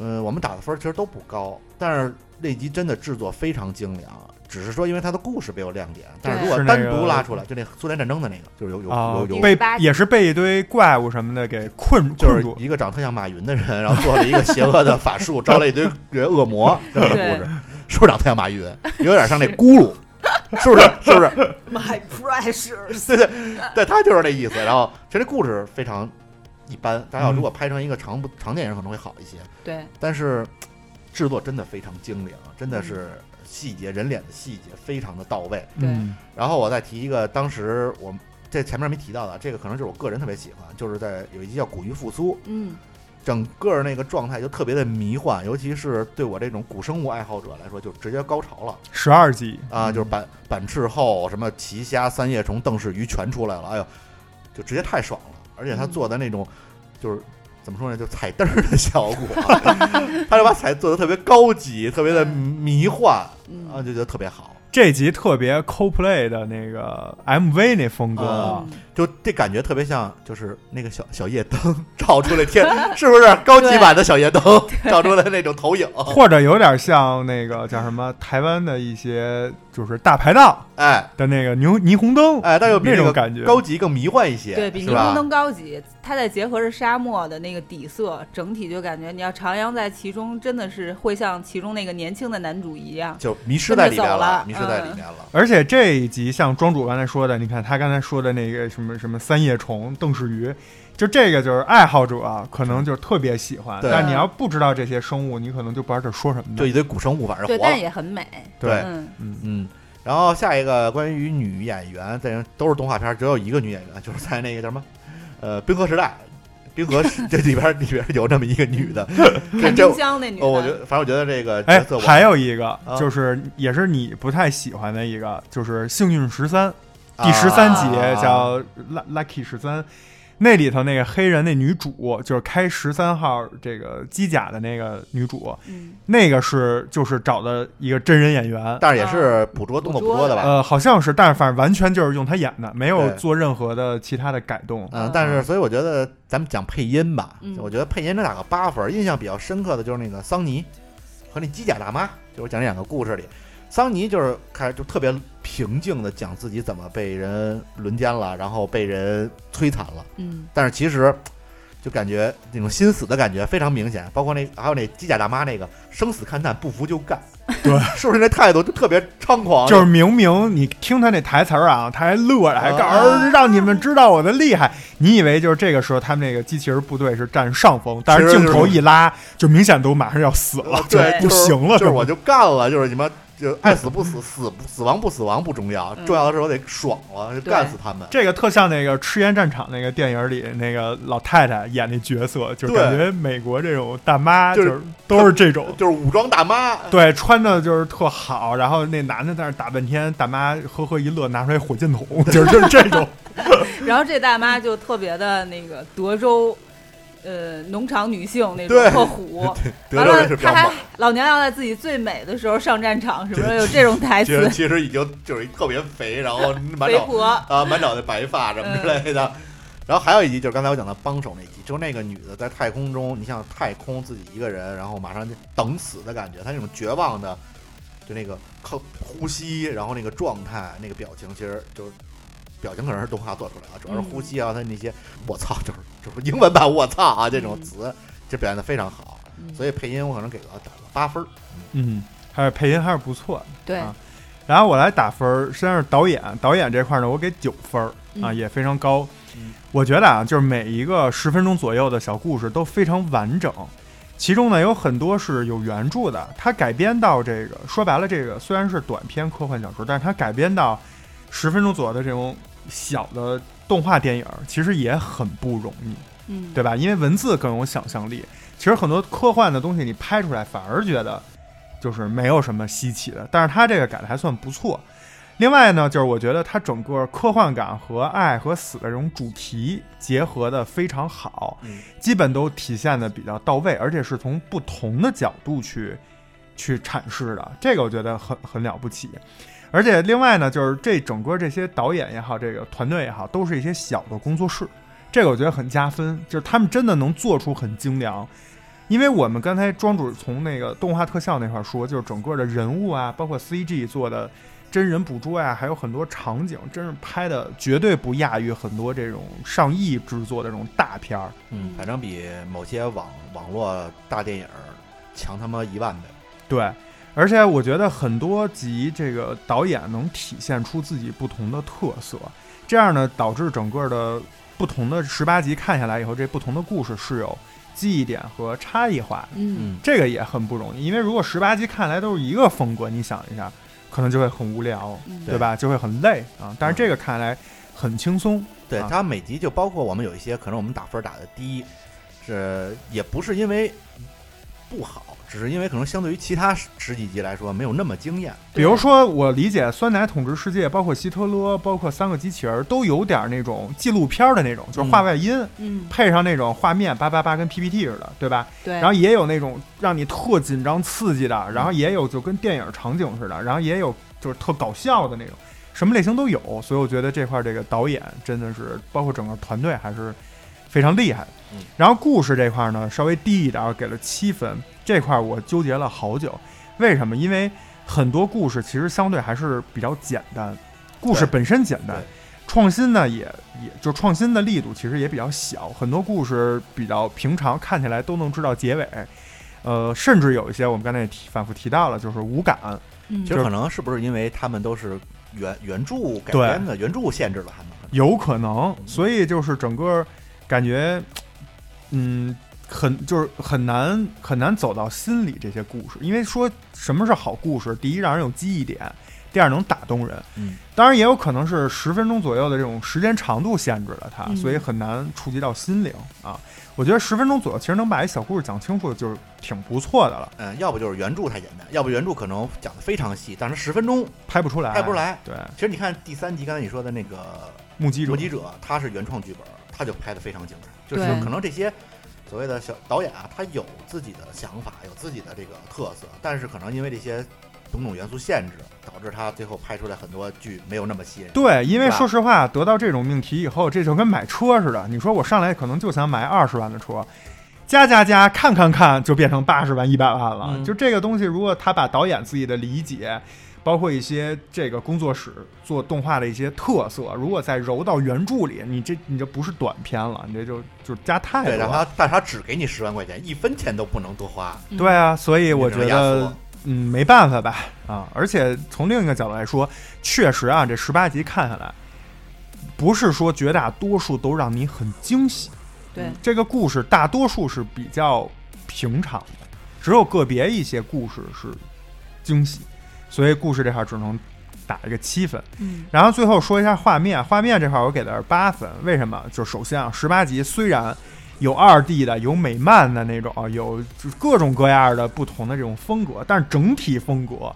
[SPEAKER 2] 呃，我们打的分儿其实都不高，但是那集真的制作非常精良。只是说因为它的故事没有亮点，但是如果
[SPEAKER 3] 是那
[SPEAKER 2] 单
[SPEAKER 3] 个
[SPEAKER 2] 独拉出来，就那苏联战争的那个，就是有有
[SPEAKER 3] 啊
[SPEAKER 2] 有有，
[SPEAKER 3] 被
[SPEAKER 1] 八集
[SPEAKER 3] 也是被一堆怪物什么的给困
[SPEAKER 2] 就
[SPEAKER 3] 困
[SPEAKER 2] 是
[SPEAKER 3] 住。
[SPEAKER 2] 一个长特像马云的人，然后做了一个邪恶的法术，招了一堆人恶魔，这么个故事，是不是长特像马云？有点像那咕噜，是不是？是不是？
[SPEAKER 5] My precious，
[SPEAKER 2] 对对对，他就是这意思。然后其实这故事非常一般，大家要如果拍成一个长不长电影可能会好一些，
[SPEAKER 1] 对，
[SPEAKER 2] 但是嘖制作真的非常精良，真的是细节人脸的细节非常的到位。
[SPEAKER 1] 对
[SPEAKER 3] 嗯，
[SPEAKER 2] 然后我再提一个，当时我们这前面没提到的，这个可能就是我个人特别喜欢，就是在有一集叫《古鱼复苏》，
[SPEAKER 1] 嗯，
[SPEAKER 2] 整个那个状态就特别的迷幻，尤其是对我这种古生物爱好者来说，就直接高潮了。
[SPEAKER 3] 十二集
[SPEAKER 1] 嗯
[SPEAKER 2] 啊，就是板板翅后什么奇虾、三叶虫、邓氏鱼全出来了，哎呦，就直接太爽了！而且他
[SPEAKER 1] 嗯
[SPEAKER 2] 做的那种，就是怎么说呢，就彩灯儿的效 果， 他就把彩做的特别高级，特别的
[SPEAKER 1] 嗯
[SPEAKER 2] 迷幻
[SPEAKER 1] 嗯
[SPEAKER 2] 啊，就觉得特别好。
[SPEAKER 3] 这集特别 CoPlay 的那个 MV 那风格，
[SPEAKER 2] 啊
[SPEAKER 1] 嗯
[SPEAKER 2] 就这感觉特别像，就是那个小小夜灯照出 来天，是不是高级版的小夜灯照出来那种投影？
[SPEAKER 3] 或者有点像那个叫什么台湾的一些就是大排档
[SPEAKER 2] 哎
[SPEAKER 3] 的那个霓霓虹灯，
[SPEAKER 2] 哎，但又比那
[SPEAKER 3] 那种
[SPEAKER 2] 个
[SPEAKER 3] 感觉
[SPEAKER 2] 高级更迷幻一些，
[SPEAKER 1] 对比
[SPEAKER 2] 是
[SPEAKER 1] 霓虹
[SPEAKER 2] 吧？
[SPEAKER 1] 灯高级，它再结合着沙漠的那个底色，整体就感觉你要徜徉在其中，真的是会像其中那个年轻的男主一样。
[SPEAKER 2] 就迷失在里
[SPEAKER 1] 跟着
[SPEAKER 2] 面
[SPEAKER 1] 走
[SPEAKER 2] 了，
[SPEAKER 1] 了
[SPEAKER 2] 迷失在里
[SPEAKER 1] 嗯
[SPEAKER 2] 面了。
[SPEAKER 3] 而且这一集像庄主刚才说的，你看他刚才说的那个什么什么三叶虫、邓氏鱼，就这个就是爱好者啊，可能就特别喜欢。
[SPEAKER 2] 对
[SPEAKER 3] 但你要不知道这些生物，你可能就不知道这说什么
[SPEAKER 2] 就
[SPEAKER 3] 的。
[SPEAKER 2] 一堆古生物，反正
[SPEAKER 1] 嗯
[SPEAKER 2] 活
[SPEAKER 1] 对，
[SPEAKER 2] 了
[SPEAKER 1] 但。也很美。
[SPEAKER 2] 对
[SPEAKER 1] 嗯，
[SPEAKER 2] 嗯，然后下一个关于女演员，在都是动画片，只有一个女演员，就是在那个叫什么， 呃，冰河时代，冰河 时这里边里边有这么一个女的，这
[SPEAKER 1] 看
[SPEAKER 2] 这
[SPEAKER 1] 冰
[SPEAKER 2] 我
[SPEAKER 1] 箱那女的，
[SPEAKER 2] 我觉得，反正我觉得这个
[SPEAKER 3] 哎
[SPEAKER 2] 角色，我
[SPEAKER 3] 还有一个
[SPEAKER 2] 啊
[SPEAKER 3] 就是也是你不太喜欢的一个，就是《幸运十三》第十三集
[SPEAKER 2] 啊
[SPEAKER 3] 叫《Lucky 十三》，那里头那个黑人那女主就是开十三号这个机甲的那个女主，
[SPEAKER 1] 嗯，
[SPEAKER 3] 那个是就是找的一个真人演员，
[SPEAKER 2] 但是也
[SPEAKER 1] 啊
[SPEAKER 2] 是捕捉动作捕捉的吧？
[SPEAKER 3] 呃，好像是，但是反正完全就是用他演的，没有
[SPEAKER 2] 对
[SPEAKER 3] 做任何的其他的改动。
[SPEAKER 2] 嗯，但是所以我觉得咱们讲配音吧，
[SPEAKER 1] 嗯
[SPEAKER 2] 我觉得配音能打个八分儿。印象比较深刻的就是那个桑尼和那机甲大妈，就是我讲这两个故事里，桑尼就是开始就特别平静的讲自己怎么被人轮奸了，然后被人摧残了。
[SPEAKER 1] 嗯，
[SPEAKER 2] 但是其实就感觉那种心死的感觉非常明显，包括那还有那机甲大妈那个生死勘探，不服就干，
[SPEAKER 3] 对，
[SPEAKER 2] 是不是那态度就特别猖狂？
[SPEAKER 3] 就是明明你听他那台词儿啊，他还乐着，还告诉、
[SPEAKER 2] 啊
[SPEAKER 3] 让你们知道我的厉害。你以为就是这个时候他们那个机器人部队是占上风，但
[SPEAKER 2] 其
[SPEAKER 3] 是
[SPEAKER 2] 实就
[SPEAKER 3] 镜
[SPEAKER 2] 是
[SPEAKER 3] 头一拉，就明显都马上要死了，就
[SPEAKER 2] 啊 对，
[SPEAKER 3] 不行
[SPEAKER 2] 就是
[SPEAKER 3] 了，
[SPEAKER 2] 就是我就干了，就是你妈就爱死不死，死不死亡不死亡不重要，
[SPEAKER 1] 嗯
[SPEAKER 2] 重要的是我得爽了，就干死他们。
[SPEAKER 3] 这个特像那个《赤焰战场》那个电影里那个老太太演那角色，就是
[SPEAKER 2] 对
[SPEAKER 3] 感觉美国这种大妈
[SPEAKER 2] 就
[SPEAKER 3] 就是是都是这种，
[SPEAKER 2] 就是武装大妈，
[SPEAKER 3] 对，穿的就是特好，然后那男的在那儿打半天，大妈呵呵一乐，拿出来火箭筒， 就是就是这种，
[SPEAKER 1] 然后这大妈就特别的那个德州，呃，农场女性那
[SPEAKER 2] 对
[SPEAKER 1] 种特虎。
[SPEAKER 2] 德
[SPEAKER 1] 完
[SPEAKER 2] 州人是
[SPEAKER 1] 了，
[SPEAKER 2] 比较
[SPEAKER 1] 她
[SPEAKER 2] 猛
[SPEAKER 1] 还。老娘要在自己最美的时候上战场，什么有这种台
[SPEAKER 2] 其实
[SPEAKER 1] 词，
[SPEAKER 2] 其实已经就是一特别肥，然后 满
[SPEAKER 1] 肥
[SPEAKER 2] 脑
[SPEAKER 1] 婆。
[SPEAKER 2] 啊，满脑袋白发什么之类的。然后还有一集就是刚才我讲的帮手那集，就是那个女的在太空中，你想太空自己一个人，然后马上就等死的感觉，她那种绝望的，就那个靠呼吸，然后那个状态、那个表情，其实就是表情可能是动画做出来的，主要是呼吸啊，她那些我操，就是就是英文版我操啊这种词，就表现的非常好。所以配音我可能给个打个八分儿，
[SPEAKER 3] 嗯，还是配音还是不错的。
[SPEAKER 1] 对
[SPEAKER 3] 啊然后我来打分儿，实际上是导演，导演这块儿呢，我给九分儿啊，
[SPEAKER 1] 嗯
[SPEAKER 3] 也非常高。我觉得啊，就是每一个十分钟左右的小故事都非常完整，其中呢有很多是有原著的，它改编到这个说白了，这个虽然是短篇科幻小说，但是它改编到十分钟左右的这种小的动画电影，其实也很不容易。
[SPEAKER 1] 嗯，
[SPEAKER 3] 对吧？因为文字更有想象力。其实很多科幻的东西你拍出来反而觉得就是没有什么稀奇的，但是它这个改的还算不错。另外呢，就是我觉得它整个科幻感和爱和死的这种主题结合的非常好，
[SPEAKER 2] 嗯
[SPEAKER 3] 基本都体现的比较到位，而且是从不同的角度去去阐释的，这个我觉得很很了不起。而且另外呢，就是这整个这些导演也好，这个团队也好，都是一些小的工作室，这个我觉得很加分，就是他们真的能做出很精良。因为我们刚才庄主从那个动画特效那块儿说，就是整个的人物啊，包括 CG 做的真人捕捉啊呀、还有很多场景，真是拍的绝对不亚于很多这种上亿制作的这种大片儿。
[SPEAKER 2] 嗯，反正比某些网网络大电影儿强他妈一万倍。
[SPEAKER 3] 对，而且我觉得很多集这个导演能体现出自己不同的特色，这样呢导致整个的不同的十八集看下来以后，这不同的故事是有记忆点和差异化的。
[SPEAKER 1] 嗯，
[SPEAKER 3] 这个也很不容易，因为如果十八集看来都是一个风格，你想一下，可能就会很无聊，
[SPEAKER 1] 嗯
[SPEAKER 3] 对吧？就会很累啊。但是这个看来很轻松，
[SPEAKER 2] 对
[SPEAKER 3] 啊
[SPEAKER 2] 它每集就包括我们有一些可能我们打分打的低，是也不是因为不好，只是因为可能相对于其他十十几集来说没有那么惊艳。
[SPEAKER 3] 比如说，我理解酸奶统治世界，包括希特勒，包括三个机器人儿，都有点那种纪录片儿的那种，就是画外音、
[SPEAKER 1] 嗯，
[SPEAKER 3] 配上那种画面，叭叭叭，跟 PPT 似的，对吧？
[SPEAKER 1] 对，
[SPEAKER 3] 然后也有那种让你特紧张刺激的，然后也有就跟电影场景似的，然后也有就是特搞笑的那种，什么类型都有。所以我觉得这块儿这个导演真的是，包括整个团队还是非常厉害的
[SPEAKER 2] 嗯。
[SPEAKER 3] 然后故事这块儿呢稍微低一点儿，给了七分。这块儿我纠结了好久，为什么？因为很多故事其实相对还是比较简单，故事
[SPEAKER 2] 对
[SPEAKER 3] 本身简单
[SPEAKER 2] 对，
[SPEAKER 3] 创新呢也也就创新的力度其实也比较小，很多故事比较平常，看起来都能知道结尾。呃，甚至有一些我们刚才也提反复提到了，就是无感，
[SPEAKER 1] 嗯
[SPEAKER 2] 其实可能是不是因为他们都是原原著改编的，原著限制了他们。
[SPEAKER 3] 有可能，所以就是整个感觉，嗯，很就是很难很难走到心里这些故事，因为说什么是好故事，第一让人有记忆点，第二能打动人，
[SPEAKER 2] 嗯，
[SPEAKER 3] 当然也有可能是十分钟左右的这种时间长度限制了它，
[SPEAKER 1] 嗯
[SPEAKER 3] 所以很难触及到心灵啊。我觉得十分钟左右其实能把一小故事讲清楚，就是挺不错的了，
[SPEAKER 2] 嗯，要不就是原著太简单，要不原著可能讲的非常细，但是十分钟
[SPEAKER 3] 拍不出来，
[SPEAKER 2] 拍不出。来。
[SPEAKER 3] 对，
[SPEAKER 2] 其实你看第三集，刚才你说的那个
[SPEAKER 3] 目击
[SPEAKER 2] 《
[SPEAKER 3] 者
[SPEAKER 2] 目击者》，他是原创剧本，他就拍的非常精彩。就是
[SPEAKER 1] 对
[SPEAKER 2] 可能这些所谓的小导演啊，他有自己的想法，有自己的这个特色，但是可能因为这些种种元素限制，导致他最后拍出来很多剧没有那么吸引人。
[SPEAKER 3] 对，因为
[SPEAKER 2] 是吧
[SPEAKER 3] 说实话，得到这种命题以后，这就跟买车似的。你说我上来可能就想买二十万的车，加加加，看看看，就变成八十万、一百万了。
[SPEAKER 2] 嗯
[SPEAKER 3] 就这个东西，如果他把导演自己的理解，包括一些这个工作室做动画的一些特色，如果再揉到原著里，你这你这不是短片了，你这就就加太多
[SPEAKER 2] 对，然
[SPEAKER 3] 了。
[SPEAKER 2] 后但是他只给你十万块钱，一分钱都不能多花。
[SPEAKER 3] 对啊，所以我觉
[SPEAKER 2] 你只能压
[SPEAKER 3] 得
[SPEAKER 2] 缩，
[SPEAKER 3] 嗯，没办法吧，啊，而且从另一个角度来说，确实啊，这十八集看下来，不是说绝大多数都让你很惊喜，
[SPEAKER 1] 对，
[SPEAKER 3] 这个故事大多数是比较平常的，只有个别一些故事是惊喜，所以故事这块儿只能打一个七分。
[SPEAKER 1] 嗯
[SPEAKER 3] 然后最后说一下画面，画面这块儿我给的是八分，为什么？就首先啊，十八集虽然有二 D 的，有美漫的那种，有就是各种各样的不同的这种风格，但是整体风格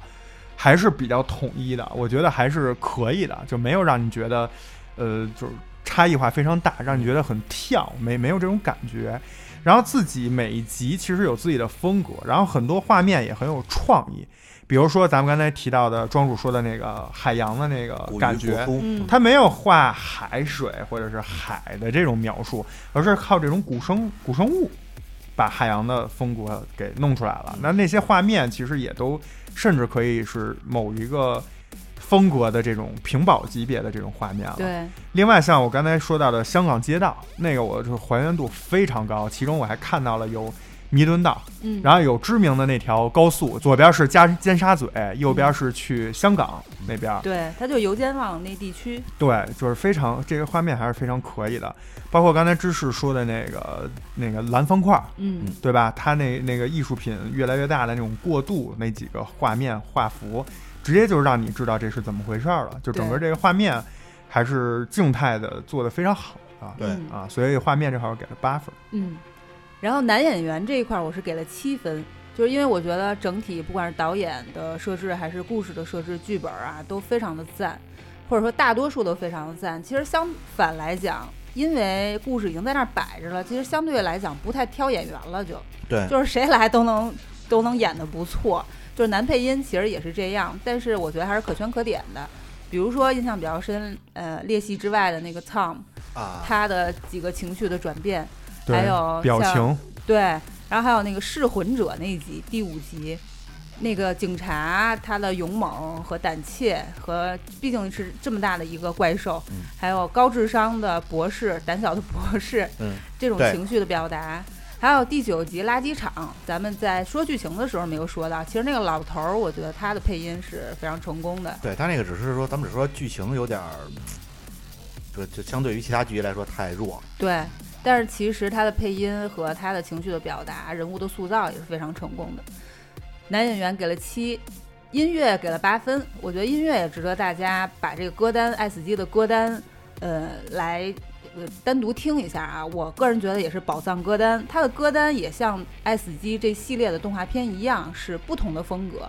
[SPEAKER 3] 还是比较统一的，我觉得还是可以的，就没有让你觉得，呃，就是差异化非常大，让你觉得很跳，没没有这种感觉。然后自己每一集其实有自己的风格，然后很多画面也很有创意，比如说咱们刚才提到的庄主说的那个海洋的那个
[SPEAKER 2] 捕鱼
[SPEAKER 3] 感觉，
[SPEAKER 2] 捕松
[SPEAKER 1] 嗯，
[SPEAKER 3] 他没有画海水或者是海的这种描述，而是靠这种古生古生物把海洋的风格给弄出来
[SPEAKER 1] 嗯
[SPEAKER 3] 了。那那些画面其实也都甚至可以是某一个风格的这种屏保级别的这种画面了。
[SPEAKER 1] 对，
[SPEAKER 3] 另外，像我刚才说到的香港街道，那个我就是还原度非常高，其中我还看到了有弥敦道，
[SPEAKER 6] 嗯，
[SPEAKER 3] 然后有知名的那条高速，左边是加尖沙咀，右
[SPEAKER 1] 嗯
[SPEAKER 3] 边是去香港那边。
[SPEAKER 1] 对，它就游街坊那地区，
[SPEAKER 3] 对，就是非常这个画面还是非常可以的，包括刚才芝士说的那个那个蓝方块，
[SPEAKER 6] 嗯
[SPEAKER 3] 对吧？它那那个艺术品越来越大的那种过渡，那几个画面画幅，直接就是让你知道这是怎么回事儿了。就整个这个画面还是静态的，做的非常好啊
[SPEAKER 2] 对
[SPEAKER 6] 嗯
[SPEAKER 3] 啊！所以画面这块儿我给了八分。
[SPEAKER 6] 嗯
[SPEAKER 1] 然后男演员这一块，我是给了七分，就是因为我觉得整体不管是导演的设置，还是故事的设置、剧本啊，都非常的赞，或者说大多数都非常的赞。其实相反来讲，因为故事已经在那儿摆着了，其实相对来讲不太挑演员了就，
[SPEAKER 2] 对
[SPEAKER 1] 就是谁来都能都能演得不错。就是男配音其实也是这样，但是我觉得还是可圈可点的。比如说印象比较深，呃，裂隙之外的那个 Tom，
[SPEAKER 2] 啊，
[SPEAKER 1] 他的几个情绪的转变，
[SPEAKER 3] 对
[SPEAKER 1] 还有
[SPEAKER 3] 表
[SPEAKER 1] 像
[SPEAKER 3] 情，
[SPEAKER 1] 对，然后还有那个《噬魂者》那一集，第五集，那个警察他的勇猛和胆怯，和毕竟是这么大的一个怪兽，
[SPEAKER 2] 嗯
[SPEAKER 1] 还有高智商的博士、胆小的博士，
[SPEAKER 2] 嗯
[SPEAKER 1] 这种
[SPEAKER 2] 对
[SPEAKER 1] 情绪的表达。还有第九集垃圾场，咱们在说剧情的时候没有说到，其实那个老头儿，我觉得他的配音是非常成功的。
[SPEAKER 2] 对他那个只是说，咱们只说剧情有点儿，就就相对于其他剧集来说太弱。
[SPEAKER 1] 对，但是其实他的配音和他的情绪的表达、人物的塑造也是非常成功的。男演员给了七，音乐给了八分。我觉得音乐也值得大家把这个歌单《爱死机》的歌单，呃，来呃单独听一下啊。我个人觉得也是宝藏歌单，它的歌单也像《爱死机》这系列的动画片一样，是不同的风格。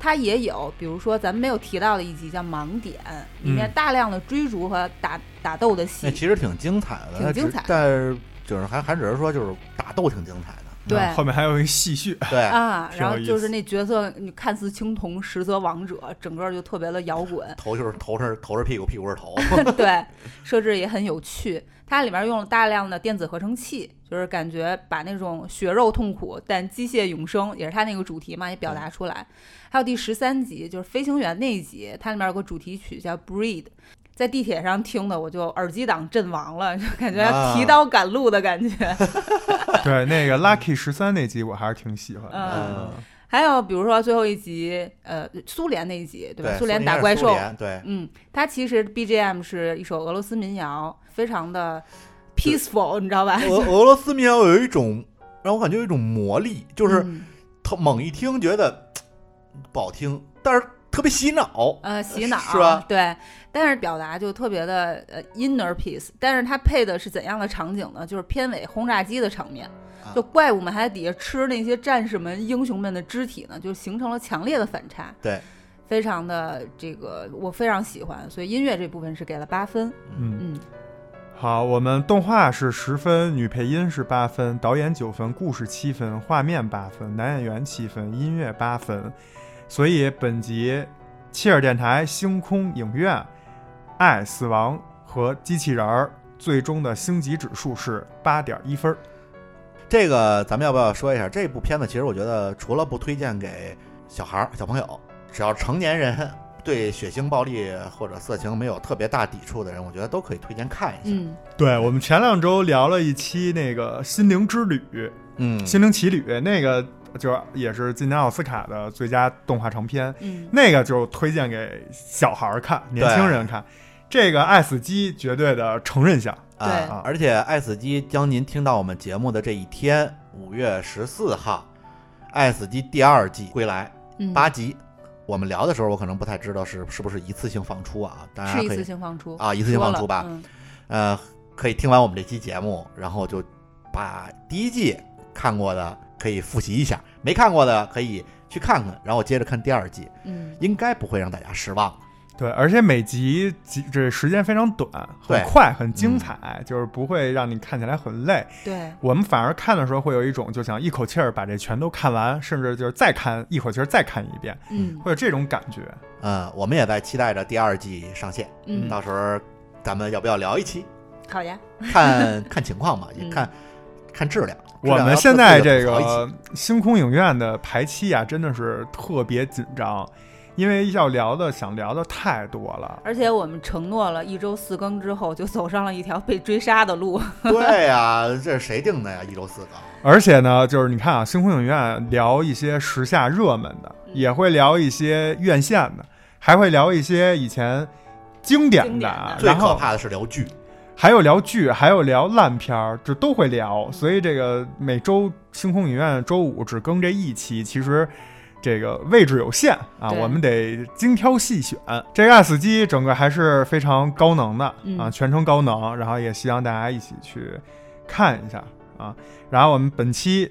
[SPEAKER 1] 它也有，比如说咱们没有提到的一集叫《盲点》，里面
[SPEAKER 3] 嗯
[SPEAKER 1] 大量的追逐和打打斗的戏，
[SPEAKER 2] 那其实挺精彩
[SPEAKER 1] 嗯
[SPEAKER 2] 的，
[SPEAKER 1] 挺
[SPEAKER 2] 那只
[SPEAKER 1] 精彩
[SPEAKER 2] 但是就是还还只是说就是打斗挺精彩 的，
[SPEAKER 1] 对
[SPEAKER 3] 嗯后面还有一戏 谑，
[SPEAKER 2] 对，。
[SPEAKER 1] 啊，
[SPEAKER 3] 挺
[SPEAKER 1] 然
[SPEAKER 3] 有
[SPEAKER 1] 后
[SPEAKER 3] 意
[SPEAKER 1] 就是
[SPEAKER 3] 思
[SPEAKER 1] 那角色，你看似青铜，实则王者，整个就特别的摇滚
[SPEAKER 2] 头就是头是头是屁股，屁股是 头，
[SPEAKER 1] 对，设置也很有趣。它里面用了大量的电子合成器，就是感觉把那种血肉痛苦但机械永生，也是它那个主题嘛，也表达出来。还有第十三集就是飞行员那一集，它里面有个主题曲叫《Breed》，在地铁上听的，我就耳机党阵亡了，就感觉
[SPEAKER 2] 啊
[SPEAKER 1] 提刀赶路的感觉。
[SPEAKER 3] 对那个 Lucky 十三那集我还是挺喜欢的
[SPEAKER 1] 嗯。还有比如说最后一集，呃，苏联那一集，对吧？
[SPEAKER 2] 对，
[SPEAKER 1] 苏联
[SPEAKER 2] 应该
[SPEAKER 1] 打
[SPEAKER 2] 是
[SPEAKER 1] 怪
[SPEAKER 2] 苏
[SPEAKER 1] 兽，
[SPEAKER 2] 联对，
[SPEAKER 1] 嗯，它其实 BGM 是一首俄罗斯民谣，非常的 peaceful，你知道吧？
[SPEAKER 2] 俄俄罗斯民谣有一种让我感觉有一种魔力，就是
[SPEAKER 1] 嗯
[SPEAKER 2] 他猛一听觉得嘖不好听，但是特别洗脑。
[SPEAKER 1] 呃洗脑
[SPEAKER 2] 是吧
[SPEAKER 1] 对，但是表达就特别的呃 inner peace，但是它配的是怎样的场景呢？就是片尾轰炸机的场面
[SPEAKER 2] 啊，
[SPEAKER 1] 就怪物们还在底下吃那些战士们、英雄们的肢体呢，就形成了强烈的反差。
[SPEAKER 2] 对，
[SPEAKER 1] 非常的这个我非常喜欢，所以音乐这部分是给了八分。
[SPEAKER 3] 嗯，
[SPEAKER 1] 嗯，
[SPEAKER 3] 好，我们动画是十分，女配音是八分，导演九分，故事七分，画面八分，男演员七分，音乐八分。所以本集切尔电台、星空影院、爱、死亡和机器人儿最终的星级指数是八点一分儿。
[SPEAKER 2] 这个咱们要不要说一下？这部片子其实我觉得除了不推荐给小孩儿、小朋友，只要成年人 对血腥、暴力或者色情没有特别大抵触的人，我觉得都可以推荐看一下。
[SPEAKER 1] 嗯，
[SPEAKER 3] 对我们前两周聊了一期那个心灵之旅，
[SPEAKER 2] 嗯
[SPEAKER 3] 心灵奇旅那个就是也是今年奥斯卡的最佳动画长片，
[SPEAKER 1] 嗯
[SPEAKER 3] 那个就是推荐给小孩儿看、年轻人看。这个《爱死机》绝对的成人向，对
[SPEAKER 2] 啊，而且《爱死机》将您听到我们节目的这一天，五月十四号，《爱死机》第二季归来
[SPEAKER 1] 嗯，
[SPEAKER 2] 八集。我们聊的时候，我可能不太知道是是不是一次性放出啊，当然
[SPEAKER 1] 是一
[SPEAKER 2] 可以
[SPEAKER 1] 次性放出，
[SPEAKER 2] 啊，一次性
[SPEAKER 1] 说
[SPEAKER 2] 放
[SPEAKER 1] 了
[SPEAKER 2] 出吧。
[SPEAKER 1] 嗯
[SPEAKER 2] 呃，可以听完我们这期节目，然后就把第一季看过的可以复习一下，没看过的可以去看看，然后接着看第二季，
[SPEAKER 1] 嗯，
[SPEAKER 2] 应该不会让大家失望。
[SPEAKER 3] 对，而且每集集这时间非常短，很
[SPEAKER 2] 对
[SPEAKER 3] 快，很精彩，
[SPEAKER 2] 嗯
[SPEAKER 3] 就是不会让你看起来很累。
[SPEAKER 1] 对，
[SPEAKER 3] 我们反而看的时候会有一种就想一口气儿把这全都看完，甚至就是再看一口气儿再看一遍，
[SPEAKER 1] 嗯
[SPEAKER 3] 会有这种感觉。
[SPEAKER 2] 嗯，我们也在期待着第二季上线，
[SPEAKER 1] 嗯，
[SPEAKER 2] 到时候咱们要不要聊一 期？
[SPEAKER 1] 好呀，
[SPEAKER 2] 看看情况吧，
[SPEAKER 1] 嗯
[SPEAKER 2] 也看、看质量。
[SPEAKER 3] 我
[SPEAKER 2] 质量
[SPEAKER 3] 们
[SPEAKER 2] 要
[SPEAKER 3] 现在
[SPEAKER 2] 做得
[SPEAKER 3] 这
[SPEAKER 2] 好一些
[SPEAKER 3] 个星空影院的排期啊，真的是特别紧张，因为要聊的想聊的太多了。
[SPEAKER 1] 而且我们承诺了一周四更之后，就走上了一条被追杀的路。
[SPEAKER 2] 对呀、这是谁定的呀？一周四更，
[SPEAKER 3] 而且呢，就是你看啊，星空影院聊一些时下热门的，也会聊一些院线的，还会聊一些以前经典的啊，
[SPEAKER 2] 最
[SPEAKER 3] 然
[SPEAKER 2] 可
[SPEAKER 3] 后
[SPEAKER 2] 怕的是聊剧。
[SPEAKER 3] 还有聊剧，还有聊烂片儿，这都会聊。所以这个每周星空影院周五只更这一期，其实这个位置有限啊，
[SPEAKER 1] 对
[SPEAKER 3] 我们得精挑细选。这个爱死机整个还是非常高能的
[SPEAKER 1] 嗯
[SPEAKER 3] 啊，全程高能，然后也希望大家一起去看一下啊。然后我们本期《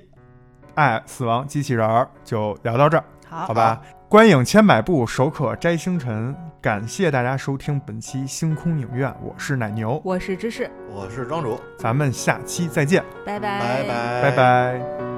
[SPEAKER 3] 爱死亡机器人》儿就聊到这儿。
[SPEAKER 1] 好，
[SPEAKER 3] 好吧。观影千百步，手可摘星辰。感谢大家收听本期星空影院，我是奶牛，
[SPEAKER 1] 我是芝士，
[SPEAKER 2] 我是庄主，
[SPEAKER 3] 咱们下期再见，
[SPEAKER 1] 拜拜，
[SPEAKER 2] 拜拜
[SPEAKER 3] 拜拜